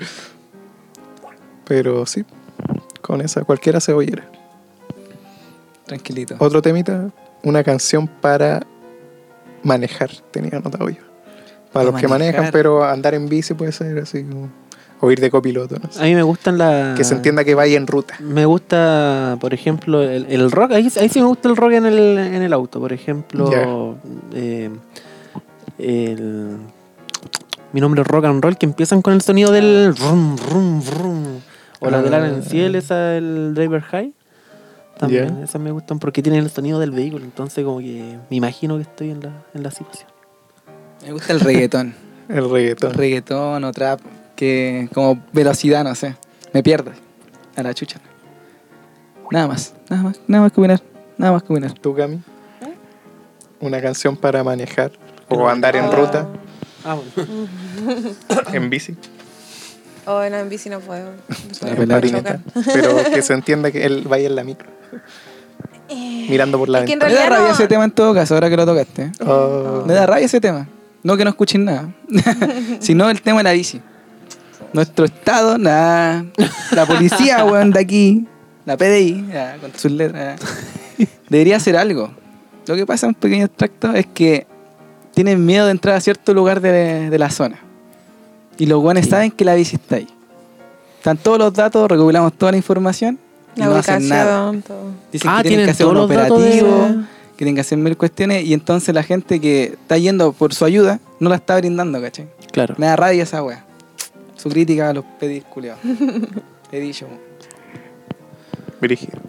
Speaker 4: Pero sí, con esa cualquiera se oyera.
Speaker 3: Tranquilito.
Speaker 4: Otro temita, una canción para manejar, tenía anotado yo. Para los que
Speaker 3: manejar.
Speaker 4: manejan, pero andar en bici puede ser así, como- o ir de copiloto, no sé.
Speaker 2: A mí me gustan
Speaker 1: Ah.
Speaker 2: las...
Speaker 4: Que se entienda que vaya en ruta.
Speaker 2: Me gusta, por ejemplo, el, el rock. Ahí, ahí sí me gusta el rock en el, en el auto. Por ejemplo, eh, el- mi nombre es rock and roll, que empiezan con el sonido del rum, rum, rum. O la de
Speaker 4: Ah.
Speaker 2: la en Ciel, esa, el Driver High. También,
Speaker 4: Ya.
Speaker 2: esas me gustan porque tienen el sonido del vehículo. Entonces, como que me imagino que estoy en la, en la situación.
Speaker 3: Me gusta el reggaetón.
Speaker 4: El reggaetón.
Speaker 3: reggaetón o trap que como velocidad, no sé. Me pierdo. A la chucha. Nada más, nada más, nada más que opinar. Nada más que opinar.
Speaker 4: ¿Tú, Cami? Una canción para manejar o andar en ruta,
Speaker 2: Ah, bueno.
Speaker 4: en bici,
Speaker 1: Oh, no, en bici no puedo.
Speaker 3: La
Speaker 4: en
Speaker 3: pelada.
Speaker 4: patineta. Pero que se entienda que él vaya en la micro.
Speaker 1: Eh,
Speaker 4: Mirando por la
Speaker 1: es que en
Speaker 4: ventana.
Speaker 3: Me da
Speaker 1: realidad
Speaker 3: rabia
Speaker 1: no-
Speaker 3: ese tema en todo caso, ahora que lo tocaste. ¿eh?
Speaker 4: Oh,
Speaker 3: Me da rabia ese tema. No que no escuchen nada. Sino el tema de la bici. Nuestro estado, nada. La policía, weón, de aquí. La PDI, ya, con sus letras. ya. Debería hacer algo. Lo que pasa en un pequeño extracto es que tienen miedo de entrar a cierto lugar de, de la zona. Y los guanes saben que la bici está ahí. Están todos los datos, recopilamos toda la información. Y
Speaker 1: La
Speaker 3: no hacen nada.
Speaker 1: ubicación, todo.
Speaker 3: Dicen
Speaker 2: Ah,
Speaker 3: que
Speaker 2: tienen
Speaker 3: tienen que hacer
Speaker 2: todos
Speaker 3: un
Speaker 2: los datos de-
Speaker 3: operativo, que tienen que hacer mil cuestiones, y entonces la gente que está yendo por su ayuda no la está brindando, ¿cachai?
Speaker 2: Claro.
Speaker 3: Me da rabia esa wea. Su crítica a los pedis culiados. He dicho.
Speaker 4: brígido.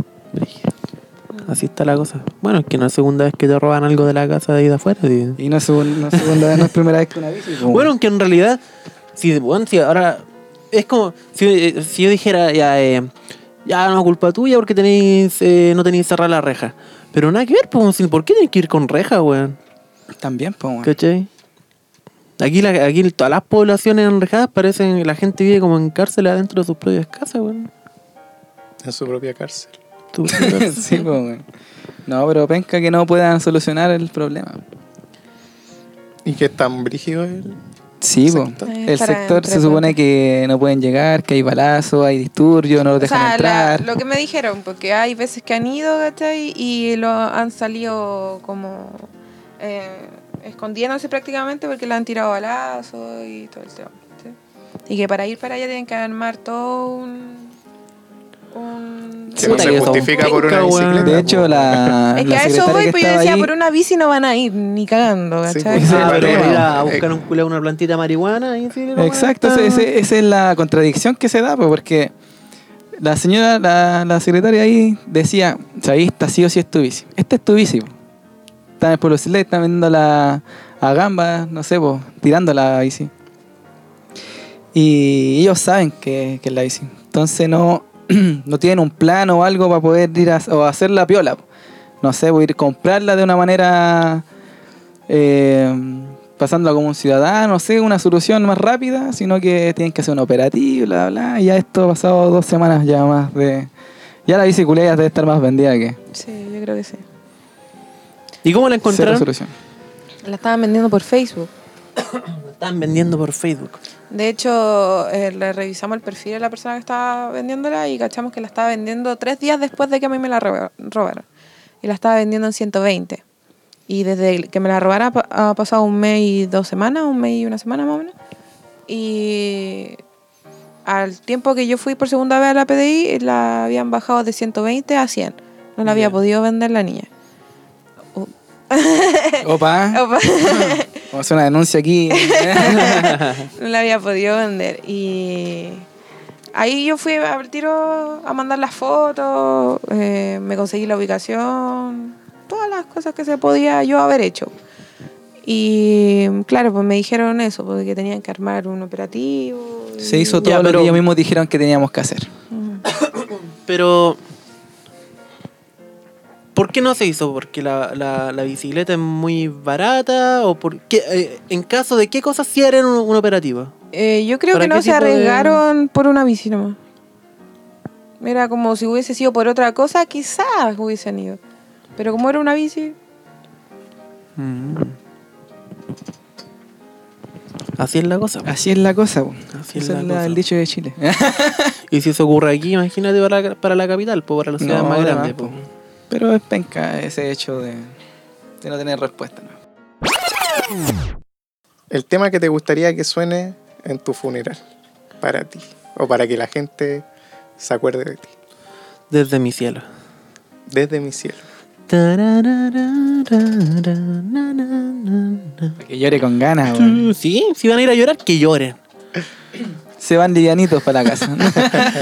Speaker 2: Así está la cosa. Bueno, es que no es segunda vez que te roban algo de la casa de ahí de afuera. sí.
Speaker 3: Y no es segun- no es segunda vez, no es primera vez que una bici. po.
Speaker 2: Bueno, aunque en realidad, si, bueno, si ahora es como si, eh, si yo dijera, ya, eh, ya no es culpa tuya porque tenéis, eh, no tenéis cerrar la reja. Pero nada que ver, pues, si- ¿por qué tenéis que ir con reja, weón?
Speaker 3: también, pues, weón.
Speaker 2: ¿Cachai? Aquí, la, aquí todas las poblaciones enrejadas parecen, la gente vive como en cárcel adentro de sus propias casas, weón.
Speaker 4: En su propia cárcel.
Speaker 2: Tú-
Speaker 3: sí, po, weón. No, pero penca que no puedan solucionar el problema.
Speaker 4: ¿Y qué tan brígido es? el-
Speaker 3: Sí, po.
Speaker 4: sector?
Speaker 1: Eh,
Speaker 3: El
Speaker 1: para
Speaker 3: sector se
Speaker 1: entre-
Speaker 3: supone que no pueden llegar, que hay balazos, hay disturbios, no los
Speaker 1: O
Speaker 3: dejan
Speaker 1: sea, la-
Speaker 3: entrar.
Speaker 1: lo que me dijeron, porque hay veces que han ido, ¿cachai? Y lo han salido como eh, escondiéndose prácticamente porque le han tirado balazos y todo el tema. ¿sí? Y que para ir para allá tienen que armar todo un,
Speaker 5: un...
Speaker 4: Que no
Speaker 2: Puta
Speaker 4: se
Speaker 2: que son
Speaker 4: justifica por una
Speaker 2: penca, weón.
Speaker 4: bicicleta.
Speaker 3: De hecho,
Speaker 4: po.
Speaker 3: pues, la.
Speaker 1: Es que
Speaker 3: la
Speaker 1: a eso
Speaker 3: secretaria
Speaker 1: voy,
Speaker 3: que
Speaker 1: pues yo
Speaker 3: estaba
Speaker 1: decía,
Speaker 3: ahí-
Speaker 1: por una bici no van a ir, ni cagando,
Speaker 4: Sí,
Speaker 1: ¿cachai?
Speaker 4: pues.
Speaker 2: Ah, pero
Speaker 4: Paloma.
Speaker 2: ir a
Speaker 4: Eh.
Speaker 2: buscar un culé una plantita de marihuana y sí, la
Speaker 3: Exacto,
Speaker 2: weá
Speaker 3: ese-
Speaker 2: está-
Speaker 3: ese- esa es la contradicción que se da, pues, porque la señora, la, la secretaria ahí decía, sabéis, esta sí o sí es tu bici. Esta es tu bici. po. Está en el pueblo Sillet, están vendiendo la a gamba, no sé, po, tirando la bici. Y ellos saben que, que es la bici. Entonces no, no tienen un plan o algo para poder ir a o hacer la piola. po. No sé, voy a ir a comprarla de una manera eh, pasándola como un ciudadano, no sé, una solución más rápida, sino que tienen que hacer un operativo, bla, bla. Y ya esto ha pasado dos semanas ya más de. Ya la bici culia ya debe estar más vendida que.
Speaker 1: Sí, yo creo que sí.
Speaker 2: ¿Y cómo la
Speaker 3: Cero
Speaker 2: encontraron?
Speaker 3: solución.
Speaker 1: La estaban vendiendo por Facebook.
Speaker 2: La Están vendiendo por Facebook.
Speaker 1: De hecho, eh, le revisamos el perfil de la persona que estaba vendiéndola y cachamos que la estaba vendiendo tres días después de que a mí me la roba- robaron. Y la estaba vendiendo en 120. Y desde que me la robara pa- ha pasado un mes y dos semanas, un mes y una semana más o menos. Y al tiempo que yo fui por segunda vez a la PDI, la habían bajado de 120 a 100. No la había podido vender la niña.
Speaker 3: Opa,
Speaker 1: Opa.
Speaker 3: vamos a hacer una denuncia aquí. ¿eh?
Speaker 1: no la había podido vender. Y ahí yo fui al tiro a mandar las fotos, eh, me conseguí la ubicación, todas las cosas que se podía yo haber hecho. Y claro, pues me dijeron eso, porque tenían que armar un operativo. y-
Speaker 3: Se hizo
Speaker 2: Ya,
Speaker 3: todo lo
Speaker 2: pero-
Speaker 3: que ellos mismos dijeron que teníamos que hacer.
Speaker 2: Pero. ¿Por qué no se hizo? ¿Porque la, la, la bicicleta es muy barata? ¿O por qué, eh, en caso de qué cosas sí harían un, un operativo?
Speaker 1: Eh, yo creo
Speaker 2: ¿Para
Speaker 1: que
Speaker 2: qué
Speaker 1: no se
Speaker 2: tipo de-
Speaker 1: arriesgaron por una bici nomás. Era como si hubiese sido por otra cosa, quizás hubiesen ido. Pero como era una bici,
Speaker 2: Mm. Así es la cosa. po.
Speaker 3: Así es la cosa, po.
Speaker 2: Así es
Speaker 3: Ese
Speaker 2: la
Speaker 3: es la-
Speaker 2: cosa.
Speaker 3: el dicho de Chile.
Speaker 2: Y si eso ocurre aquí, imagínate para la, para la capital, po, para la ciudad
Speaker 3: No,
Speaker 2: más
Speaker 3: ahora
Speaker 2: grande.
Speaker 3: más,
Speaker 2: po.
Speaker 3: po. Pero es penca ese hecho de, de no tener respuesta. ¿no?
Speaker 4: El tema que te gustaría que suene en tu funeral, para ti, o para que la gente se acuerde de ti,
Speaker 2: Desde mi cielo.
Speaker 4: desde mi cielo.
Speaker 3: Para Que llore con ganas, weón.
Speaker 2: Sí, si van a ir a llorar, que lloren.
Speaker 3: Se van livianitos para la casa.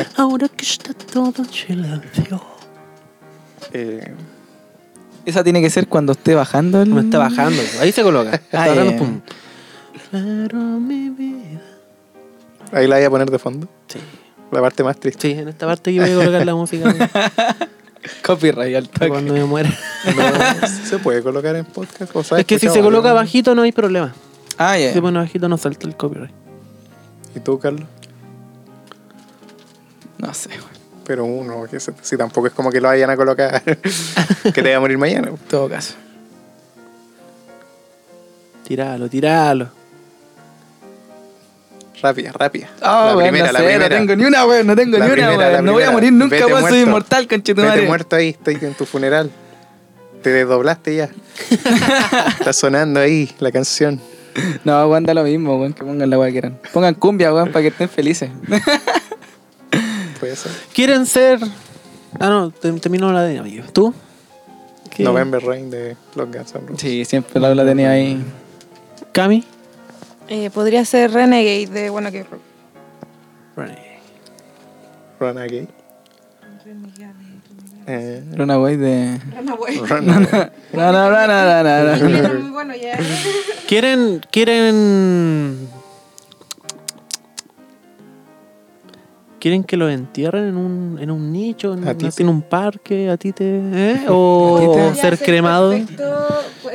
Speaker 2: Ahora que está todo silencio.
Speaker 4: Eh,
Speaker 3: Esa tiene que ser cuando esté bajando. el-
Speaker 2: Me está bajando. pues. Ahí se coloca. Está
Speaker 3: Ah, ya,
Speaker 2: bajando,
Speaker 3: ya.
Speaker 2: pum. Pero mi vida.
Speaker 4: ahí la voy a poner de fondo,
Speaker 2: Sí.
Speaker 4: la parte más triste.
Speaker 2: Sí, en esta parte yo voy a colocar la música para
Speaker 3: Copyright al toque.
Speaker 2: cuando me muera.
Speaker 4: No, ¿Se puede colocar en podcast? ¿O sabes
Speaker 2: Es que si
Speaker 4: escuchamos
Speaker 2: se coloca
Speaker 4: algo?
Speaker 2: bajito no hay problema.
Speaker 3: Ah, ya.
Speaker 2: Si se pone bajito no salta el copyright.
Speaker 4: ¿Y tú, Carlos?
Speaker 3: No sé, weón.
Speaker 4: Pero uno, que se- si tampoco es como que lo vayan a colocar, que te vaya a morir mañana.
Speaker 3: En todo caso.
Speaker 2: Tíralo, tíralo.
Speaker 4: Rápida, rápida.
Speaker 3: Ah, weón, no sé, no tengo ni una, weón. No tengo
Speaker 4: La
Speaker 3: ni
Speaker 4: primera,
Speaker 3: una,
Speaker 4: la
Speaker 3: weón. No voy a
Speaker 4: primera.
Speaker 3: morir nunca,
Speaker 4: Vete
Speaker 3: weón. Soy
Speaker 4: muerto.
Speaker 3: inmortal,
Speaker 4: Vete
Speaker 3: conchetumare.
Speaker 4: muerto ahí, estoy en tu funeral. Te desdoblaste ya. Está sonando ahí la canción.
Speaker 3: No, weón, da lo mismo, weón. Que pongan la weá que quieran. Pongan cumbia, weón, para que estén felices.
Speaker 4: Puede ser.
Speaker 2: ¿Quieren ser...? Ah, no, te- termino la de... oye, ¿Tú? ¿Qué?
Speaker 4: November Rain de Los Guns N' Roses.
Speaker 3: sí, siempre la, la tenía ahí.
Speaker 2: ¿Cami?
Speaker 1: eh, podría ser Renegade de Bueno que
Speaker 2: Renegade.
Speaker 4: Run Again. Eh,
Speaker 3: Runaway de.
Speaker 4: Run-
Speaker 3: No, no, no, no, no, no.
Speaker 1: Era muy bueno ya.
Speaker 2: ¿Quieren... quieren... ¿Quieren que lo entierren en un, en un nicho, en,
Speaker 4: A ti
Speaker 2: no sé,
Speaker 4: te-
Speaker 2: en un parque, a ti te... ¿eh? ¿O,
Speaker 3: A ti
Speaker 2: ser pues, cremado?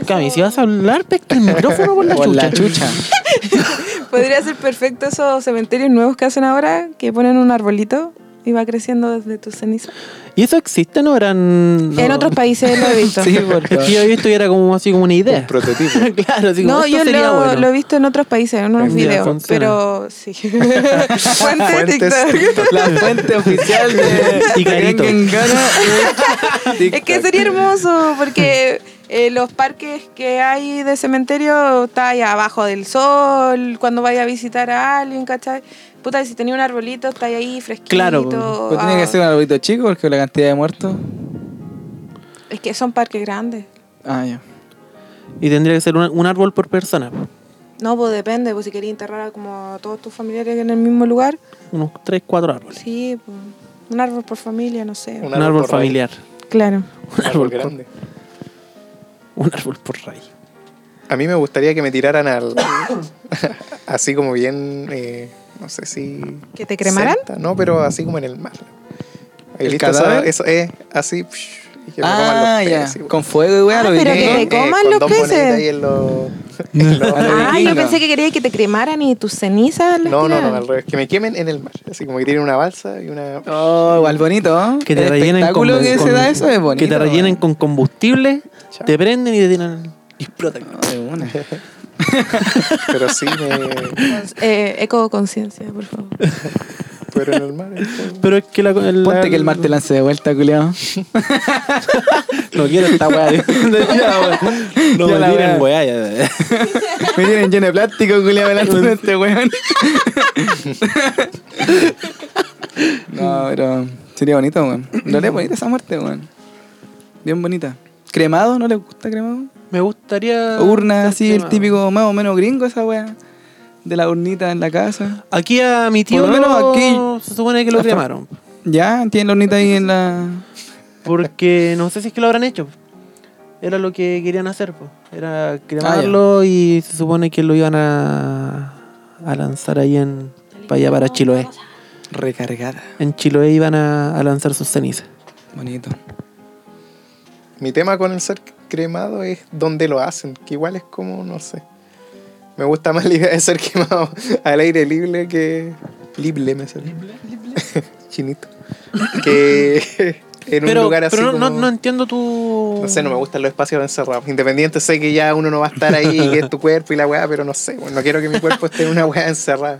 Speaker 2: Cami, si vas a hablar, pesca el micrófono por la
Speaker 3: Por
Speaker 2: chucha.
Speaker 3: la chucha.
Speaker 1: Podría ser perfecto esos cementerios nuevos que hacen ahora, que ponen un arbolito y va creciendo desde tus cenizas.
Speaker 2: ¿Y eso existe? ¿No eran...?
Speaker 1: En
Speaker 2: no?
Speaker 1: otros países lo he visto.
Speaker 3: Sí, por
Speaker 2: Es que yo he visto y era como así como una idea.
Speaker 4: prototipo.
Speaker 2: claro, así como
Speaker 1: No,
Speaker 2: esto
Speaker 1: yo
Speaker 2: sería
Speaker 1: lo,
Speaker 2: bueno.
Speaker 1: lo he visto en otros países, en unos
Speaker 2: Ya,
Speaker 1: videos,
Speaker 2: funciona.
Speaker 1: pero sí. Fuente
Speaker 4: Fuentes
Speaker 1: TikTok.
Speaker 4: TikTok.
Speaker 3: La fuente oficial de.
Speaker 2: Y carito.
Speaker 3: Tengengana es
Speaker 1: Es que sería hermoso porque eh, los parques que hay de cementerio está ahí abajo del sol, cuando vaya a visitar a alguien, ¿cachai? Puta, si tenía un arbolito, está ahí fresquito.
Speaker 2: Claro, pues,
Speaker 3: Pero
Speaker 1: ah,
Speaker 3: tiene que ser un arbolito chico porque la cantidad de muertos.
Speaker 1: Es que son parques grandes.
Speaker 3: Ah, ya.
Speaker 2: Y tendría que ser un, un árbol por persona.
Speaker 1: No, pues depende, pues si querías enterrar a como a todos tus familiares en el mismo lugar,
Speaker 2: Unos 3, 4 árboles.
Speaker 1: sí, pues, un árbol por familia, no sé.
Speaker 2: Un, árbol,
Speaker 4: por raíz,
Speaker 2: familiar.
Speaker 1: Claro.
Speaker 4: Un árbol
Speaker 2: por-
Speaker 4: grande.
Speaker 2: un árbol por raíz.
Speaker 4: A mí me gustaría que me tiraran al. así como bien. eh, no sé si.
Speaker 1: ¿Que te cremaran?
Speaker 4: celta, no, pero así como en el mar. Ahí
Speaker 3: ¿El
Speaker 4: listo, esa-
Speaker 3: cadáver?
Speaker 4: Eso es así. psh, y que me coman
Speaker 3: Ah,
Speaker 4: los
Speaker 3: ya.
Speaker 4: peces, güey.
Speaker 3: Con fuego y weá,
Speaker 1: Ah,
Speaker 3: lo
Speaker 1: pero
Speaker 3: vikingo.
Speaker 1: que te coman
Speaker 4: con
Speaker 1: los
Speaker 4: dos
Speaker 1: peces.
Speaker 4: moneditas ahí en los- en los-
Speaker 3: A lo
Speaker 1: Ah,
Speaker 3: vikingo.
Speaker 1: yo pensé que quería que te cremaran y tus cenizas las
Speaker 4: No, no, no,
Speaker 1: tiraran.
Speaker 4: al revés. Que me quemen en el mar. Así como que tienen una balsa y una.
Speaker 3: Oh, igual bonito, ¿eh?
Speaker 2: Que te
Speaker 3: El
Speaker 2: rellenen con,
Speaker 3: espectáculo que
Speaker 2: con-
Speaker 3: se da eso es bonito.
Speaker 2: Que te rellenen con combustible,
Speaker 4: Chao.
Speaker 2: te prenden y te tiran. Y explotan.
Speaker 3: No, de una.
Speaker 4: Pero sí me.
Speaker 1: Eh, eco conciencia, por favor.
Speaker 4: Pero en el mar. es como-
Speaker 2: Pero es que la. la-
Speaker 3: Ponte que el mar te lance de vuelta, culiao.
Speaker 2: No quiero esta weá. ya, weá. No
Speaker 3: Ya
Speaker 2: me
Speaker 3: la
Speaker 2: tiren
Speaker 3: weá.
Speaker 2: weá. ya.
Speaker 3: Me tienen lleno de plástico, culiao, delante de este weón. no, pero sería bonito, weón. No le es bonita esa muerte, weón. Bien bonita. ¿Cremado? ¿No le gusta cremado?
Speaker 2: Me gustaría.
Speaker 3: Urna,
Speaker 2: ser
Speaker 3: así, el
Speaker 2: cremado.
Speaker 3: típico más o menos gringo esa weá. De la urnita en la casa.
Speaker 2: Aquí a mi tío.
Speaker 3: Por lo menos
Speaker 2: lo- Se supone que lo cremaron.
Speaker 3: Ya, tienen la urnita ahí en la...
Speaker 2: Porque no sé si es que lo habrán hecho. Era lo que querían hacer, po. era
Speaker 3: Ah,
Speaker 2: cremarlo y se supone que lo iban a, a lanzar ahí en para allá para Chiloé.
Speaker 3: Recargada.
Speaker 2: En Chiloé iban a, a lanzar sus cenizas.
Speaker 3: Bonito.
Speaker 4: Mi tema con el ser cremado es donde lo hacen, que igual es como, no sé. Me gusta más la idea de ser quemado al aire libre que. Libre me sale. Chinito. Que en un
Speaker 2: pero
Speaker 4: lugar así.
Speaker 2: pero no, no-
Speaker 4: como-
Speaker 2: no entiendo tu.
Speaker 4: No sé, no me gustan los espacios encerrados. Independiente, sé que ya uno no va a estar ahí, que es tu cuerpo y la weá, pero no sé, bueno, no quiero que mi cuerpo esté en una weá encerrada.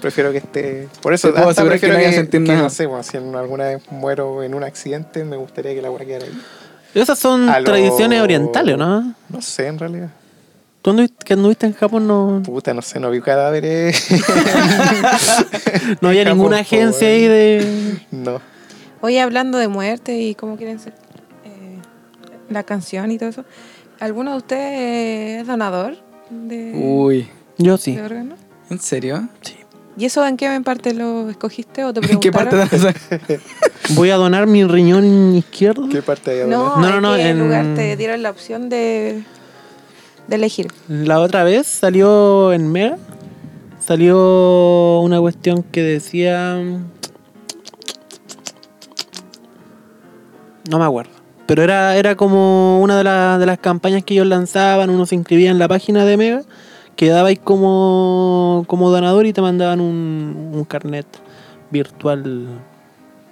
Speaker 4: Prefiero que esté. Por eso,
Speaker 3: Te puedo
Speaker 4: hasta
Speaker 3: asegurar que
Speaker 4: prefiero
Speaker 3: no
Speaker 4: que,
Speaker 3: voy a sentir
Speaker 4: que
Speaker 3: nada.
Speaker 4: no sé, bueno, si en- alguna vez muero en un accidente, me gustaría que la weá quedara ahí.
Speaker 2: Esas son
Speaker 4: A lo-
Speaker 2: tradiciones orientales, ¿no?
Speaker 4: No sé, en realidad.
Speaker 2: Tú anduviste, que anduviste en Japón no,
Speaker 4: Puta, no sé, no vi cadáveres.
Speaker 2: no había
Speaker 4: en Japón,
Speaker 2: ninguna
Speaker 4: po,
Speaker 2: agencia ahí
Speaker 4: weón.
Speaker 2: de.
Speaker 4: no.
Speaker 1: Oye, hablando de muerte y cómo quieren ser eh, la canción y todo eso, ¿alguno de ustedes es donador de,
Speaker 3: Uy.
Speaker 2: Yo
Speaker 1: de
Speaker 2: sí.
Speaker 1: órganos?
Speaker 3: ¿En serio?
Speaker 1: ¿Y eso en qué parte lo escogiste o te
Speaker 3: ¿En
Speaker 1: preguntaron?
Speaker 3: qué parte de la
Speaker 2: Voy a donar mi riñón izquierdo.
Speaker 4: ¿Qué parte hay
Speaker 1: No,
Speaker 2: No, no,
Speaker 1: no,
Speaker 2: no,
Speaker 1: en
Speaker 2: en-
Speaker 1: lugar te dieron la opción de, de elegir.
Speaker 2: La otra vez salió en Mega. Salió una cuestión que decía. No me acuerdo. Pero era, era como una de, la- de las campañas que ellos lanzaban. Uno se inscribía en la página de Mega. Quedaba ahí como, como donador y te mandaban un, un carnet virtual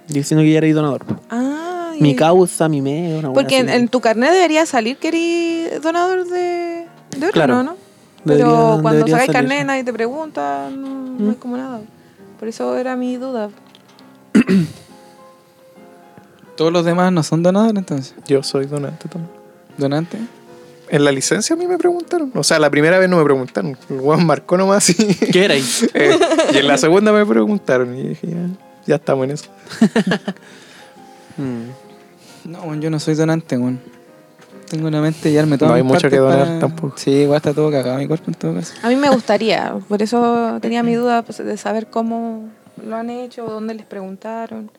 Speaker 2: diciendo que ya eres donador.
Speaker 1: Ah,
Speaker 2: Mi
Speaker 1: y-
Speaker 2: causa, mi Mega. una wea
Speaker 1: Porque en,
Speaker 2: así.
Speaker 1: en tu carnet debería salir que eres donador de, de órgano,
Speaker 2: Claro.
Speaker 1: ¿no?
Speaker 2: Debería-
Speaker 1: Pero cuando
Speaker 2: debería
Speaker 1: sacáis
Speaker 2: salir. Mm.
Speaker 1: carnet nadie te pregunta, no, no es como nada. Por eso era mi duda.
Speaker 3: Todos los demás no son donadores entonces.
Speaker 4: Yo soy donante también.
Speaker 3: ¿Donante?
Speaker 4: En la licencia a mí me preguntaron. O sea, la primera vez no me preguntaron. El weón marcó nomás y.
Speaker 2: ¿Qué erais?
Speaker 4: Eh, y en la segunda me preguntaron y dije, ya, ya estamos en eso.
Speaker 2: Mm.
Speaker 3: No, weón, yo no soy donante, weón. Tengo una mente y arme todo.
Speaker 4: No hay mucho que donar tampoco.
Speaker 3: Sí, igual está todo cagado mi cuerpo en todo caso.
Speaker 1: A mí me gustaría, por eso tenía mi duda pues, de saber cómo lo han hecho, dónde les preguntaron.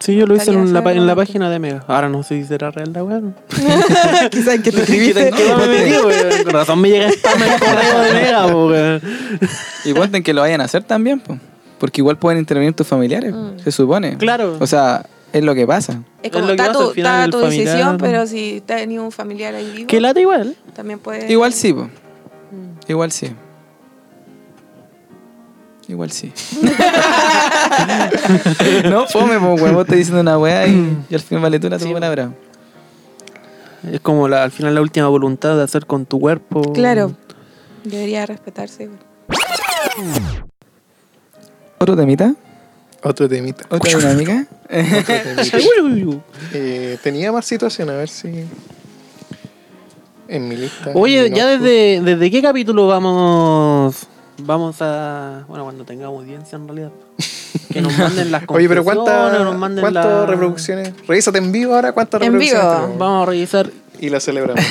Speaker 2: Sí, yo lo hice
Speaker 1: Gustaría
Speaker 2: en la, pa-
Speaker 1: saber
Speaker 2: en la
Speaker 1: dónde.
Speaker 2: página de Mega. Ahora no sé si será real la weá. ¿no?
Speaker 3: Quizás que te
Speaker 2: ¿Qué tal que no me metí, weón? Con razón me llega spam en el correo de Mega, po, weón.
Speaker 3: Y ponte en que lo vayan a hacer también, po. Porque igual pueden intervenir tus familiares, se supone.
Speaker 2: Claro.
Speaker 3: O sea, es lo que pasa.
Speaker 1: Es
Speaker 2: Es
Speaker 1: como
Speaker 2: lo que
Speaker 1: está
Speaker 2: pasa,
Speaker 1: tu,
Speaker 2: al final
Speaker 1: está
Speaker 2: el
Speaker 1: tu
Speaker 2: familiar-
Speaker 1: decisión, pero si tenés un familiar ahí vivo,
Speaker 2: Que lata igual.
Speaker 1: también puedes...
Speaker 2: Eh,
Speaker 3: Igual sí, po.
Speaker 2: mm.
Speaker 3: Igual sí. Igual sí. no, fome, po, weón. Vos te diciendo una weá y, y al final vale tú la tu palabra.
Speaker 2: Es como la- al final la última voluntad de hacer con tu cuerpo.
Speaker 1: Claro,
Speaker 2: Mm.
Speaker 1: debería respetarse.
Speaker 3: ¿Otro temita?
Speaker 4: Otro temita.
Speaker 3: ¿Otra dinámica?
Speaker 4: Otro temita.
Speaker 2: Uy, uy, uy.
Speaker 4: Eh, tenía más situación, a ver si. En mi lista.
Speaker 2: Oye,
Speaker 4: no,
Speaker 2: ya desde, desde qué capítulo vamos Vamos a. Bueno, cuando tengamos audiencia en realidad. Que nos manden las
Speaker 4: Oye, pero ¿cuántas
Speaker 2: conclusiones, nos manden
Speaker 4: cuántas
Speaker 2: la-
Speaker 4: reproducciones? Revísate en vivo ahora cuántas
Speaker 1: En
Speaker 4: reproducciones.
Speaker 1: vivo.
Speaker 4: tenemos.
Speaker 2: Vamos a revisar.
Speaker 4: Y la celebramos.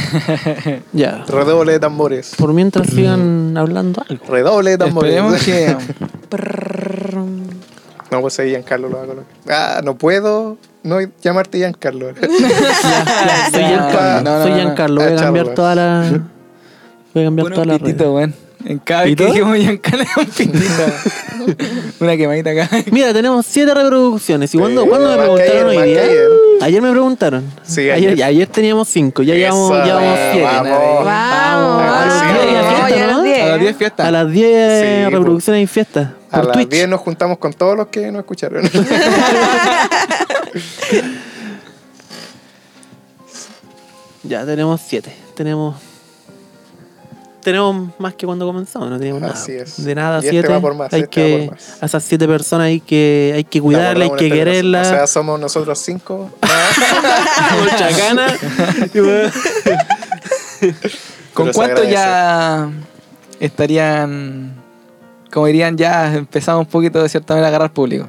Speaker 2: Ya.
Speaker 4: Redoble de tambores.
Speaker 2: Por mientras sigan hablando algo.
Speaker 4: Redoble de
Speaker 3: Esperemos
Speaker 4: tambores.
Speaker 3: que.
Speaker 4: No, pues ahí Giancarlo lo va a colocar. Ah, no puedo no llamarte Giancarlo.
Speaker 2: Soy
Speaker 3: ya.
Speaker 2: Giancarlo.
Speaker 3: No, no, no,
Speaker 2: Ah, Soy
Speaker 3: no.
Speaker 2: Giancarlo. Voy
Speaker 4: Ah,
Speaker 2: a cambiar
Speaker 4: chavo.
Speaker 2: toda la. Voy a cambiar
Speaker 3: Bueno,
Speaker 2: toda la
Speaker 3: un
Speaker 2: red.
Speaker 3: pitito, weón. En cada vez que
Speaker 2: ¿Pito?
Speaker 3: dijimos Giancarlo era un pitito. Una quemadita acá.
Speaker 2: Mira, tenemos siete reproducciones. ¿Y cuándo,
Speaker 4: Sí,
Speaker 2: cuándo me
Speaker 4: más que
Speaker 2: preguntaron
Speaker 4: ayer,
Speaker 2: hoy
Speaker 4: más
Speaker 2: día?
Speaker 4: que ayer.
Speaker 2: Ayer me preguntaron.
Speaker 4: Sí,
Speaker 2: ayer.
Speaker 4: ayer.
Speaker 2: ya, ayer teníamos cinco. Ya llevamos,
Speaker 4: Eso,
Speaker 2: llevamos
Speaker 4: eh,
Speaker 2: siete.
Speaker 4: Vamos.
Speaker 1: Vamos,
Speaker 4: Ah,
Speaker 1: vamos. Vamos,
Speaker 4: sí.
Speaker 1: ya
Speaker 2: Fiesta,
Speaker 1: las
Speaker 2: ¿no?
Speaker 1: diez.
Speaker 3: A las 10 fiestas.
Speaker 2: A las 10
Speaker 4: Sí, po.
Speaker 2: reproducciones y fiestas.
Speaker 4: A
Speaker 2: Por
Speaker 4: las
Speaker 2: Twitch.
Speaker 4: 10 nos juntamos con todos los que no escucharon.
Speaker 2: Ya tenemos siete. Tenemos. Tenemos más que cuando comenzamos, no teníamos nada.
Speaker 4: Así es.
Speaker 2: De nada,
Speaker 4: Y este
Speaker 2: siete.
Speaker 4: va por más,
Speaker 2: hay
Speaker 4: este va
Speaker 2: que,
Speaker 4: por más.
Speaker 2: A esas siete personas hay que, hay que cuidarlas, hay
Speaker 4: La
Speaker 2: que
Speaker 4: guardamos en este
Speaker 2: quererlas.
Speaker 4: brazo. O sea, somos nosotros cinco.
Speaker 2: mucha gana. Y bueno,
Speaker 3: ¿Con
Speaker 4: Pero se
Speaker 3: cuánto
Speaker 4: agradece.
Speaker 3: ya estarían, como dirían, ya empezamos un poquito de cierta manera a agarrar público?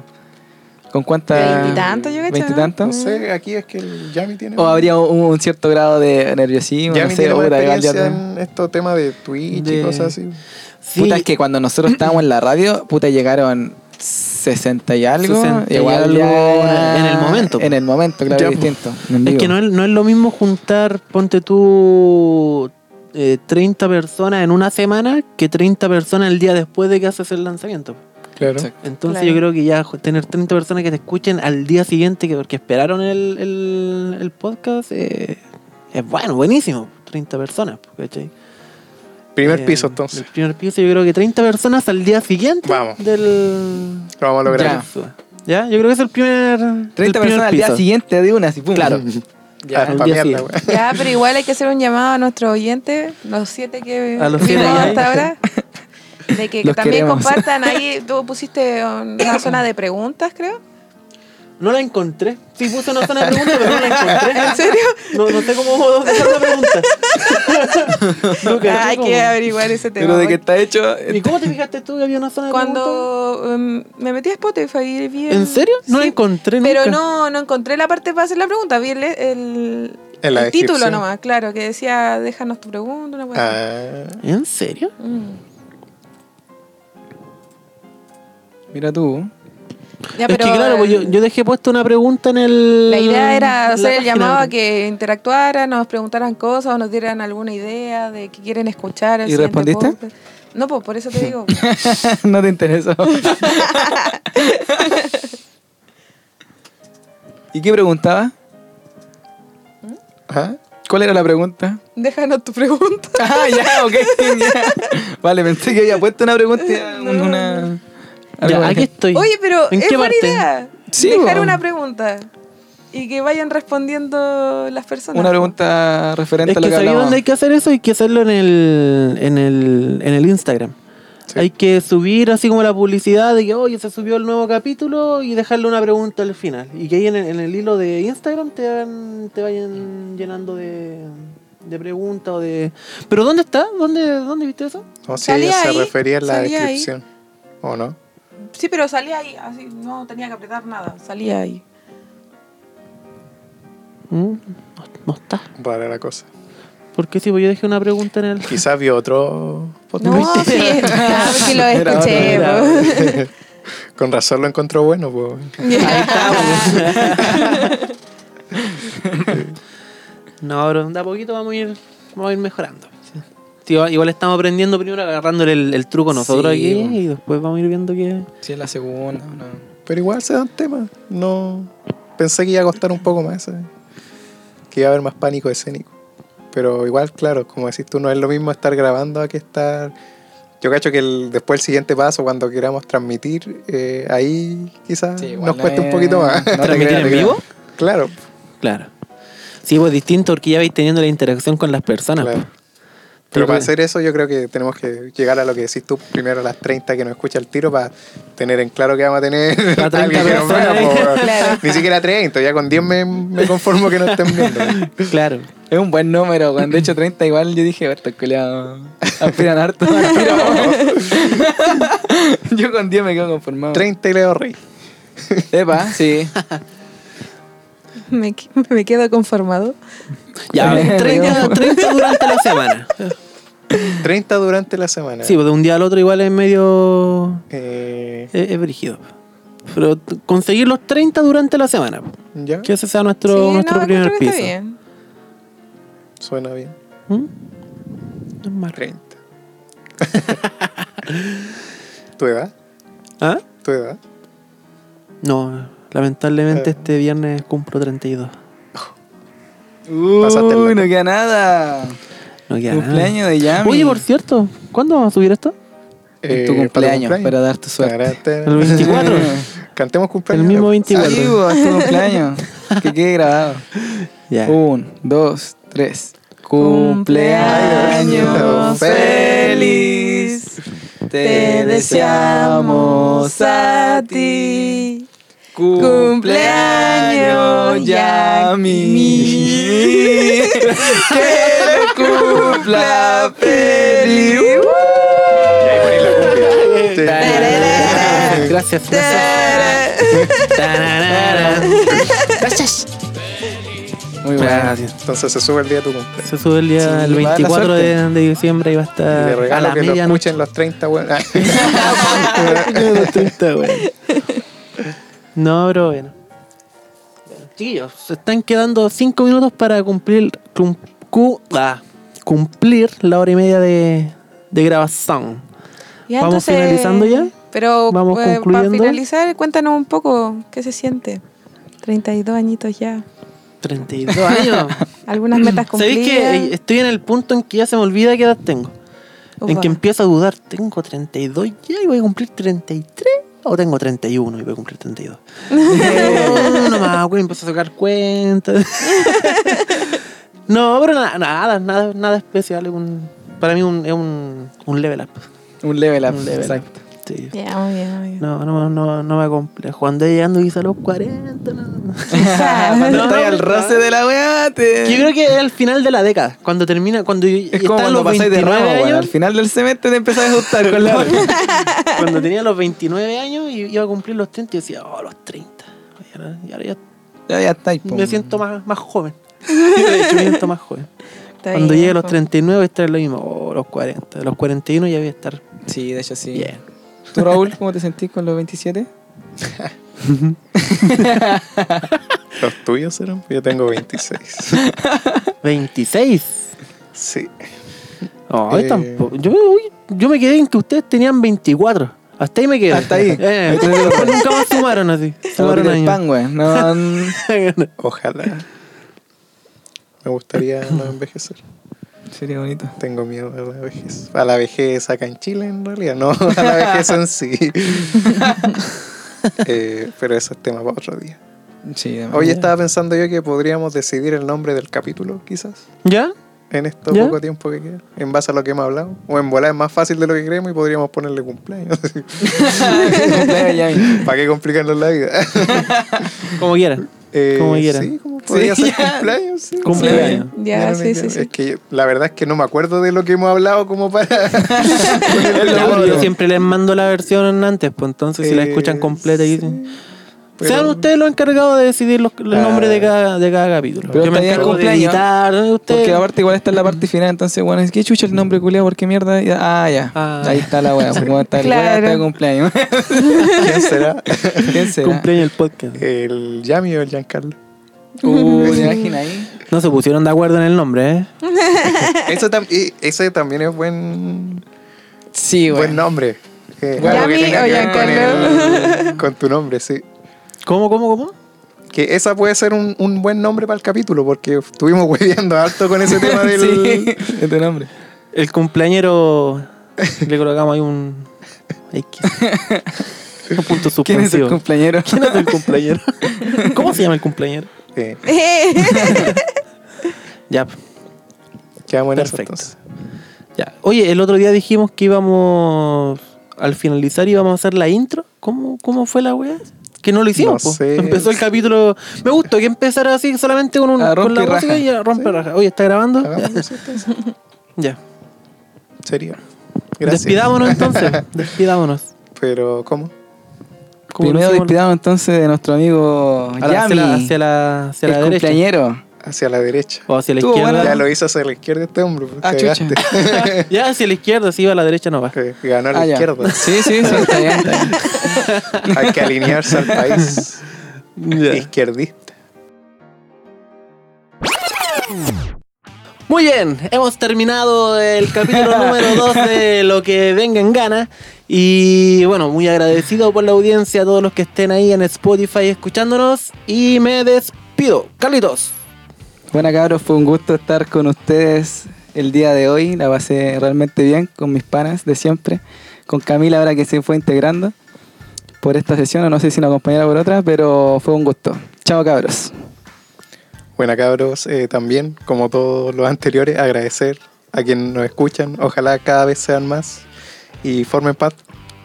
Speaker 3: ¿Con cuánta?
Speaker 1: Veintitantos, yo creo, ¿no?
Speaker 3: ¿Veintitantos?
Speaker 4: No sé, aquí es que el Yami tiene.
Speaker 3: ¿O habría un, un cierto grado de nerviosismo?
Speaker 4: Yami
Speaker 3: no sé,
Speaker 4: tiene más
Speaker 3: puta, igual ya-
Speaker 4: experiencia en estos temas de Twitch
Speaker 2: De-
Speaker 4: y cosas así.
Speaker 2: sí,
Speaker 3: Puta, es que cuando nosotros estábamos en la radio, puta, llegaron 60 y algo.
Speaker 2: 60 y
Speaker 3: igual
Speaker 2: algo
Speaker 3: ya-
Speaker 2: en el momento.
Speaker 3: En el momento, claro,
Speaker 2: Ya,
Speaker 3: es
Speaker 2: pues.
Speaker 3: distinto.
Speaker 2: es que no es, no es lo mismo juntar, ponte tú, eh, 30 personas en una semana que 30 personas el día después de que haces el lanzamiento.
Speaker 4: Claro.
Speaker 3: Exacto.
Speaker 2: Entonces
Speaker 1: Claro.
Speaker 2: yo creo que ya jo- tener 30 personas que te escuchen al día siguiente que porque esperaron el, el- el podcast eh, es bueno, buenísimo. 30 personas, pues, ¿cachai?
Speaker 4: Primer
Speaker 2: Eh,
Speaker 4: piso, entonces.
Speaker 2: El primer piso yo creo que 30 personas al día siguiente
Speaker 4: Vamos.
Speaker 2: del...
Speaker 4: Lo vamos a lograr.
Speaker 3: Ya.
Speaker 2: ¿Ya? Yo creo que es el primer... el
Speaker 3: 30
Speaker 2: primer
Speaker 3: personas al día
Speaker 2: piso.
Speaker 3: siguiente de una, así, pum.
Speaker 2: Claro.
Speaker 4: Ya,
Speaker 2: al
Speaker 4: pa'
Speaker 2: día
Speaker 4: mierda,
Speaker 2: siguiente.
Speaker 4: weón.
Speaker 1: Ya, pero igual hay que hacer un llamado a nuestros oyentes, los siete que
Speaker 2: A los
Speaker 1: vimos
Speaker 2: siete, ya.
Speaker 1: hasta ahora, de que,
Speaker 3: Los
Speaker 1: también
Speaker 3: queremos.
Speaker 1: compartan. Ahí tú pusiste una zona de preguntas, creo.
Speaker 2: No la encontré. Sí puse una zona de preguntas, pero no la encontré. ¿En serio? No, no sé cómo hacer la pregunta. No caché
Speaker 1: Ah, hay
Speaker 2: cómo.
Speaker 1: que averiguar ese tema.
Speaker 3: Pero de que está hecho.
Speaker 2: ¿Y cómo te fijaste tú que había una zona de preguntas?
Speaker 1: Cuando em, me metí a Spotify y vi el-
Speaker 2: ¿En serio? No la
Speaker 1: Sí,
Speaker 2: encontré nunca.
Speaker 1: Pero no, no encontré la parte para hacer la pregunta, vi el, el-
Speaker 4: En la
Speaker 1: el título
Speaker 4: descripción.
Speaker 1: nomás, claro, que decía, déjanos tu pregunta, una cosa así.
Speaker 4: Ah,
Speaker 2: ¿En serio?
Speaker 1: Mm.
Speaker 3: Mira tú.
Speaker 1: Ya,
Speaker 2: es que claro, pues yo,
Speaker 1: el-
Speaker 2: yo dejé puesta una pregunta en el...
Speaker 1: La idea era
Speaker 2: en la
Speaker 1: hacer el
Speaker 2: página. pues.
Speaker 1: llamado a que interactuaran, nos preguntaran cosas o nos dieran alguna idea de qué quieren escuchar. el
Speaker 3: ¿Y
Speaker 1: siguiente
Speaker 3: respondiste?
Speaker 1: podcast. No, pues por eso te digo.
Speaker 3: no te interesó. ¿Y qué preguntaba?
Speaker 4: ajá.
Speaker 3: ¿Cuál era la pregunta?
Speaker 1: Déjanos tu pregunta.
Speaker 3: Ah, ya, ok. ya. Vale, pensé que había puesto una pregunta. un- una, algo
Speaker 2: Ya,
Speaker 3: más.
Speaker 2: aquí estoy.
Speaker 1: Oye, pero
Speaker 2: ¿En
Speaker 1: es
Speaker 2: qué
Speaker 1: buena
Speaker 2: parte?
Speaker 1: idea.
Speaker 3: Sí,
Speaker 1: Dejar
Speaker 3: bo.
Speaker 1: una pregunta y que vayan respondiendo las personas.
Speaker 3: Una pregunta referente
Speaker 2: Es
Speaker 3: a lo
Speaker 2: que
Speaker 3: que
Speaker 2: sabía
Speaker 3: hablamos.
Speaker 2: dónde hay que hacer eso, hay que hacerlo en el, en el, en el Instagram. Hay que subir así como la publicidad de que, oye, se subió el nuevo capítulo y dejarle una pregunta al final. Y que ahí en el, en el hilo de Instagram te, hagan- te vayan llenando de, de preguntas o de... ¿Pero dónde está? ¿Dónde, dónde viste eso?
Speaker 4: No, si
Speaker 1: Salía
Speaker 4: ella se
Speaker 1: ahí,
Speaker 4: Oh, refería en la
Speaker 1: salía ahí.
Speaker 4: descripción. ¿O no?
Speaker 1: Sí, pero salía ahí, así, no tenía que apretar nada, salía ahí.
Speaker 2: Mm, No, no está.
Speaker 4: Rara la cosa.
Speaker 2: Porque si pues, yo dejé una pregunta en el...
Speaker 4: Quizás vio otro
Speaker 3: Pues
Speaker 1: No, sí, ah, sí lo
Speaker 2: Era
Speaker 1: escuché.
Speaker 2: otra,
Speaker 1: bo.
Speaker 4: Con razón lo encontró bueno, pues.
Speaker 2: No, pero de a poquito vamos a ir, vamos a ir mejorando. Sí, igual igual estamos aprendiendo primero agarrándole el, el truco nosotros
Speaker 3: Sí,
Speaker 2: aquí
Speaker 3: bueno.
Speaker 2: y después vamos a ir viendo que...
Speaker 3: Sí, en la segunda. no.
Speaker 4: Pero igual se dan temas. No. Pensé que iba a costar un poco más. ¿sabes? Que iba a haber más pánico escénico. Pero igual, claro, como decís tú, no es lo mismo estar grabando a que estar. Yo cacho que el- después el siguiente paso, cuando queramos transmitir, eh, ahí quizás
Speaker 3: Sí, igual
Speaker 4: nos cuesta
Speaker 3: es-
Speaker 4: un poquito más.
Speaker 3: no te
Speaker 2: ¿Transmitir
Speaker 3: creas,
Speaker 2: en
Speaker 3: te
Speaker 2: vivo?
Speaker 4: Claro,
Speaker 2: Claro. Sí, pues distinto porque ya vais teniendo la interacción con las personas.
Speaker 4: claro.
Speaker 2: pues. Yo
Speaker 4: Pero
Speaker 2: creo-
Speaker 4: para hacer eso yo creo que tenemos que llegar a lo que decís tú primero a las 30 que nos escucha el tiro para tener en claro que vamos a tener
Speaker 2: A 30
Speaker 4: alguien que nos vea,
Speaker 2: personas.
Speaker 4: po, weón. Ni siquiera 30, ya con 10 me, me conformo que no estén viendo. weón.
Speaker 2: pues. Claro.
Speaker 3: Es un buen número, weón. De hecho, 30 igual yo dije, estos culiados aspiran harto. al tiro". yo con 10 me quedo conformado.
Speaker 4: 30 y Leo Rey.
Speaker 3: Epa, sí.
Speaker 1: Me, qu- me quedo conformado.
Speaker 2: Ya,
Speaker 3: Eh,
Speaker 2: 30, 30 durante la semana.
Speaker 4: 30 durante la semana.
Speaker 2: Sí, pues de un día al otro igual es medio...
Speaker 4: Eh,
Speaker 2: Es, es brígido. pues. Pero t- conseguir los 30 durante la semana. pues,
Speaker 4: ya,
Speaker 2: Que ese sea nuestro,
Speaker 1: Sí,
Speaker 2: nuestro
Speaker 1: no,
Speaker 2: primer
Speaker 1: encuentro que
Speaker 2: piso.
Speaker 1: está bien.
Speaker 4: suena bien.
Speaker 2: ¿Mm? No ¿Mm? es malo.
Speaker 4: 30. ¿Tu edad?
Speaker 2: ¿Ah?
Speaker 4: ¿Tu edad?
Speaker 2: No, lamentablemente
Speaker 4: Eh.
Speaker 2: este viernes cumplo 32.
Speaker 4: Pasaste el
Speaker 3: Uy,
Speaker 4: dato.
Speaker 3: no queda nada.
Speaker 2: No queda nada.
Speaker 3: Cumpleaños de Yami.
Speaker 2: Oye, por cierto, ¿cuándo vamos a subir esto?
Speaker 3: En tu
Speaker 4: Eh,
Speaker 3: cumpleaños,
Speaker 4: para tu
Speaker 3: para dar tu suerte.
Speaker 2: El 24.
Speaker 4: Cantemos
Speaker 2: El
Speaker 4: cumpleaños.
Speaker 2: mismo 24.
Speaker 3: Sí, vos, tu cumpleaños. Que quede grabado.
Speaker 2: Ya.
Speaker 3: Un, dos, tres.
Speaker 1: Cumpleaños
Speaker 3: Cumpleaños
Speaker 1: feliz.
Speaker 3: feliz. Te deseamos a ti. Cumpleaños Yami. Que te cumpla feliz.
Speaker 4: Y ahí ponéis la cumbia. Sí.
Speaker 2: Gracias. Gracias. Tararara.
Speaker 3: Muy bueno.
Speaker 2: Gracias.
Speaker 4: Entonces se sube el día de tu cumpleaños.
Speaker 2: Se sube el día
Speaker 3: Sí,
Speaker 2: el
Speaker 3: va a la
Speaker 2: 24
Speaker 3: suerte.
Speaker 2: de, de diciembre y va a
Speaker 4: Y le
Speaker 2: estar Ah, a
Speaker 4: regalo
Speaker 2: la
Speaker 4: que lo
Speaker 2: medianoche.
Speaker 4: escuchen los 30, weón. Ah,
Speaker 2: No, pero bueno. Chicos, se están quedando 5 minutos para cumplir cum- cu- ah, cumplir la hora y media de, de grabación.
Speaker 1: Ya,
Speaker 2: ¿Vamos finalizando ya?
Speaker 1: Pero
Speaker 2: ¿Vamos
Speaker 1: eh, para
Speaker 2: concluyendo?
Speaker 1: finalizar, cuéntanos un poco qué se siente. 32 añitos ya.
Speaker 2: 32 años.
Speaker 1: Algunas metas
Speaker 2: ¿Sabéis
Speaker 1: cumplidas.
Speaker 2: que eh, estoy en el punto en que ya se me olvida qué edad tengo? En
Speaker 1: Ufa.
Speaker 2: que empiezo a dudar, ¿tengo 32 ya y voy a cumplir 33? ¿O tengo 31 y voy a cumplir 32? no, no me acuerdo, empiezo a sacar cuentas. no, pero na- nada, nada, nada especial. es un- para mí un- es un, un level up.
Speaker 3: Un level up.
Speaker 2: Un level up.
Speaker 3: Exacto.
Speaker 2: Sí.
Speaker 1: Ya, muy bien, muy bien.
Speaker 2: No, no, no, no me complejo. Ando llegando quizá a los 40. no. No,
Speaker 3: Cuando estás
Speaker 2: no,
Speaker 3: al
Speaker 2: no.
Speaker 3: roce de la weá, te-
Speaker 2: Yo creo que es el final de la década, cuando termina, cuando yo-
Speaker 3: Eh. Es
Speaker 2: estaba
Speaker 3: como
Speaker 2: en
Speaker 3: cuando pasáis de ramo, weón.
Speaker 2: años,
Speaker 3: Al final del semestre te empezás a ajustar con la
Speaker 2: cuando tenía los 29 años y iba a cumplir los 30 y decía, oh, los 30. Y ahora, y ahora ya
Speaker 3: Ya, ya estáis, po.
Speaker 2: me siento más, más joven. De hecho, me siento más joven.
Speaker 1: Está
Speaker 2: Cuando
Speaker 1: bien, pues.
Speaker 2: llegue a los
Speaker 1: po.
Speaker 2: 39 voy a estar en lo mismo, oh, los 40. Los 41 ya voy a estar
Speaker 3: Sí, de hecho sí.
Speaker 2: bien.
Speaker 3: ¿Tú, Raúl, cómo te sentís con los 27?
Speaker 4: los tuyos eran. Yo tengo 26.
Speaker 2: 26.
Speaker 4: Sí.
Speaker 2: No,
Speaker 4: Eh.
Speaker 2: tampoco. Yo, uy, yo me quedé en que ustedes tenían 24. Hasta ahí me quedé.
Speaker 3: Hasta ahí.
Speaker 2: Eh,
Speaker 3: Ahí tenés los-
Speaker 2: nunca más sumaron así. Sumaron
Speaker 3: el
Speaker 2: años.
Speaker 3: pan, weón. No, no.
Speaker 4: Ojalá. Me gustaría no envejecer.
Speaker 3: Sería bonito.
Speaker 4: Tengo miedo a la vejez. A la vejez acá en Chile, en realidad. No, a la vejez en sí. Eh, pero eso es tema para otro día.
Speaker 3: Sí, además.
Speaker 4: Hoy estaba pensando yo que podríamos decidir el nombre del capítulo, quizás.
Speaker 2: ¿Ya?
Speaker 4: En este
Speaker 2: ¿Ya?
Speaker 4: poco tiempo que queda. En base a lo que hemos hablado. O en volar es más fácil de lo que creemos y podríamos ponerle cumpleaños.
Speaker 3: Cumpleaños, Yami.
Speaker 4: ¿Para qué complicarnos la vida?
Speaker 2: Como quieran.
Speaker 4: Eh,
Speaker 2: Como quieran.
Speaker 4: Sí, como podría
Speaker 3: Sí,
Speaker 4: ser
Speaker 3: ya.
Speaker 4: cumpleaños. sí.
Speaker 2: Cumpleaños.
Speaker 1: Ya,
Speaker 4: Era una
Speaker 1: sí, sí,
Speaker 4: idea.
Speaker 1: sí.
Speaker 4: Es que yo- la verdad es que no me acuerdo de lo que hemos hablado como para...
Speaker 2: Ya, pero
Speaker 4: Claro.
Speaker 2: yo siempre les mando la versión antes, pues entonces si la
Speaker 4: Eh,
Speaker 2: escuchan completa y
Speaker 4: sí, pero-
Speaker 2: Sean ustedes los encargados de decidir los, el nombre de cada, de cada capítulo.
Speaker 3: Pero
Speaker 2: yo me
Speaker 3: está bien
Speaker 2: encargo de
Speaker 3: cumpleaños.
Speaker 2: editar, ¿eh? ustedes.
Speaker 3: Porque aparte igual está en la parte final, entonces, bueno, es que chucha el nombre culiao, porque mierda. Y- Ah, ya.
Speaker 2: Ah.
Speaker 3: Ahí está la weá. Como está el weá,
Speaker 1: Claro.
Speaker 3: está el cumpleaños.
Speaker 4: ¿Quién será?
Speaker 3: ¿Quién será?
Speaker 2: cumpleaños el podcast.
Speaker 4: ¿El Yami o el Giancarlo?
Speaker 3: Uh, ¿te imaginas ahí?
Speaker 2: No se pusieron de acuerdo en el nombre, ¿eh?
Speaker 4: Eso tam- y ese también es buen,
Speaker 3: Sí,
Speaker 4: buen
Speaker 3: weón.
Speaker 4: nombre. Eh,
Speaker 3: Yami
Speaker 4: algo que tenga
Speaker 1: o
Speaker 4: que ver con, el- con tu nombre, sí.
Speaker 2: ¿Cómo, cómo, cómo?
Speaker 4: Que esa puede ser un, un buen nombre para el capítulo, porque estuvimos hueveando harto con ese tema del...
Speaker 3: Sí, de tu nombre.
Speaker 2: El cumpleañero le colocamos ahí un X. Un punto
Speaker 3: ¿Quién es el
Speaker 2: suspensivo.
Speaker 3: cumpleañero?
Speaker 2: ¿Quién es el cumpleañero? ¿Cómo se llama el cumpleañero?
Speaker 4: Eh,
Speaker 2: Ya. pues.
Speaker 4: quedamos en eso,
Speaker 2: Perfecto.
Speaker 4: entonces.
Speaker 2: Ya. Oye, el otro día dijimos que íbamos al finalizar íbamos a hacer la intro. ¿Cómo, cómo fue la weá? Que no lo hicimos.
Speaker 4: No
Speaker 2: po.
Speaker 4: sé.
Speaker 2: Empezó el capítulo. Me gustó que empezara así solamente con, un,
Speaker 3: A
Speaker 2: con la
Speaker 3: rompe y
Speaker 2: música
Speaker 3: raja.
Speaker 2: y a romper raja. Oye, ¿está grabando?
Speaker 4: Hagamos eso entonces.
Speaker 2: ya.
Speaker 4: Sería. Gracias.
Speaker 2: Despidámonos entonces. Despidámonos.
Speaker 4: Pero, ¿cómo?
Speaker 2: Como
Speaker 3: Primero
Speaker 2: lo hicimos-
Speaker 3: despidamos entonces de nuestro amigo
Speaker 2: a la-
Speaker 3: Yami,
Speaker 2: hacia la, hacia la, hacia la
Speaker 3: el
Speaker 2: derecha.
Speaker 3: cumpleañero.
Speaker 4: Hacia la derecha.
Speaker 2: O hacia la
Speaker 3: Estuvo
Speaker 2: izquierda.
Speaker 3: buena
Speaker 4: Ya lo hizo hacia la izquierda este hombre. pues,
Speaker 3: Ah, chucha.
Speaker 4: cagaste.
Speaker 2: Ya hacia la izquierda, si iba a la derecha no va.
Speaker 4: Eh, Ganó a la
Speaker 3: Ah, ya.
Speaker 4: izquierda.
Speaker 3: Sí, sí, sí, está bien, está bien.
Speaker 4: Hay que alinearse al país
Speaker 2: Ya.
Speaker 4: izquierdista.
Speaker 2: Muy bien, hemos terminado el capítulo número 2 de Lo que venga en gana. Y bueno, muy agradecido por la audiencia, a todos los que estén ahí en Spotify escuchándonos. Y me despido. Carlitos.
Speaker 3: Bueno, cabros, fue un gusto estar con ustedes el día de hoy. La pasé realmente bien con mis panas de siempre. Con Camila, ahora que se fue integrando por esta sesión, o no sé si nos acompañará por otra, pero fue un gusto. Chao, cabros.
Speaker 4: Bueno, cabros, eh, también, como todos los anteriores, agradecer a quienes nos escuchan. Ojalá cada vez sean más y formen pa-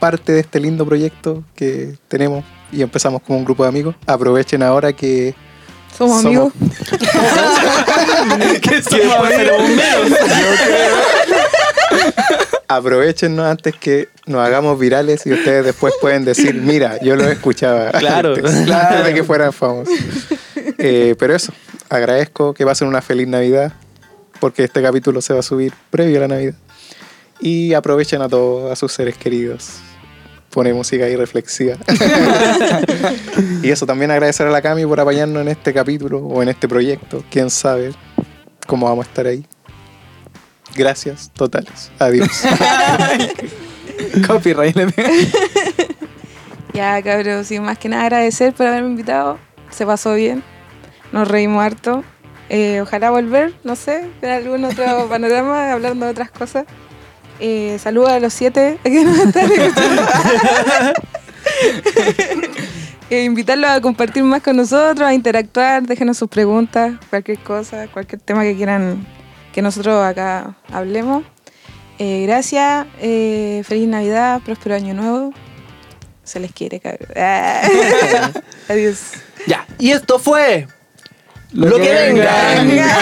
Speaker 4: parte de este lindo proyecto que tenemos y empezamos como un grupo de amigos. Aprovechen ahora que
Speaker 1: Somos amigos.
Speaker 2: ¿Qué
Speaker 4: Aprovechen antes que nos hagamos virales y ustedes después pueden decir, mira, yo lo escuchaba.
Speaker 2: Claro.
Speaker 4: antes, antes de que fueran famosos. Eh, pero eso, agradezco que pasen una feliz Navidad, porque este capítulo se va a subir previo a la Navidad. Y aprovechen a todos, a sus seres queridos. Pone música ahí reflexiva. y eso, también agradecer a la Cami por apañarnos en este capítulo o en este proyecto. Quién sabe cómo vamos a estar ahí. Gracias totales. Adiós.
Speaker 3: Copyright. le pega.
Speaker 1: Ya, cabros, sin más que nada agradecer por haberme invitado. Se pasó bien. Nos reímos harto. Eh, ojalá volver, no sé, en algún otro panorama, hablando de otras cosas. Eh, saludos a los siete que nos están escuchando. Eh, invitarlos a compartir más con nosotros, a interactuar, déjenos sus preguntas, cualquier cosa, cualquier tema que quieran que nosotros acá hablemos. Eh, gracias, eh, feliz Navidad, próspero año nuevo. Se les quiere, cabrón. Adiós.
Speaker 2: Ya, y esto fue
Speaker 3: Lo,
Speaker 2: que venga.
Speaker 1: Venga.